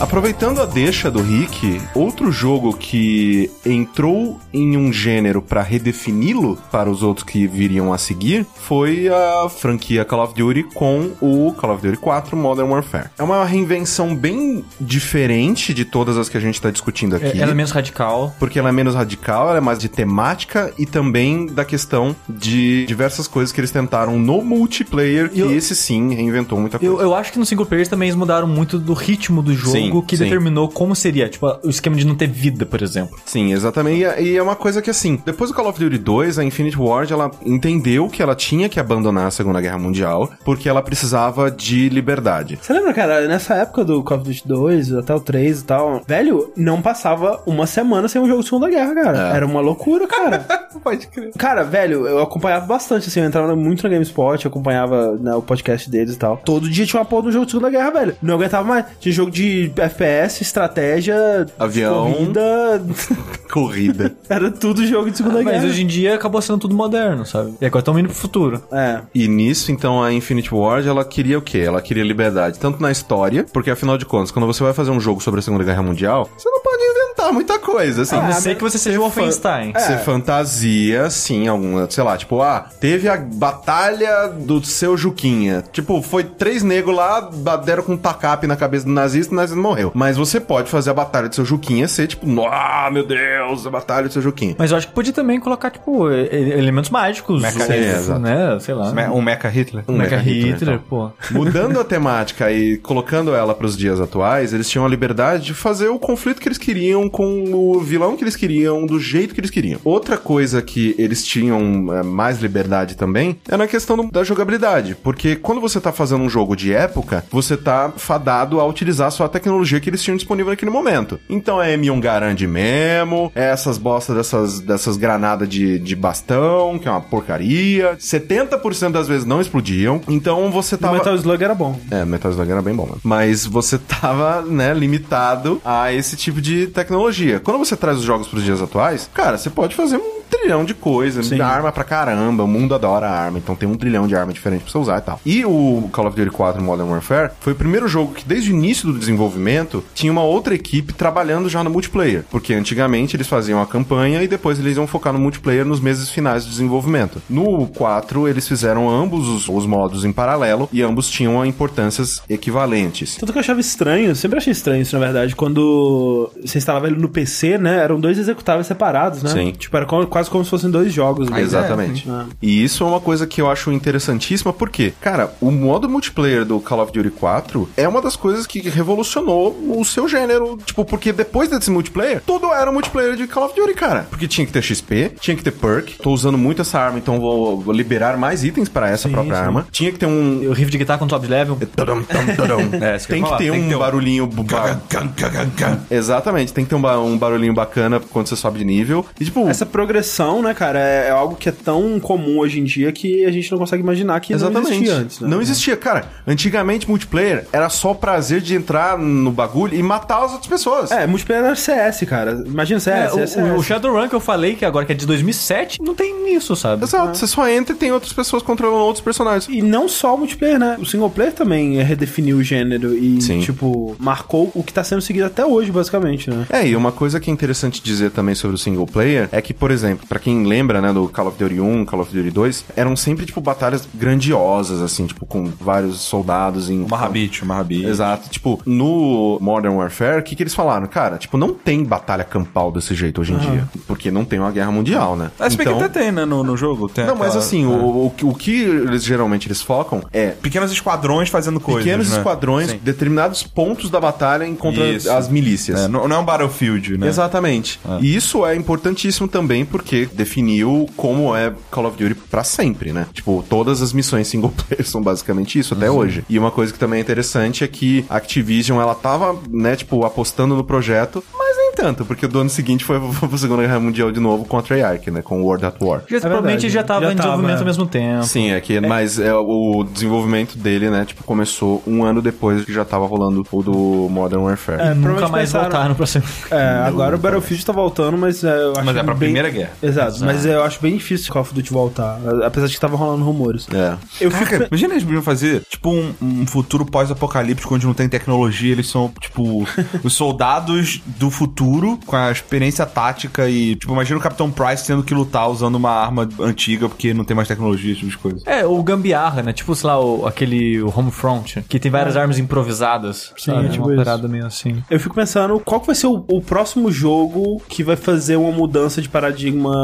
S4: Aproveitando a deixa do Rick, outro jogo que entrou em um gênero pra redefini-lo para os outros que viriam a seguir foi a franquia Call of Duty com o Call of Duty 4 Modern Warfare. É uma reinvenção bem diferente de todas as que a gente tá discutindo
S2: É,
S4: aqui.
S2: ela é menos radical.
S4: Porque ela é menos radical, ela é mais de temática e também da questão de diversas coisas que eles tentaram no multiplayer, que
S2: Eu-
S4: esse sim reinventou muita coisa.
S2: Eu, eu acho que no single player também eles mudaram muito do ritmo do jogo
S4: Sim,
S2: que
S4: sim.
S2: determinou como seria. Tipo, o esquema de não ter vida, por exemplo.
S4: Sim, exatamente. E é- E é uma coisa que, assim, depois do Call of Duty 2, a Infinity Ward, ela entendeu que ela tinha que abandonar a Segunda Guerra Mundial, porque ela precisava de liberdade.
S1: Você lembra, cara, nessa época do Call of Duty 2, até o 3 e tal, velho, não passava uma semana sem um jogo de Segunda Guerra,
S2: É.
S1: cara. Era uma loucura, cara.
S4: Pode crer.
S1: Cara, velho, eu acompanhava bastante, assim, eu entrava muito no GameSpot, eu acompanhava né, o podcast deles e tal. Todo dia tinha uma porra de um jogo de Segunda Guerra, velho. Não aguentava mais. Tinha jogo de FPS, estratégia,
S4: Avião.
S1: corrida.
S4: Corrida.
S1: Era tudo jogo de Segunda Guerra.
S2: Mas hoje em dia acabou sendo tudo moderno, sabe? E agora estão indo pro futuro.
S1: É.
S4: E nisso, então, a Infinity Ward, ela queria o quê? Ela queria liberdade, tanto na história, porque afinal de contas, quando você vai fazer um jogo sobre a Segunda Guerra Mundial, você não pode inventar muita coisa, assim.
S2: A não
S1: Ah, é.
S2: ser
S1: mas
S2: que você seja o Wolfenstein.
S4: Você fantasia, sim, alguma, sei lá, tipo, ah, teve a batalha do seu Juquinha. Tipo, foi três negros lá, ba- deram com um tacape na cabeça do nazista, o nazista morreu. Mas você pode fazer a batalha do seu Juquinha ser, tipo, ah, meu Deus, a batalha do seu Juquinha.
S2: Mas eu acho que podia também colocar, tipo, e- e- elementos mágicos. ou-
S3: Mecanismo.
S4: Sim, exato.
S2: né? Sei lá.
S3: Me- Um Mecha Hitler.
S4: Um
S2: Mecha
S4: Mecha Hitler,
S2: Hitler,
S4: então.
S2: pô.
S4: Mudando a temática e colocando ela pros dias atuais, eles tinham a liberdade de fazer o conflito que eles queriam com o vilão que eles queriam, do jeito que eles queriam. Outra coisa que eles tinham eh, mais liberdade também é na questão do- da jogabilidade, porque quando você tá fazendo um jogo de época, você tá fadado a utilizar só a tecnologia que eles tinham disponível naquele momento. Então é M1 Garand mesmo, é essas bostas dessas, dessas granadas de, de bastão, que é uma porcaria. 70% das vezes não explodiam. Então você
S1: O
S4: tava...
S1: Metal Slug era bom.
S4: É, Metal Slug era bem bom, mano. Mas você tava, né, limitado a esse tipo de tecnologia. Quando você traz os jogos pros dias atuais, cara, você pode fazer um trilhão de coisas, arma pra caramba, o mundo adora arma, então tem um trilhão de arma diferente pra você usar e tal. E o Call of Duty 4 Modern Warfare foi o primeiro jogo que desde o início do desenvolvimento tinha uma outra equipe trabalhando já no multiplayer, porque antigamente eles faziam a campanha e depois eles iam focar no multiplayer nos meses finais do desenvolvimento. No 4 eles fizeram ambos os, os modos em paralelo e ambos tinham importâncias equivalentes.
S1: Tanto que eu achava estranho, sempre achei estranho isso, na verdade, quando você instalava ele no PC, né? Eram dois executáveis separados, né?
S4: Sim.
S1: Tipo, era co- quase como se fossem dois jogos. né? mesmo.
S2: assim,
S4: Exatamente.
S2: né?
S1: É.
S4: E isso é uma coisa que eu acho interessantíssima, porque, cara, o modo multiplayer do Call of Duty 4 é uma das coisas que revolucionou o seu gênero. Tipo, porque depois desse multiplayer, tudo era um multiplayer de Call of Duty, cara. Porque tinha que ter XP, tinha que ter perk. Tô usando muito essa arma, então vou vou liberar mais itens pra essa própria arma. Tinha que ter um.
S2: O riff de guitarra com top level.
S4: Tudum, tum, tudum.
S2: É, isso que eu
S4: tem
S2: ia
S4: que
S2: falar,
S4: ter
S2: tem que
S4: um
S2: ter um-
S4: barulhinho. bu- ba- Exatamente, tem que ter um, ba- um barulhinho bacana quando você sobe de nível. E tipo,
S1: Essa progressão, né, cara, é é algo que é tão comum hoje em dia que a gente não consegue imaginar que não existia antes, né?
S4: Não existia, cara. Antigamente, multiplayer era só o prazer de entrar no bagulho e matar as outras pessoas.
S1: É, multiplayer era CS, cara. Imagina
S2: É,
S1: CS,
S2: o-
S1: é, CS.
S2: o, o Shadowrun que eu falei, que agora que é de 2007, não tem isso, sabe?
S4: Exato, você só entra e tem outras pessoas controlando outros personagens.
S1: E não só o multiplayer, né? O single player também redefiniu o gênero e,
S4: Sim.
S1: tipo, marcou o que tá sendo seguido até hoje, basicamente, né?
S4: É, e uma coisa que é interessante dizer também sobre o single player é que, por exemplo, pra quem lembra, né, do Call of Duty 1, Call of Duty 2, eram sempre, tipo, batalhas grandiosas, assim, tipo, com vários soldados em...
S3: Uma rabite, uma rabite.
S4: Exato. Tipo, no Modern Warfare, o que, que eles falaram? Cara, tipo, não tem batalha campal desse jeito hoje em dia. Porque não tem uma guerra mundial, né?
S1: É,
S3: Mas bem que até tem, né, no, no jogo. Tem
S4: Não, mas
S3: aquela-
S4: assim,
S3: é.
S4: o, o, que- o que eles geralmente eles focam é
S3: Pequenos esquadrões fazendo coisas,
S4: pequenos
S3: né?
S4: esquadrões,
S3: Sim.
S4: determinados pontos da batalha em contra
S3: Isso.
S4: as milícias.
S3: É, não, não é um Battlefield, né?
S4: Exatamente. E isso é importantíssimo também porque definiu como é Call of Duty pra sempre, né? Tipo, todas as missões single player são basicamente isso
S3: Uhum.
S4: até hoje. E uma coisa que também é interessante é que a Activision, ela tava, né, tipo, apostando no projeto, mas nem tanto, porque o do ano seguinte foi foi pra Segunda Guerra Mundial de novo com a Treyarch, né? Com World at War.
S2: Já, provavelmente
S1: É verdade,
S2: já tava
S1: já
S2: em
S1: tava,
S2: desenvolvimento
S1: é.
S2: ao mesmo tempo.
S4: Sim, é que, mas é, o desenvolvimento dele, né, tipo, começou um ano depois que já tava rolando o do Modern Warfare.
S1: É,
S2: Nunca
S1: provavelmente
S2: mais
S1: pensaram-
S2: voltaram pra ser.
S1: É, agora o Battlefield tá voltando, mas é, eu acho
S3: Mas é pra
S1: bem-
S3: Primeira Guerra.
S1: Exato, mas eu acho bem difícil o Call of Duty voltar, a- apesar de que tava rolando rumores.
S4: É.
S1: Eu fico
S3: Caraca, imagina eles podiam fazer, tipo, um, um futuro pós-apocalíptico onde não tem tecnologia, eles são, tipo, os soldados do futuro com a experiência tática e, tipo, imagina o Capitão Price tendo que lutar usando uma arma antiga porque não tem mais tecnologia, esse tipo de coisa.
S2: É, o gambiarra, né? Tipo, sei lá, o- aquele o Homefront, que tem várias armas improvisadas. Sim,
S1: é tipo
S2: uma
S1: isso.
S2: parada meio assim.
S1: Eu fico pensando qual que vai ser o, o próximo jogo que vai fazer uma mudança de paradigma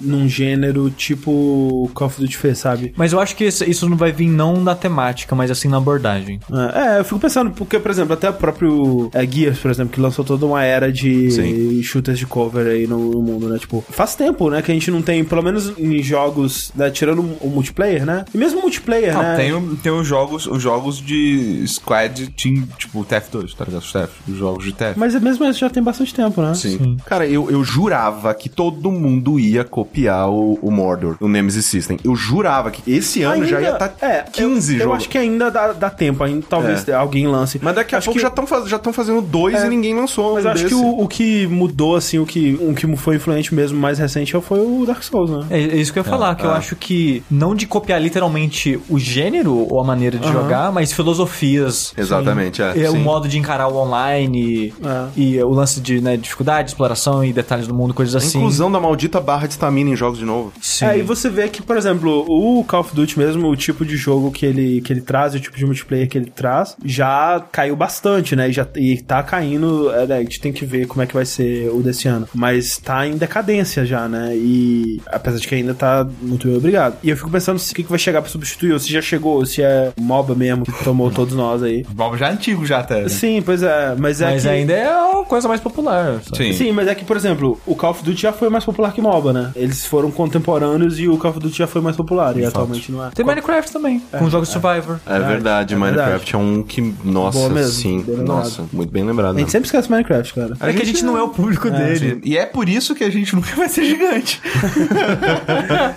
S1: num gênero tipo Call of Duty fez, sabe?
S2: Mas eu acho que isso isso não vai vir não na temática, mas assim na abordagem.
S1: É, eu fico pensando, porque, por exemplo, até o próprio é, Gears, por exemplo, que lançou toda uma era de
S4: Sim.
S1: shooters de cover aí no, no mundo, né? Tipo, faz tempo, né, que a gente não tem, pelo menos em jogos, né, tirando o multiplayer, né? E mesmo o multiplayer,
S3: Não,
S1: né?
S3: Ah, tem, o- tem os jogos, os jogos de squad team, tipo, TF2, tá ligado? Os TF, os jogos de TF.
S1: Mas é mesmo isso já tem bastante tempo, né?
S3: Sim.
S4: Cara, eu, eu jurava que todo mundo ia copiar o, o Mordor, o Nemesis System. Eu jurava que esse ano já ia tá- estar
S1: é,
S4: 15
S1: eu,
S4: jogos.
S1: Eu acho que ainda dá, dá tempo, ainda, talvez alguém lance.
S4: É. Mas daqui a
S1: Acho
S4: pouco
S1: que- É.
S4: já estão já tão fazendo dois e ninguém lançou
S1: Mas
S4: um
S1: acho
S4: desse.
S1: que o, o que mudou, assim, o que, o que foi influente mesmo mais recente foi o Dark Souls, né?
S2: É, é isso que eu ia falar, que eu acho que não de copiar literalmente o gênero ou a maneira de jogar, mas filosofias.
S4: Exatamente, é.
S2: É, o
S4: sim.
S2: modo de encarar o online
S1: É.
S2: e o lance de né, dificuldade, exploração e detalhes do mundo, coisas
S4: A
S2: assim.
S4: inclusão da maldita barra de estamina em jogos de novo.
S2: Sim.
S1: É, e você vê que, por exemplo, o Call of Duty mesmo, o tipo de jogo que ele, que ele traz, o tipo de multiplayer que ele traz, já caiu bastante, né? E, já, e tá caindo, é, né, a gente tem que ver como é que vai ser o desse ano. Mas tá em decadência já, né? E apesar de que ainda tá muito bem obrigado. E eu fico pensando se o que, que vai chegar pra substituir, ou se já chegou, ou se é MOBA mesmo, que tomou todos nós aí.
S3: Bob já é antigo já até. né?
S1: Sim, pois é, mas é
S2: mas
S1: que...
S2: ainda é a coisa mais popular. sabe?
S3: Sim.
S1: Sim, mas é que, por exemplo, o Call of Duty já foi mais popular que MOBA, né? Eles foram contemporâneos e o Call of Duty já foi mais popular, e atualmente não é.
S2: Tem Minecraft também, com jogos de Survivor.
S4: É verdade,
S1: é
S4: Minecraft é um que. Nossa,
S1: Boa mesmo,
S4: sim.
S1: bem lembrado.
S4: Nossa, muito bem lembrado.
S1: A
S4: né?
S1: gente sempre esquece Minecraft, cara.
S2: É que a gente não é o público dele.
S3: Sim. E é por isso que a gente nunca vai ser gigante.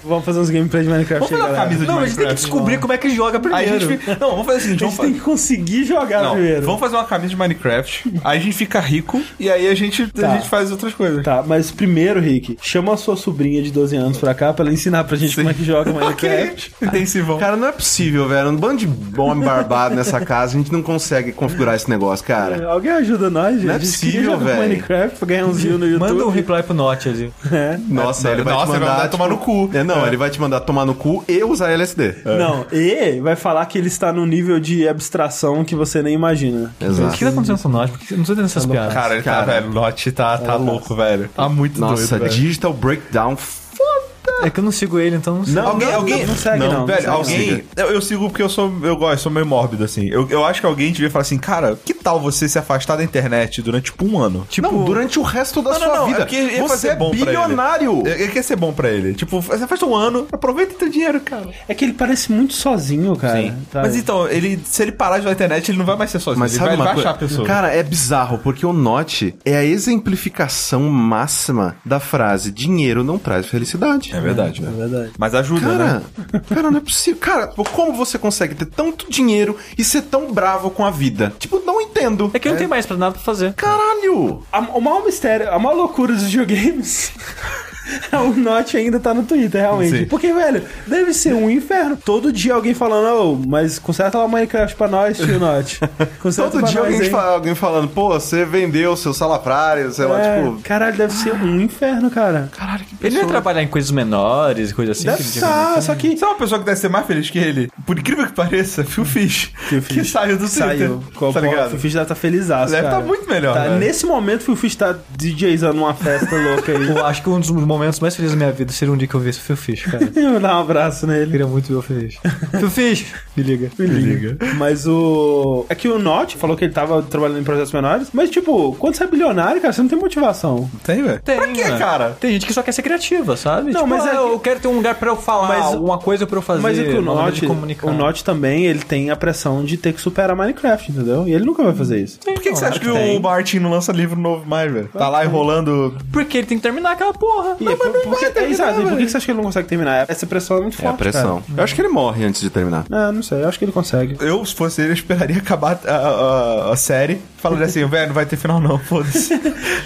S1: Vamos fazer uns gameplays de Minecraft
S3: Vamos fazer uma
S1: aí, galera.
S3: camisa de
S2: Não, a gente tem que
S3: Minecraft.
S2: descobrir como é que joga
S3: Aí a
S2: primeiro.
S3: gente fica- Não, vamos fazer o seguinte,
S1: A
S3: vamos
S1: gente tem
S3: fazer...
S1: que conseguir jogar
S3: Não,
S1: primeiro.
S3: vamos fazer uma camisa de Minecraft, aí a gente fica rico e aí a gente,
S1: Tá.
S3: a gente faz outras coisas.
S1: Tá, mas primeiro, Rick, chama a sua sobrinha de 12 anos pra cá pra ela ensinar pra gente como é que joga Minecraft.
S3: Ok. Intensivão.
S4: Cara, não é possível, velho. Um bando de homem barbado nessa casa, a gente não consegue configurar esse negócio,
S1: É,
S4: cara.
S1: Alguém ajuda nós, gente.
S4: Não é
S1: A gente queria
S4: possível,
S1: jogar
S4: velho.
S1: Minecraft pra ganhar uns views no YouTube.
S2: Manda um reply pro Notch ali.
S1: É.
S4: Nossa, ele vai
S3: Nossa,
S4: te
S3: vai
S4: mandar,
S3: mandar tomar no cu.
S4: É, não, ele vai te mandar tomar no cu e usar LSD.
S1: Não, e vai falar que ele está num nível de abstração que você nem imagina.
S4: É.
S2: O que tá acontecendo com o Notch? Por que- Não tô entendendo essas piadas.
S3: Cara, ele tá,
S4: Cara.
S3: velho, o Lote tá, tá louco, velho. Tá muito
S4: Nossa,
S3: doido, velho.
S4: digital breakdown.
S2: É que eu não sigo ele, então não sei.
S1: Não,
S3: Alguém,
S1: não,
S3: alguém,
S1: não segue, não, não
S3: velho,
S1: segue,
S3: alguém. Eu, eu sigo porque eu sou, eu gosto, sou meio mórbido assim. Eu, eu acho que alguém devia falar assim, cara, que tal você se afastar da internet durante tipo um ano?
S2: Tipo,
S4: não, durante o resto da
S3: Não, não,
S4: sua
S3: não, é
S4: vida.
S3: porque ia
S4: você
S3: fazer
S4: é
S3: bom pra ele. É,
S4: bilionário.
S3: Ele ele quer ser bom pra ele. Tipo, você afasta um ano, aproveita teu dinheiro, cara.
S1: É que ele parece muito sozinho, cara. Tá sabe?
S3: Mas então, ele, se ele parar de usar a internet, ele não vai mais ser sozinho.
S4: Mas
S3: ele
S4: sabe
S3: vai,
S4: uma
S3: vai
S4: coisa?
S3: achar a pessoa.
S4: Cara, é bizarro, porque o Note é a exemplificação máxima da frase dinheiro não traz felicidade.
S3: é verdade, né?
S1: verdade.
S3: Mas ajuda,
S4: Cara,
S3: né?
S4: cara, não é possível. Cara, como você consegue ter tanto dinheiro e ser tão bravo com a vida? Tipo, não entendo.
S2: É que eu não tenho mais pra nada pra fazer.
S4: Caralho!
S1: A, o maior mistério, a maior loucura dos videogames. é O Notch ainda tá no Twitter, realmente.
S3: Sim.
S1: Porque, velho, deve ser um inferno. Todo dia alguém falando, ô, mas conserta lá o Minecraft pra nós, tio Notch. Conserta
S4: Todo
S1: pra
S4: dia
S1: nós,
S4: alguém,
S1: hein?
S4: fala- alguém falando, pô, você vendeu seu salafrário, sei lá,
S1: É,
S4: tipo.
S1: Caralho, deve ser um inferno, cara.
S4: Caralho, que
S2: Ele não ia trabalhar em coisas menores, coisa assim.
S1: Deve
S2: que ele
S1: ser,
S2: tinha-
S1: só que...
S3: Sabe é uma pessoa que deve ser mais feliz que ele? Por incrível que pareça, Phil Fish.
S1: Phil Fish.
S3: Que saiu do Twitter.
S1: Saiu. O
S3: Tá ligado?
S1: Fish deve tá felizaço,
S3: Deve
S1: cara.
S3: tá muito melhor,
S1: Tá,
S3: velho.
S1: nesse momento, o Fish tá DJzando uma festa louca aí.
S2: Eu acho que um dos mo- momentos mais felizes da minha vida seria um dia que eu visse o Phil Fish, cara.
S1: Eu dar um abraço
S2: Eu
S1: nele.
S2: queria muito ver o Phil Fish. Phil Fish! Me liga.
S1: Me liga. Mas o. É que o Notch falou que ele tava trabalhando em projetos menores. Mas, tipo, quando você é bilionário, cara, você não tem motivação.
S3: Tem, velho.
S2: Tem,
S3: Pra quê,
S2: mano?
S3: cara?
S2: Tem gente que só quer ser criativa, sabe?
S1: Não,
S2: Tipo,
S1: mas
S2: ah,
S1: é que-
S2: eu quero ter um lugar pra eu falar
S1: Mas-
S2: alguma coisa pra eu fazer.
S1: Mas é que o
S2: uma maneira
S1: Notch.
S2: de comunicar.
S1: O Notch também, ele tem a pressão de ter que superar Minecraft, entendeu? E ele nunca vai fazer isso.
S3: Por que, que você
S2: Não,
S3: acha que,
S2: acho que
S3: o
S2: tem.
S3: Martin não lança livro novo mais, velho? Tá lá enrolando.
S2: Porque ele tem que terminar aquela porra.
S1: E é por, por que tem,
S2: né,
S1: sabe? Por que que você acha que ele não consegue terminar? Essa pressão é muito
S4: É
S1: forte.
S4: a pressão. Eu acho que ele morre antes de terminar.
S1: Cara. Ah, não sei, eu acho que ele consegue.
S3: Eu, se fosse ele, eu esperaria acabar a, a- a série. Falaria assim, velho, não vai ter final não, foda-se.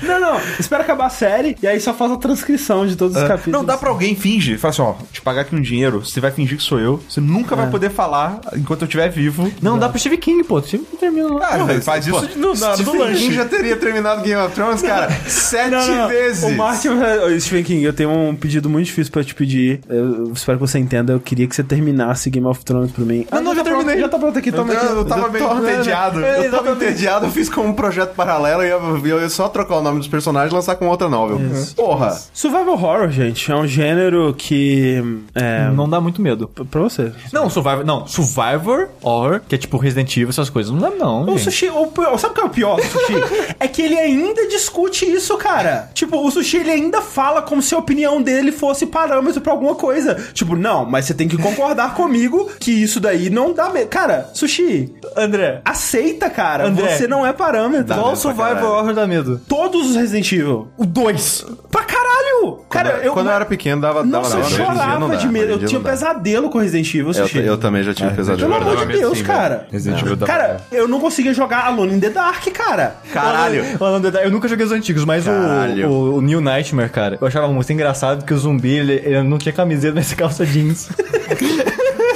S1: Não, não, espera acabar a série e aí só faz a transcrição de todos os
S3: Ah,
S1: capítulos.
S3: não, dá pra alguém finge. Fala assim, ó, te pagar aqui um dinheiro, você vai fingir que sou eu. Você nunca vai poder falar enquanto eu estiver vivo.
S2: Não, dá pro Steve King, pô. O Steve King termina lá.
S3: Ah, velho, faz isso no, na hora do lanche.
S4: já teria terminado Game of Thrones, cara, sete
S1: Não, não, não.
S4: vezes.
S1: O Martin, o Stephen King, eu tenho um pedido muito difícil pra te pedir. Eu, eu espero que você entenda. Eu queria que você terminasse Game of Thrones pra mim. Ah,
S3: não, já
S1: tá
S3: terminei.
S1: pronto, já tá pronto aqui, toma aqui.
S4: Eu, eu tava meio entediado. Eu tava entediado, eu fiz como um projeto paralelo e eu, eu ia só trocar o nome dos personagens e lançar com outra novel. Porra!
S1: Survival Horror, gente, é um gênero que. É.
S2: Não dá muito medo.
S1: p- Pra você.
S2: Não, Survivor. Não, Survivor Horror, que é tipo Resident Evil, essas coisas. Não dá, não.
S1: O
S2: gente.
S1: sushi, o pior- sabe o que é o pior do sushi? é que ele ainda discute isso, cara. Tipo, o sushi ele ainda fala como se a opinião dele fosse parâmetro pra alguma coisa. Tipo, não, mas você tem que concordar comigo que isso daí não dá mesmo. Cara, sushi,
S2: André.
S1: aceita, cara.
S2: André.
S1: Você não é parâmetro.
S2: Qual
S1: Nossa,
S2: Survivor Horror dá medo?
S1: todos os Resident Evil.
S2: O 2.
S1: Pra caralho! cara, eu.
S4: Quando eu era pequeno, dava, dava
S1: nossa, eu
S4: hoje em dia
S1: chorava
S4: não dá,
S1: de medo.
S4: hoje em
S1: Eu
S4: dia
S1: tinha um
S4: não dá.
S1: pesadelo com Resident Evil,
S4: Eu,
S1: sushi.
S4: eu também já tive pesadelo.
S1: Pelo amor de Deus, cara.
S3: Resident Evil dá-
S1: Cara, eu não conseguia jogar Alone in the Dark, cara.
S4: Caralho!
S2: Mano, eu nunca joguei os antigos, mas o,
S4: Caralho.
S2: o, o New Nightmare, cara, eu achava muito engraçado porque o zumbi, ele, ele não tinha camiseta, mas calça jeans.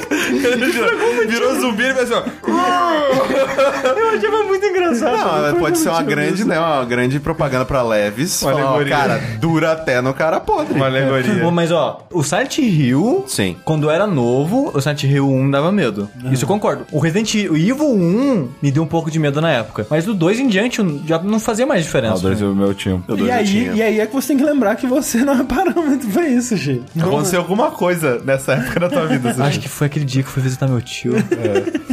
S3: Virou, virou zumbi assim, e pensou.
S2: eu achava muito engraçado.
S4: Não, pode ser uma grande, né, uma grande propaganda pra leves.
S3: Uma
S4: Falar, ó,
S3: alegoria.
S4: cara, dura até no cara podre.
S3: Uma alegoria.
S2: Bom, mas ó, o Silent Hill,
S4: Sim.
S2: quando eu era novo, o Silent Hill 1 dava medo.
S1: Ah.
S2: Isso eu concordo. O Resident Evil 1 me deu um pouco de medo na época. Mas do 2 em diante eu já não fazia mais diferença. pra mim.
S3: Ah, o é meu time.
S4: Eu
S1: E
S4: dois eu
S1: aí,
S4: tinha.
S1: e aí é que você tem que lembrar que você não é parâmetro pra isso, gente.
S3: Aconteceu alguma coisa nessa época da tua vida. assim.
S2: Acho que foi aquele dia que eu fui visitar meu tio.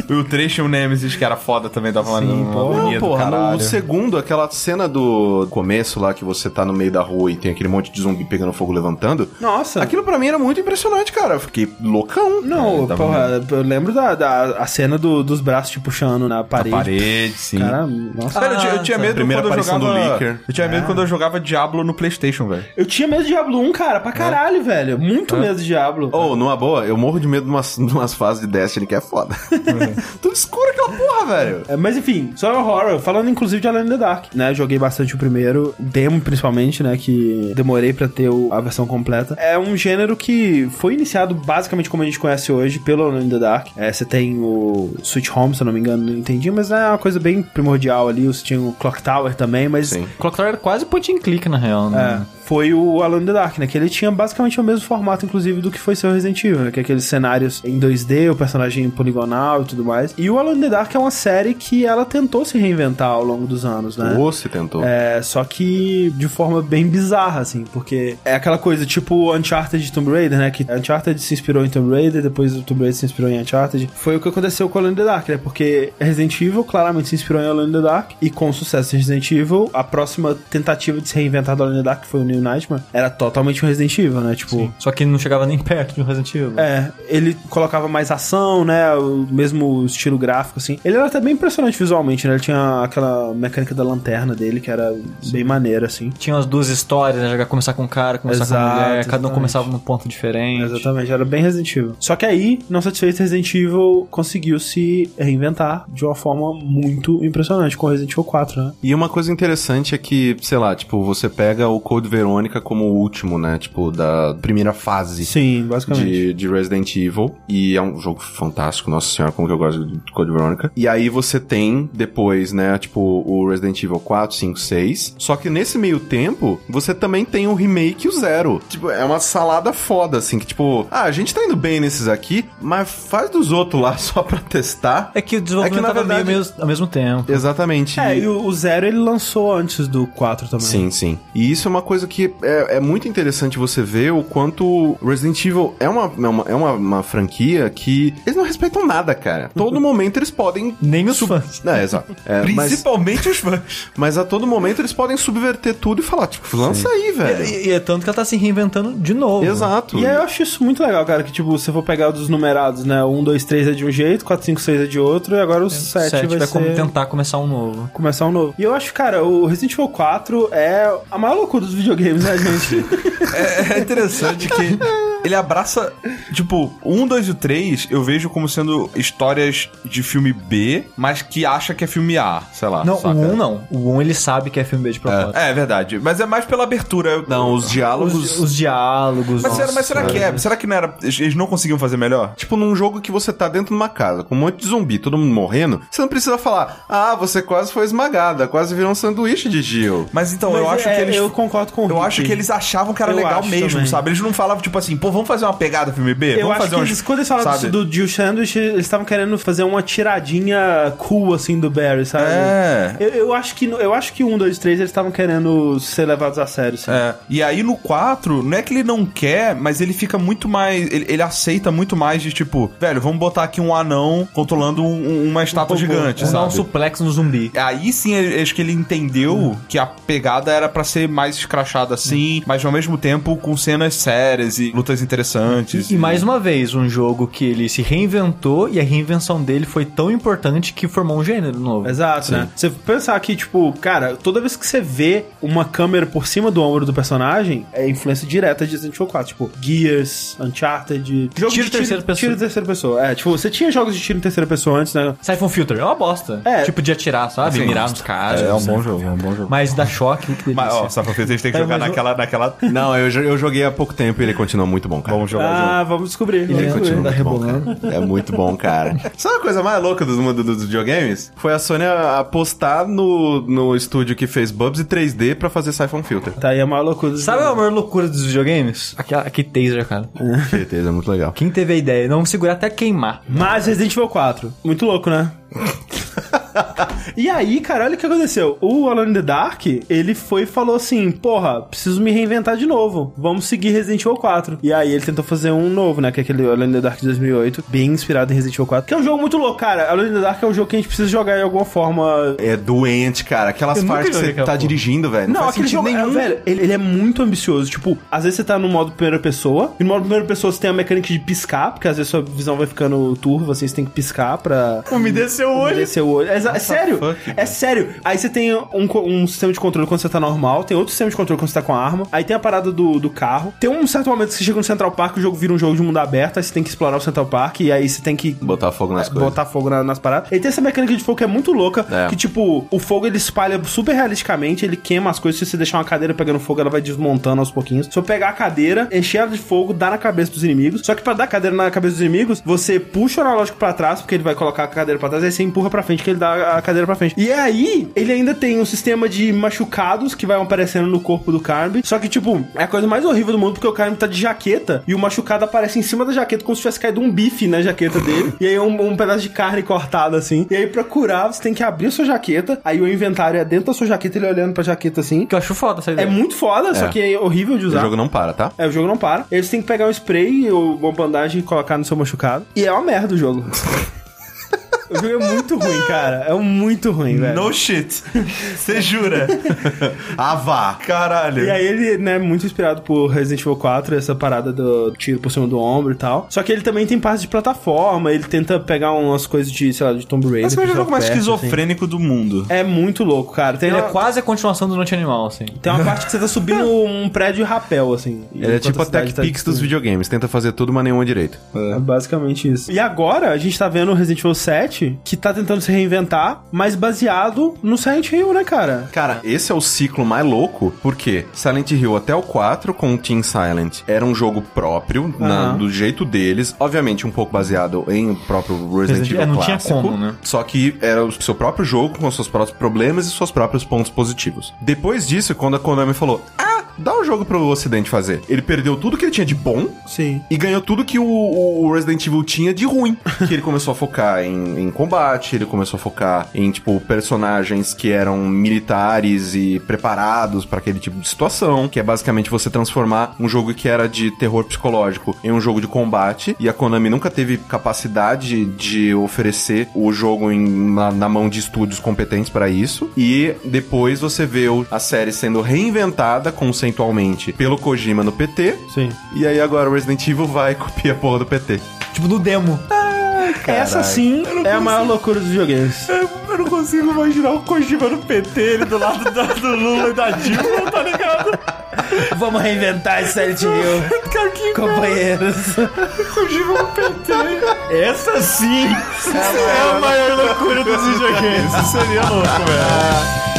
S3: E O trecho é o Nemesis, que era foda também, tava uma, uma
S4: Não,
S3: agonia do
S4: porra, no,
S3: caralho.
S4: no segundo, aquela cena do começo lá que você tá no meio da rua e tem aquele monte de zumbi pegando fogo levantando.
S1: Nossa.
S4: Aquilo pra mim era muito impressionante, cara. Eu fiquei loucão.
S1: Não,
S4: É, tava
S1: porra, eu lembro da, da- a cena do- dos braços te puxando na parede.
S3: Parede, sim.
S1: Cara, nossa.
S3: Cara, eu, tinha- eu tinha
S2: Ah,
S3: medo
S4: Primeira
S3: quando eu
S4: aparição
S3: jogava...
S4: do Licker.
S3: Eu tinha medo quando eu jogava Diablo no Playstation, velho.
S1: Eu tinha medo de Diablo 1, cara, pra caralho, velho. Muito medo de Diablo.
S4: Ou, numa boa, eu morro de medo de umas, de umas fases de Destiny que é foda. Tudo escuro aquela porra, velho.
S1: É, Mas enfim, só é horror, falando inclusive de Alone in the Dark, né? eu Joguei bastante o primeiro, demo principalmente, né? Que demorei pra ter o- a versão completa. É um gênero que foi iniciado basicamente como a gente conhece hoje pelo Alone in the Dark. É, você tem o Switch Home, se eu não me engano, não entendi, mas é uma coisa bem primordial ali. Você tinha o Clock Tower também, mas
S4: Sim.
S2: Clock Tower era quase point and click, na real,
S1: é,
S2: né?
S1: foi o Alone in the Dark, né? Que ele tinha basicamente o mesmo formato, inclusive, do que foi seu Resident Evil, né? Que é aqueles cenários em 2D, o personagem poligonal e tudo mais. E o Alone in the Dark é uma série que ela tentou se reinventar ao longo dos anos, né?
S4: Ou se tentou.
S1: É, só que de forma bem bizarra, assim, porque é aquela coisa tipo Uncharted de Tomb Raider, né? Que Uncharted se inspirou em Tomb Raider, depois o Tomb Raider se inspirou em Uncharted. Foi o que aconteceu com Alone in the Dark, né? Porque Resident Evil claramente se inspirou em Alone in the Dark, e com o sucesso de Resident Evil, a próxima tentativa de se reinventar do Alone in the Dark, que foi o New Nightmare, era totalmente um Resident Evil, né? Tipo,
S2: Só que não chegava nem perto de um Resident Evil.
S1: é, ele colocava mais ação, né? O mesmo estilo gráfico, assim. Ele era até bem impressionante visualmente, né? Ele tinha aquela mecânica da lanterna dele, que era bem maneira, assim.
S2: Tinha as duas histórias, né? Jogar começar com um cara, começar com
S1: Exato,
S2: a mulher, cada um
S1: exatamente.
S2: começava num ponto diferente.
S1: Exatamente, era bem Resident Evil. Só que aí, não satisfeito, Resident Evil conseguiu se reinventar de uma forma muito impressionante com Resident Evil 4, né?
S4: E uma coisa interessante é que, sei lá, tipo, você pega o Code Verônica como o último, né? Tipo, da primeira fase.
S1: Sim, basicamente.
S4: de, de Resident Evil. E é um jogo fantástico, nossa senhora, como que eu gosto de Code Veronica. E aí você tem depois, né, tipo, o Resident Evil 4, 5, 6. Só que nesse meio tempo, você também tem o remake e o zero. Tipo, é uma salada foda, assim, que tipo, ah, a gente tá indo bem nesses aqui, mas faz dos outros lá só pra testar.
S2: É que o desenvolvimento
S4: É que, na
S2: tava meio
S4: verdade-
S2: mes- ao mesmo tempo.
S4: Exatamente.
S1: É, e o, o Zero ele lançou antes do 4 também.
S3: né?
S4: Sim, sim. E isso é uma coisa que que é, é muito interessante você ver o quanto Resident Evil é uma, é uma, é uma, uma franquia que eles não respeitam nada, cara. Todo momento eles podem.
S2: Nem os fãs.
S4: É, exato. É, mas,
S2: Principalmente os fãs.
S4: mas a todo momento eles podem subverter tudo e falar, tipo, lança aí, velho.
S2: E, e é tanto que ela tá se reinventando de novo.
S4: Exato.
S3: é-
S1: E aí eu acho isso muito legal, cara, que tipo, se eu for pegar dos numerados, né? 1, 2, 3 é de um jeito, 4, 5, 6 é de outro, e agora o 7,
S2: Sete
S1: vai,
S2: vai como
S1: ser...
S2: tentar começar um novo.
S1: começar um novo. E eu acho, cara, o Resident Evil 4 é a maior loucura dos videogames, né, gente?
S3: É, é interessante que ele abraça, tipo, um, dois e o três eu vejo como sendo histórias de filme B, mas que acha que é filme A, sei lá.
S2: Não,
S3: saca?
S2: o 1 não. O 1 ele sabe que é filme B de propósito.
S3: É, é verdade. Mas é mais pela abertura. eu-
S4: Não, É, os diálogos.
S2: Os, os diálogos.
S3: Mas, será, mas será
S2: nossa,
S3: que é? Será que não era. Eles não conseguiam fazer melhor?
S4: Tipo, num jogo que você tá dentro de uma casa com um monte de zumbi, todo mundo morrendo, você não precisa falar, ah, você quase foi esmagada, quase virou um sanduíche de Gil.
S3: Mas então, eu
S1: Mas
S3: acho
S1: é,
S3: que eles.
S1: Eu
S3: Eu...
S1: concordo com o Rick.
S3: acho que eles achavam que era
S1: Eu
S3: legal
S1: acho
S3: mesmo,
S1: também.
S3: sabe? Eles não falavam, tipo assim, pô, vamos fazer uma pegada filme B?
S1: Eu
S3: É, vamos
S1: acho
S3: fazer
S1: que
S3: umas-
S1: eles, quando eles falaram
S3: sabe?
S1: disso do Jill Sandwich, eles estavam querendo fazer uma tiradinha cool, assim, do Barry, sabe?
S3: É.
S1: Eu, eu acho que, no- eu acho que 1, 2, 3 eles estavam querendo ser levados a sério, assim.
S3: É, e aí no 4, não é que ele não quer, mas ele fica muito mais. Ele, ele aceita muito mais de tipo, velho, vamos botar aqui um anão controlando um- uma estátua gigante,
S2: Um não
S3: sabe?
S2: suplex no zumbi.
S3: Aí sim, ele- acho que ele entendeu
S1: Hum.
S3: que a pegada era pra ser mais escrachada assim, mas ao mesmo tempo com cenas sérias e lutas interessantes.
S2: E, e mais uma vez, um jogo que ele se reinventou e a reinvenção dele foi tão importante que formou um gênero novo.
S1: Exato, né? Você pensar que, tipo, cara, toda vez que você vê uma câmera por cima do ombro do personagem, é influência direta de Resident Evil 4. Tipo, Gears, Uncharted. Jogo
S2: Tiro
S1: de
S2: terceira pessoa.
S1: Tiro em terceira pessoa. É, tipo, você tinha jogos de tiro em terceira pessoa antes, né?
S2: Siphon Filter é uma bosta.
S1: É.
S2: Tipo de atirar, sabe?
S3: Assim,
S2: Mirar nos caras.
S1: né?
S3: jogo, é um bom jogo.
S2: Mas dá choque, que delícia.
S3: Mas, ó, só pra vocês têm que jogar
S1: mas eu-
S3: naquela, naquela.
S4: Não, eu, jo- eu joguei há pouco tempo e ele continua muito bom, cara.
S3: Vamos jogar o jogo.
S1: Ah, vamos descobrir. vamos
S4: Ele
S1: descobrir.
S4: continua muito bom, cara. É muito bom, cara. Sabe a coisa mais louca dos mundo dos videogames? Foi a Sony apostar no, no estúdio que fez Bubs e 3D pra fazer Siphon Filter.
S1: Tá aí a maior loucura do
S2: Sabe a maior loucura dos videogames? Aquela, aquele taser, cara.
S4: Certeza, é muito legal.
S2: Quem teve a ideia? Não segurar até queimar.
S1: Mas Resident Evil 4, muito louco, né? e aí, cara, olha o que aconteceu. O Alone in the Dark, ele foi e falou assim: Porra, preciso me reinventar de novo. Vamos seguir Resident Evil 4. E aí ele tentou fazer um novo, né? Que é aquele Alone in the Dark de 2008, bem inspirado em Resident Evil 4. Que é um jogo muito louco, cara. Alone in the Dark é um jogo que a gente precisa jogar de alguma forma
S4: É doente, cara. Aquelas
S2: Eu nunca
S4: partes que
S2: joguei
S4: você
S2: aquela
S4: tá
S2: porra.
S4: dirigindo, velho.
S1: Não,
S4: faz
S1: aquele
S4: sentido
S1: jogo, é, velho, ele, ele é muito ambicioso. Tipo, às vezes você tá no modo primeira pessoa, e no modo primeira pessoa você tem a mecânica de piscar, porque às vezes sua visão vai ficando turva, assim, você tem que piscar pra... Umedecer o olho. Umedecer o olho. É, exa- é sério, é sério. Aí você tem um, co- um sistema de controle quando você tá normal, tem outro sistema de controle quando você tá com a arma, aí tem a parada do, do carro. Tem um certo momento que você chega no Central Park, o jogo vira um jogo de mundo aberto, aí você tem que explorar o Central Park, e aí você tem que
S4: É, Botar fogo nas coisas.
S1: É, botar fogo na- nas paradas. Ele tem essa mecânica de fogo que é muito louca,
S4: É.
S1: que tipo, o fogo ele espalha super realisticamente, ele queima as coisas, se você deixar uma cadeira pegando fogo, ela vai desmontando aos pouquinhos. Se eu pegar a cadeira, encher ela de fogo, dar na cabeça dos inimigos, só que pra dar a cadeira na cabeça dos inimigos, você puxa o analógico pra trás, porque ele vai colocar a cadeira pra trás, aí você empurra pra frente que ele dá a cadeira pra frente. E aí, ele ainda tem um sistema de machucados que vai aparecendo no corpo do Carme, só que tipo, é a coisa mais horrível do mundo, porque o Carme tá de jaqueta, e o machucado aparece em cima da jaqueta, como se tivesse caído um bife na jaqueta dele, e aí um, um pedaço de carne cortada, assim. E aí, pra curar, você tem que abrir a sua jaqueta, aí o inventário é dentro da sua jaqueta, ele olhando pra jaqueta, assim.
S2: Que eu acho foda essa
S1: É
S2: ideia.
S1: muito foda, só que é horrível de
S4: O
S1: usar.
S4: jogo não para, tá?
S1: É, o jogo não para. Eles têm que pegar um spray ou uma bandagem e colocar no seu machucado. E é uma merda o jogo. o jogo é muito ruim, cara. É um muito ruim, velho.
S3: No shit. Você jura?
S4: Ah, vá!
S3: Caralho.
S1: E aí ele, né, é muito inspirado por Resident Evil 4, essa parada do tiro por cima do ombro e tal. Só que ele também tem partes de plataforma, ele tenta pegar umas coisas de, sei lá, de Tomb Raider.
S3: Esse é o
S1: que
S3: jogo mais
S1: joga perto, assim.
S3: esquizofrênico do mundo.
S1: É muito louco, cara. Tem,
S2: Ele
S1: uma,
S2: é quase a continuação do Note Animal, assim.
S1: tem uma parte que você tá subindo um prédio rapel, assim.
S4: Ele é tipo a Tech Pix dos videogames, tenta fazer tudo, mas nenhuma direito.
S1: É basicamente isso. E agora a gente tá vendo o Resident Evil 7, que tá tentando se reinventar, mas baseado no Silent Hill, né, cara?
S4: Cara, esse é o ciclo mais louco, porque Silent Hill até o 4 com o Team Silent era um jogo próprio, na-
S1: Aham.
S4: do jeito deles, obviamente um pouco baseado em o próprio Resident Evil
S2: É, não tinha
S4: clássico.
S2: como, né?
S4: Só que era o seu próprio jogo, com seus próprios problemas e seus próprios pontos positivos. Depois disso, quando a Konami falou: Ah, Dá o jogo pro Ocidente fazer. Ele perdeu tudo que ele tinha de bom
S5: Sim.
S4: e ganhou tudo que o, o Resident Evil tinha de ruim. que ele começou a focar em, em combate, ele começou a focar em, tipo, personagens que eram militares e preparados pra aquele tipo de situação, que é basicamente você transformar um jogo que era de terror psicológico em um jogo de combate. E a Konami nunca teve capacidade de oferecer o jogo em- na, na mão de estúdios competentes pra isso. E depois você vê o- a série sendo reinventada conceitualmente pelo Kojima no PT,
S1: Sim.
S4: e aí agora o Resident Evil vai copiar a porra do PT.
S2: Tipo, no demo.
S1: Essa sim é a maior loucura dos videogames.
S2: É, Eu não consigo imaginar o Kojima no PT, ele do lado do, Lula e da Dilma, tá ligado?
S1: Vamos reinventar esse Silent Hill, companheiros.
S2: Essa sim é a maior loucura dos videogames. Isso seria louco, velho.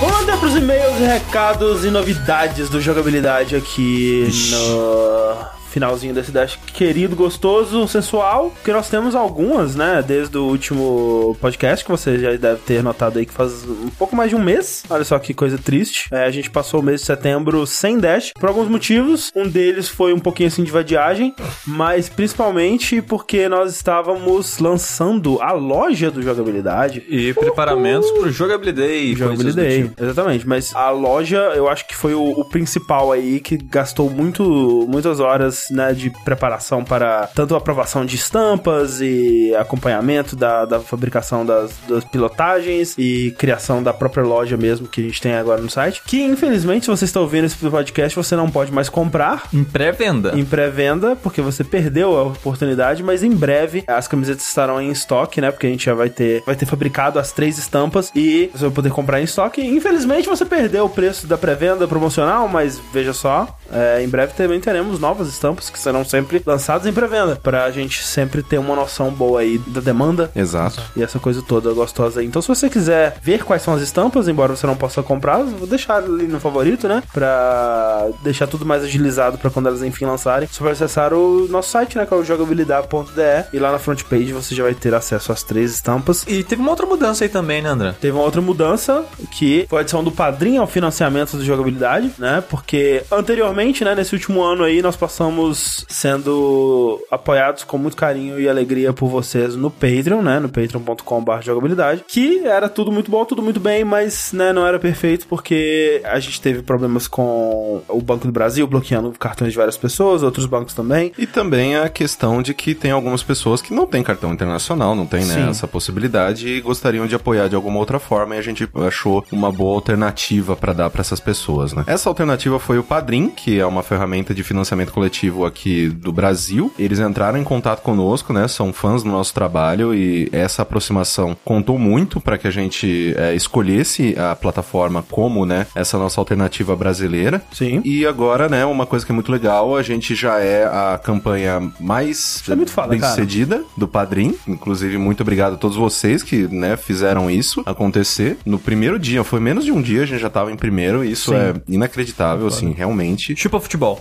S1: Vamos mandar pros e-mails, recados e novidades do jogabilidade aqui no finalzinho desse dash querido, gostoso, sensual, que nós temos algumas, né, desde o último podcast, que você já deve ter notado aí que faz um pouco mais de um mês, olha só que coisa triste, É, a gente passou o mês de setembro sem dash, por alguns motivos, um deles foi um pouquinho assim de vadiagem, mas principalmente porque nós estávamos lançando a loja do jogabilidade,
S2: E preparamentos pro jogabilidade.
S1: Jogabilidade,
S2: tipo.
S1: exatamente. Mas tipo. a loja, eu acho que foi o, o principal aí que gastou muito, muitas horas né, de preparação para tanto a aprovação de estampas e acompanhamento da, da fabricação das, das pilotagens e criação da própria loja mesmo que a gente tem agora no site. Que infelizmente, se você está ouvindo esse podcast, você não pode mais comprar
S2: Em pré-venda.
S1: em pré-venda, porque você perdeu a oportunidade, mas em breve as camisetas estarão em estoque, né? Porque a gente já vai ter, vai ter fabricado as três estampas e você vai poder comprar em estoque. Infelizmente você perdeu o preço da pré-venda promocional, mas veja só, é, em breve também teremos novas estampas que serão sempre lançadas em pré-venda, pra gente sempre ter uma noção boa aí da demanda
S4: Exato.
S1: e essa coisa toda gostosa aí. Então, se você quiser ver quais são as estampas, embora você não possa comprar, eu vou deixar ali no favorito, né? Pra deixar tudo mais agilizado pra quando elas enfim lançarem. Você vai acessar o nosso site, né? Que é o jogabilidade.de. E lá na front page você já vai ter acesso às três estampas.
S2: E teve uma outra mudança aí também, né, André?
S1: Teve uma outra mudança, que foi a adição do padrinho ao financiamento do jogabilidade, né? Porque anteriormente, né, nesse último ano aí, nós passamos sendo apoiados com muito carinho e alegria por vocês no Patreon, né? No patreon.com.br jogabilidade, que era tudo muito bom, tudo muito bem, mas, né, não era perfeito porque a gente teve problemas com o Banco do Brasil bloqueando cartões de várias pessoas, outros bancos também.
S4: E também a questão de que tem algumas pessoas que não têm cartão internacional, não tem né,
S1: Sim.
S4: essa possibilidade e gostariam de apoiar de alguma outra forma e a gente achou uma boa alternativa pra dar pra essas pessoas, né? Essa alternativa foi o Padrim, que que é uma ferramenta de financiamento coletivo aqui do Brasil. Eles entraram em contato conosco, né? São fãs do nosso trabalho e essa aproximação contou muito para que a gente é, escolhesse a plataforma como, né, essa nossa alternativa brasileira.
S1: Sim.
S4: E agora, né, uma coisa que é muito legal, a gente já é a campanha mais
S1: é muito foda,
S4: bem
S1: cara.
S4: sucedida do Padrim. Inclusive, muito obrigado a todos vocês que, né, fizeram isso acontecer. No primeiro dia, foi menos de um dia, a gente já tava em primeiro. E isso
S1: Sim.
S4: é inacreditável, assim, realmente.
S2: Chupa futebol.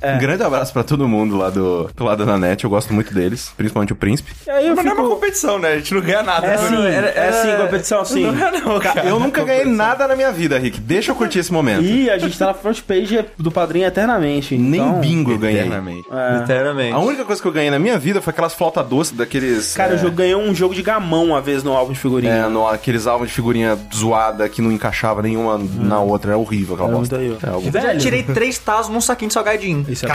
S1: É.
S4: Um grande abraço pra todo mundo lá do, do lado da net, eu gosto muito deles, principalmente o príncipe.
S1: E aí eu
S3: Mas não é uma
S1: fico...
S3: competição, né? A gente não ganha nada.
S1: É
S3: né?
S1: assim, é assim, competição assim.
S3: Não é não, cara.
S4: Eu nunca ganhei nada na minha vida, Rick. Deixa eu curtir esse momento.
S1: E a gente tá na front page do padrinho eternamente.
S4: Nem
S1: então-
S4: bingo eu ganhei.
S3: Eternamente.
S1: É.
S2: Literalmente.
S4: A única coisa que eu ganhei na minha vida foi aquelas flautas doces daqueles.
S1: Cara,
S4: é,
S1: eu ganhei um jogo de gamão uma vez no álbum de figurinha.
S4: É, no, aqueles álbuns de figurinha zoada que não encaixava nenhuma na outra. Era horrível aquela
S1: É,
S4: bosta.
S1: daí, ó.
S4: É, algum-
S2: Eu Já tirei três tazos num saquinho de salgadinho.
S1: Isso é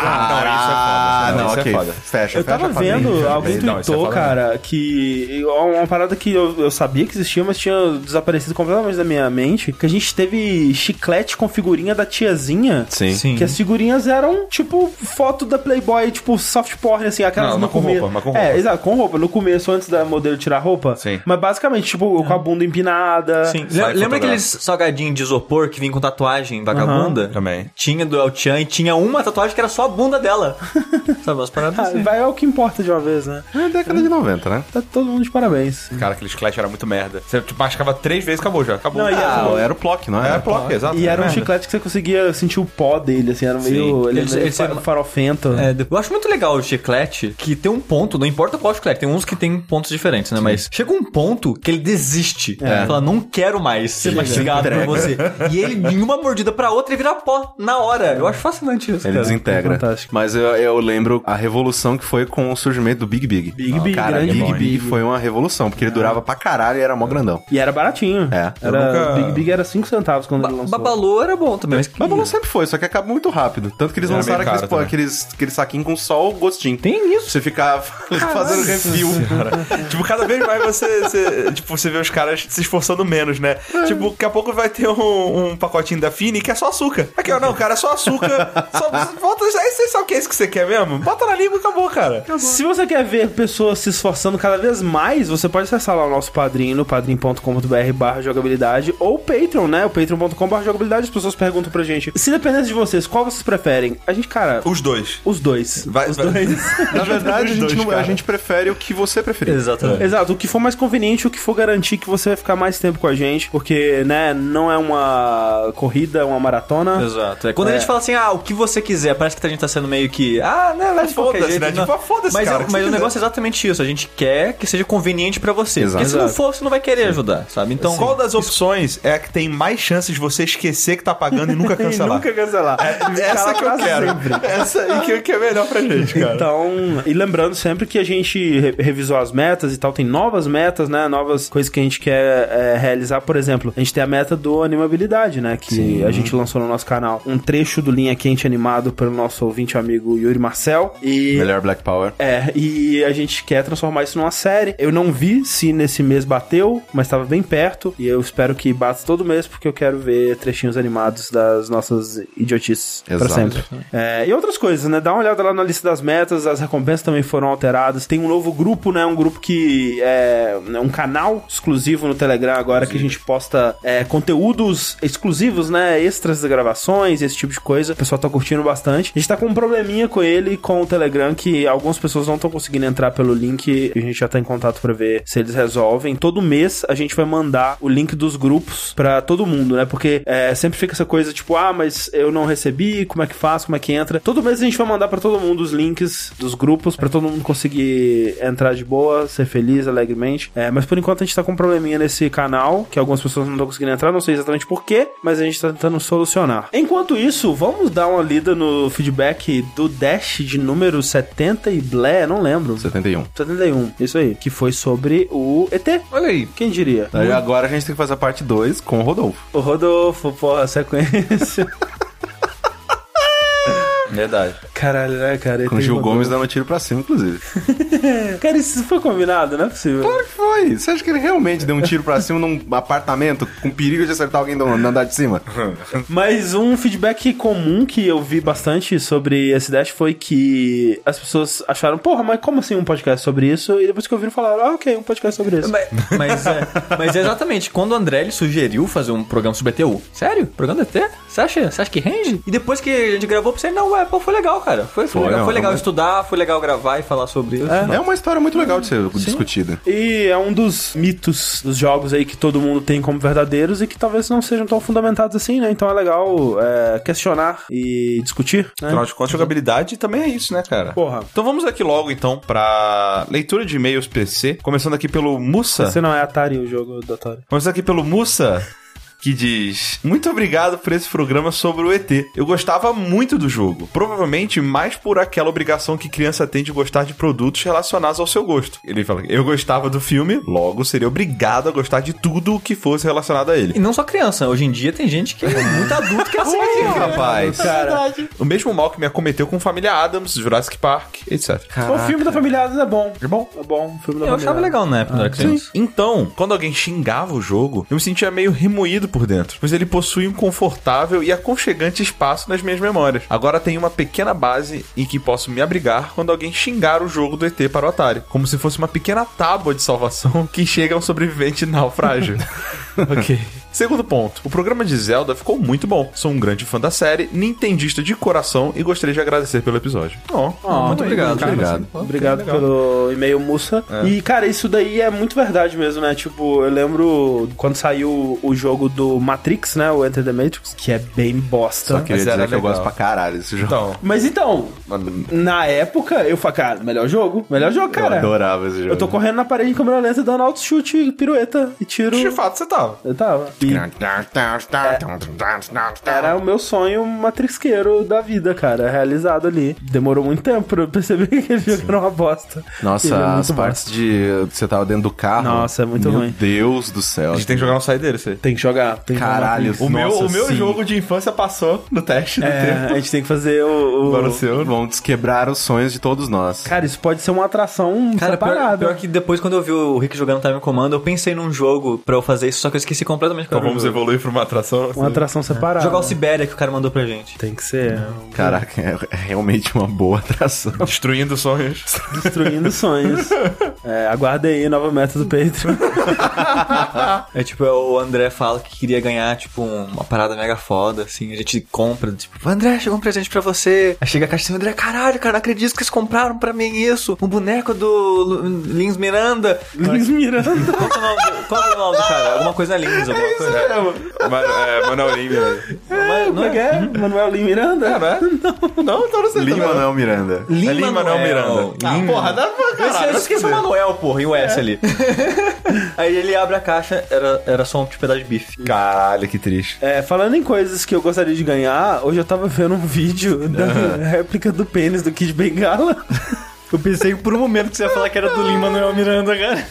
S4: Ah, não,
S3: isso é
S4: ok.
S3: foda.
S4: Fecha,
S1: Eu tava
S4: fecha pra mim.
S1: vendo, alguém
S3: Não, isso é
S1: tweetou,
S3: foda
S1: cara, que. é um, Uma uma parada que eu, eu sabia que existia, mas tinha desaparecido completamente da minha mente. Que a gente teve chiclete com figurinha da tiazinha.
S4: Sim.
S2: Sim.
S1: Que as figurinhas eram, tipo, foto da Playboy, tipo, soft porn, assim, aquelas
S3: Não,
S1: no
S3: mas com
S1: começo.
S3: roupa, mas com
S1: É,
S3: roupa.
S1: exato, com roupa. No começo, antes da modelo tirar a roupa.
S3: Sim.
S1: Mas basicamente, tipo, com a bunda empinada.
S2: Sim.
S3: Sai
S2: Lem- Lembra
S3: fotográfico.
S2: aqueles salgadinhos de isopor que vinha com tatuagem vagabunda?
S3: Também.
S2: Tinha do El Chan e tinha uma tatuagem que era só a bunda dela. Sabe, umas paradas
S1: Ah,
S2: assim.
S1: vai é o que importa de uma vez, né?
S4: É década de 90, né?
S1: Tá todo mundo de parabéns.
S3: Cara, aquele Clash era muito merda. Você tipo, machucava três vezes, acabou já. Acabou.
S1: Não, e
S4: Ah,
S1: Acabou.
S4: era o Plock, não
S3: era Plock, exato. é
S1: E era um
S3: Merda.
S1: chiclete que você conseguia sentir o pó dele, assim, era meio. Ele,
S2: Ele-
S1: ele,
S2: ele-
S1: fa- farofento.
S2: É, de- eu acho muito legal o chiclete que tem um ponto, não importa qual chiclete, tem uns que tem pontos diferentes, né? Mas chega um ponto que ele desiste. Ele fala, não quero mais ser mastigado por você. E ele, em uma mordida pra outra, ele vira pó na hora. Eu acho fascinante isso.
S4: Ele
S2: cara.
S4: desintegra.
S1: fantástico.
S4: Mas eu, eu lembro a revolução que foi com o surgimento do Big Big.
S1: Big Big,
S4: cara,
S1: grande
S4: Big
S1: Big
S4: Big
S1: Big.
S4: foi uma revolução, porque ele durava pra caralho e era mó grandão.
S1: E era baratinho.
S4: É.
S1: Era,
S3: Eu nunca-
S1: Big Big era 5 centavos quando
S2: Ba-
S1: ele lançou.
S2: Babalu era bom também, mas que...
S4: Mas não sempre foi, só que acaba muito rápido. Tanto que eles
S3: Era
S4: lançaram
S3: meio
S4: aqueles,
S3: caro
S4: pô,
S3: também.
S4: aqueles, aquele saquinho com só o gostinho.
S2: Tem isso.
S4: Você ficava fazendo refil.
S3: Tipo, cada vez mais você, você- tipo, você vê os caras se esforçando menos, né? Tipo, daqui a pouco vai ter um, um pacotinho da Fini que é só açúcar. Aqui, ó, não, cara, é só açúcar. Só, bota, aí você sabe o que é isso que você quer mesmo? Bota na língua e acabou, cara.
S1: Se você quer ver pessoas se esforçando cada vez mais, você pode acessar lá o nosso padrinho no padrim.com.br barra jogabilidade ou Patreon, né? O patreon.com barra jogabilidade. As pessoas perguntam pra gente, se dependesse de vocês, qual vocês preferem? A gente, cara,
S3: Os dois.
S1: os dois.
S3: Vai-
S1: os
S3: vai-
S1: dois.
S4: Na verdade, a gente,
S3: Dois,
S4: não- a
S3: cara.
S4: gente prefere o que você preferir.
S2: Exatamente.
S1: Exato, o que for mais conveniente, o que for garantir que você vai ficar mais tempo com a gente, porque, né, não é uma corrida, é uma maratona.
S2: Exato. É quando a
S1: É.
S2: gente fala assim, ah, o que você quiser, parece que a gente tá sendo meio que. Ah, né, vai de qualquer
S3: Foda-se,
S2: jeito.
S3: né?
S2: não.
S3: Tipo, ah, foda-se,
S2: mas
S3: cara,
S2: é-
S3: o
S2: mas
S3: que você
S2: o
S3: quiser.
S2: negócio é exatamente isso. A gente quer que seja conveniente pra você.
S4: Exato.
S2: Porque se não for, você não vai querer ajudar, sabe? Então.
S3: Qual das opções é a que tem mais chances de você esquecer que tá pagando e nunca
S1: E
S3: cancelar? É
S1: nunca cancelar.
S3: Essa
S1: Cara,
S3: que eu
S1: quase
S3: quero.
S1: sempre.
S3: Essa aí que, que é melhor pra gente, cara.
S1: Então, e lembrando sempre que a gente re- revisou as metas e tal, tem novas metas, né? Novas coisas que a gente quer é, realizar. Por exemplo, a gente tem a meta do animabilidade, né? Que a gente lançou no nosso canal um trecho do Linha Quente animado pelo nosso ouvinte amigo Yuri Marcel. E.
S4: Melhor Black Power.
S1: É, e a gente quer transformar isso numa série. Eu não vi se nesse mês bateu, mas tava bem perto. E eu espero que bata todo mês, porque eu quero ver trechinhos animados das nossas idiotices pra
S4: Exato.
S1: sempre. É, e outras coisas, né? Dá uma olhada lá na lista das metas, as recompensas também foram alteradas. Tem um novo grupo, né? Um grupo que é é um canal exclusivo no Telegram agora que a gente posta é, conteúdos exclusivos, né? Extras das gravações, esse tipo de coisa. O pessoal tá curtindo bastante. A gente tá com um probleminha com ele, e com o Telegram, que algumas pessoas não estão conseguindo entrar pelo link. A gente já tá em contato pra ver se eles resolvem. Todo mês a gente vai mandar o link dos grupos pra todo mundo, né? Porque é, sempre fica essa coisa tipo, ah, mas eu não recebi, como é que faço, como é que entra. Todo mês a gente vai mandar pra todo mundo os links dos grupos, pra todo mundo conseguir entrar de boa, ser feliz alegremente. É, mas por enquanto a gente tá com um probleminha nesse canal, que algumas pessoas não estão conseguindo entrar, não sei exatamente porquê, mas a gente tá tentando solucionar. Enquanto isso, vamos dar uma lida no feedback do Dash de número 70 e Blé, não lembro.
S4: 71.
S1: 71, isso aí, que foi sobre o ET.
S4: Olha aí.
S1: Quem diria?
S4: Aí agora a gente tem que fazer a parte 2 com o Rodolfo.
S1: O Rodolfo, porra, sequência.
S3: Verdade.
S1: Caralho, né, cara? Ele
S4: Com
S1: tem
S4: Gil
S1: uma
S4: Gomes
S1: coisa-
S4: dando tiro pra cima, inclusive.
S1: Cara, isso foi combinado, não é possível.
S4: Claro que foi. Você acha que ele realmente deu um tiro pra cima num apartamento com perigo de acertar alguém do no andar de cima?
S1: Mas um feedback comum que eu vi bastante sobre esse Dash foi que as pessoas acharam, porra, mas como assim um podcast sobre isso? E depois que ouviram falaram, ah, ok, um podcast sobre isso.
S2: Mas, mas é, mas é exatamente, quando o André ele sugeriu fazer um programa sobre ETU, sério? Programa do ET? Você acha, você acha que rende? E depois que a gente gravou, eu pensei, não, ué, pô, foi legal, cara. Foi, foi
S4: Foi,
S2: legal,
S4: não,
S2: foi legal
S4: não.
S2: estudar, foi legal gravar e falar sobre isso.
S4: É uma história muito legal de ser discutida.
S1: E é um dos mitos dos jogos aí que todo mundo tem como verdadeiros e que talvez não sejam tão fundamentados assim, né? Então é legal é, questionar e discutir, né?
S3: Afinal de contas, jogabilidade também é isso, né, cara?
S1: Porra.
S3: Então vamos aqui logo, então, pra leitura de e-mails PC. Começando aqui pelo Mussa.
S1: Você não é Atari o jogo do Atari.
S3: Começando aqui pelo Mussa. Que diz: Muito obrigado por esse programa sobre o ET. Eu gostava muito do jogo. Provavelmente mais por aquela obrigação que criança tem de gostar de produtos relacionados ao seu gosto. Ele fala: Eu gostava do filme, logo seria obrigado a gostar de tudo o que fosse relacionado a ele.
S2: E não só criança, hoje em dia tem gente que é muito adulto que aceita.
S3: Ih,
S2: cara.
S3: é rapaz. O mesmo mal que me acometeu com Família Adams, Jurassic Park, etc.
S1: o filme da família Adams é bom. É bom? É bom, o filme da
S2: Eu
S1: família
S2: achava
S1: Adams.
S2: legal na época, quando eu era criança.
S3: Então, quando alguém xingava o jogo, eu me sentia meio remoído por dentro, pois ele possui um confortável e aconchegante espaço nas minhas memórias. Agora tenho uma pequena base em que posso me abrigar quando alguém xingar o jogo do ET para o Atari, como se fosse uma pequena tábua de salvação que chega a um sobrevivente naufrágio. ok. Segundo ponto, o programa de Zelda ficou muito bom. Sou um grande fã da série, nintendista de coração e gostaria de agradecer pelo episódio. Ó,
S2: muito obrigado.
S4: obrigado.
S1: Obrigado pelo e-mail, Mussa. E, cara, isso daí é muito verdade mesmo, né? Tipo, eu lembro quando saiu o jogo do Matrix, né? O Enter the Matrix, que é bem bosta.
S4: Só queria
S3: Mas
S4: dizer
S3: era
S4: que é eu
S3: legal.
S4: gosto pra caralho desse jogo.
S3: Então,
S1: Mas então,
S4: Mano,
S1: na época, eu falei, cara, melhor jogo, melhor jogo,
S4: eu
S1: cara.
S4: adorava esse jogo.
S1: É. Eu tô correndo na parede em câmera lenta, dando alto chute, pirueta e tiro.
S3: de fato você tava.
S1: Eu tava. E era o meu sonho matrixqueiro da vida, cara, realizado ali. Demorou muito tempo pra eu perceber que aquele jogo era uma bosta. Ele
S4: Nossa,
S1: é muito
S4: as
S1: bom.
S4: partes de. Você tava dentro do carro.
S1: Nossa, é muito
S4: Meu
S1: ruim.
S4: Deus do céu.
S3: A gente tem que jogar no saideiro, você.
S1: Tem que jogar. Tem que jogar
S4: Caralho,
S3: O meu,
S4: nossa,
S3: o meu
S4: sim.
S3: jogo de infância passou no teste do
S1: É,
S3: tempo.
S1: a gente tem que fazer o. o-
S4: Agora o seu. Vão desquebrar os sonhos de todos nós.
S1: Cara, isso pode ser uma atração
S2: Cara, pior,
S1: separada.
S2: pior que depois quando eu vi o Rick jogando Time Commando, eu pensei num jogo pra eu fazer isso, só que eu esqueci completamente qual
S3: Então
S2: era o
S3: vamos
S2: jogo.
S3: evoluir pra uma atração. assim,
S1: Uma atração separada.
S2: Jogar o Sibéria que o cara mandou pra gente.
S1: Tem que ser.
S4: Caraca, é- é realmente uma boa atração.
S3: Destruindo sonhos.
S1: Destruindo sonhos. É, aguarda aí, nova meta do Patreon.
S2: É tipo, o André fala que queria ganhar, tipo, uma parada mega foda, assim. A gente compra, tipo, André, chegou um presente pra você. Aí chega a caixa e André, caralho, cara, não acredito que eles compraram pra mim isso. Um boneco do Lu- Lins Miranda.
S1: Luiz Miranda.
S2: Qual que é o nome do, qual que é o nome do cara? Alguma coisa Lins, alguma coisa.
S3: Mano, é, Manuel Lima.
S2: Mas não
S1: Como é que
S2: é?
S1: é? Manuel Lima Miranda?
S3: É, não é? Não, não, não sei.
S4: Lima
S3: também.
S4: não, Miranda.
S3: É Lima Manuel Miranda.
S2: Ah,
S3: Ah, porra, dá pra
S2: Esse,
S3: caralho.
S2: eu esqueci É. o Manuel, porra, e o S ali. Aí ele abre a caixa, era, era só um tipo de pedaço de bife.
S3: Caralho, que triste.
S1: É, falando em coisas que eu gostaria de ganhar, hoje eu tava vendo um vídeo da réplica do pênis do Kid Bengala.
S2: Eu pensei por um momento que você ia falar que era do Lima Manuel Miranda, cara.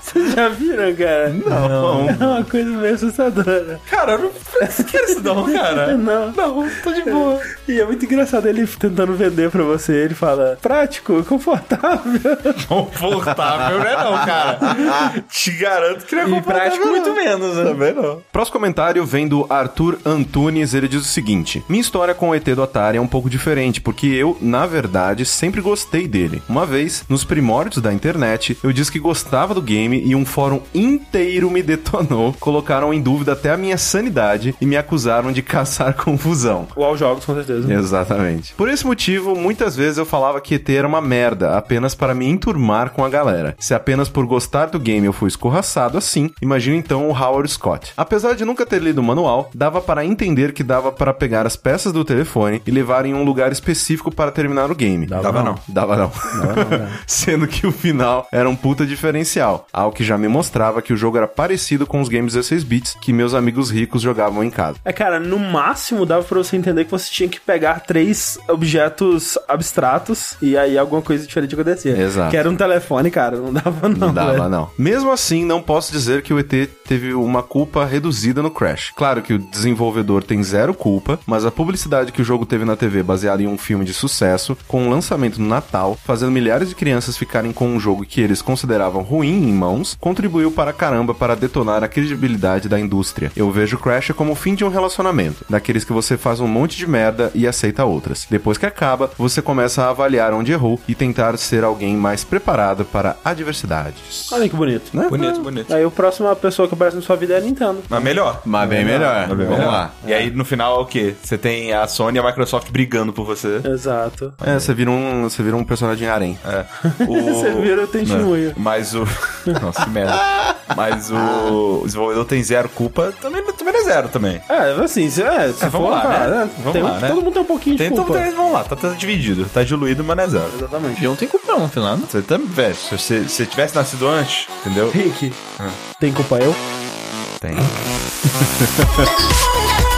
S1: Vocês já viram, cara? Não. É uma coisa meio assustadora.
S3: Cara, eu não esquece não, cara.
S1: Não.
S3: Não, tô de boa.
S1: E é muito engraçado ele tentando vender pra você. Ele fala, prático, confortável.
S3: Confortável não é não, cara. Te garanto que não é
S2: E
S3: confortável,
S2: prático
S3: não.
S2: muito menos, né?
S3: Também não.
S4: Próximo comentário vem do Arthur Antunes, ele diz o seguinte: Minha história com o ET do Atari é um pouco diferente, porque eu, na verdade, sempre gostei dele. Uma vez, nos primórdios da internet, eu disse que gostava do game e um fórum inteiro me detonou, colocaram em dúvida até a minha sanidade e me acusaram de caçar confusão.
S1: Uau, jogos, com certeza.
S4: Exatamente. Por esse motivo, muitas vezes eu falava que ET era uma merda, apenas para me enturmar com a galera. Se apenas por gostar do game eu fui escorraçado assim, imagina então o Howard Scott. Apesar de nunca ter lido o manual, dava para entender que dava para pegar as peças do telefone e levar em um lugar específico para terminar o game.
S3: Dava não. é?
S4: Dava não. Sendo que o final era um puta diferencial. Algo canal que já me mostrava que o jogo era parecido com os games 16 bits que meus amigos ricos jogavam em casa.
S1: É, cara, no máximo dava pra você entender que você tinha que pegar três objetos abstratos e aí alguma coisa diferente acontecia.
S4: Exato.
S1: Que era um telefone, cara, não dava não. né?
S4: Não, dava,
S3: é
S1: velho.
S4: não. Mesmo assim, não posso dizer que o ET teve uma culpa reduzida no Crash. Claro que o desenvolvedor tem zero culpa, mas a publicidade que o jogo teve na TV, baseada em um filme de sucesso, com um lançamento no Natal, fazendo milhares de crianças ficarem com um jogo que eles consideravam ruim em mãos, contribuiu para caramba para detonar a credibilidade da indústria. Eu vejo Crash como o fim de um relacionamento, daqueles que você faz um monte de merda e aceita outras. Depois que acaba, você começa a avaliar onde errou e tentar ser alguém mais preparado para adversidades.
S1: Olha que bonito.
S4: Né?
S3: Bonito, bonito.
S1: Aí a próxima pessoa que aparece na sua vida é a Nintendo.
S3: Mas melhor.
S4: Mas bem melhor.
S3: Mas bem
S4: Vamos
S3: melhor.
S4: lá.
S3: E aí no final é o quê? Você tem a Sony e a Microsoft brigando por você.
S1: Exato.
S4: É, você vira um, você vira um personagem harem.
S3: É. O...
S1: Você vira o testemunha.
S3: Né? Mas o. Nossa, que merda. Mas o... o desenvolvedor tem zero culpa. Também, também não é zero também.
S1: É, assim, se, é, se
S3: É, vamos
S1: for,
S3: lá,
S1: cara,
S3: né?
S1: é,
S3: Vamos
S1: tem-
S3: lá, né?
S1: Todo mundo tem um pouquinho de
S3: Tem, então,
S1: culpa.
S3: tem- vamos lá, tá, tá dividido. Tá diluído, mas não é zero.
S1: Exatamente.
S2: E eu não tenho culpa não, afinal. né?
S3: Você também, velho, se você se você tivesse nascido antes, entendeu?
S1: Rick, tem culpa eu?
S3: Tem.
S6: Thank you.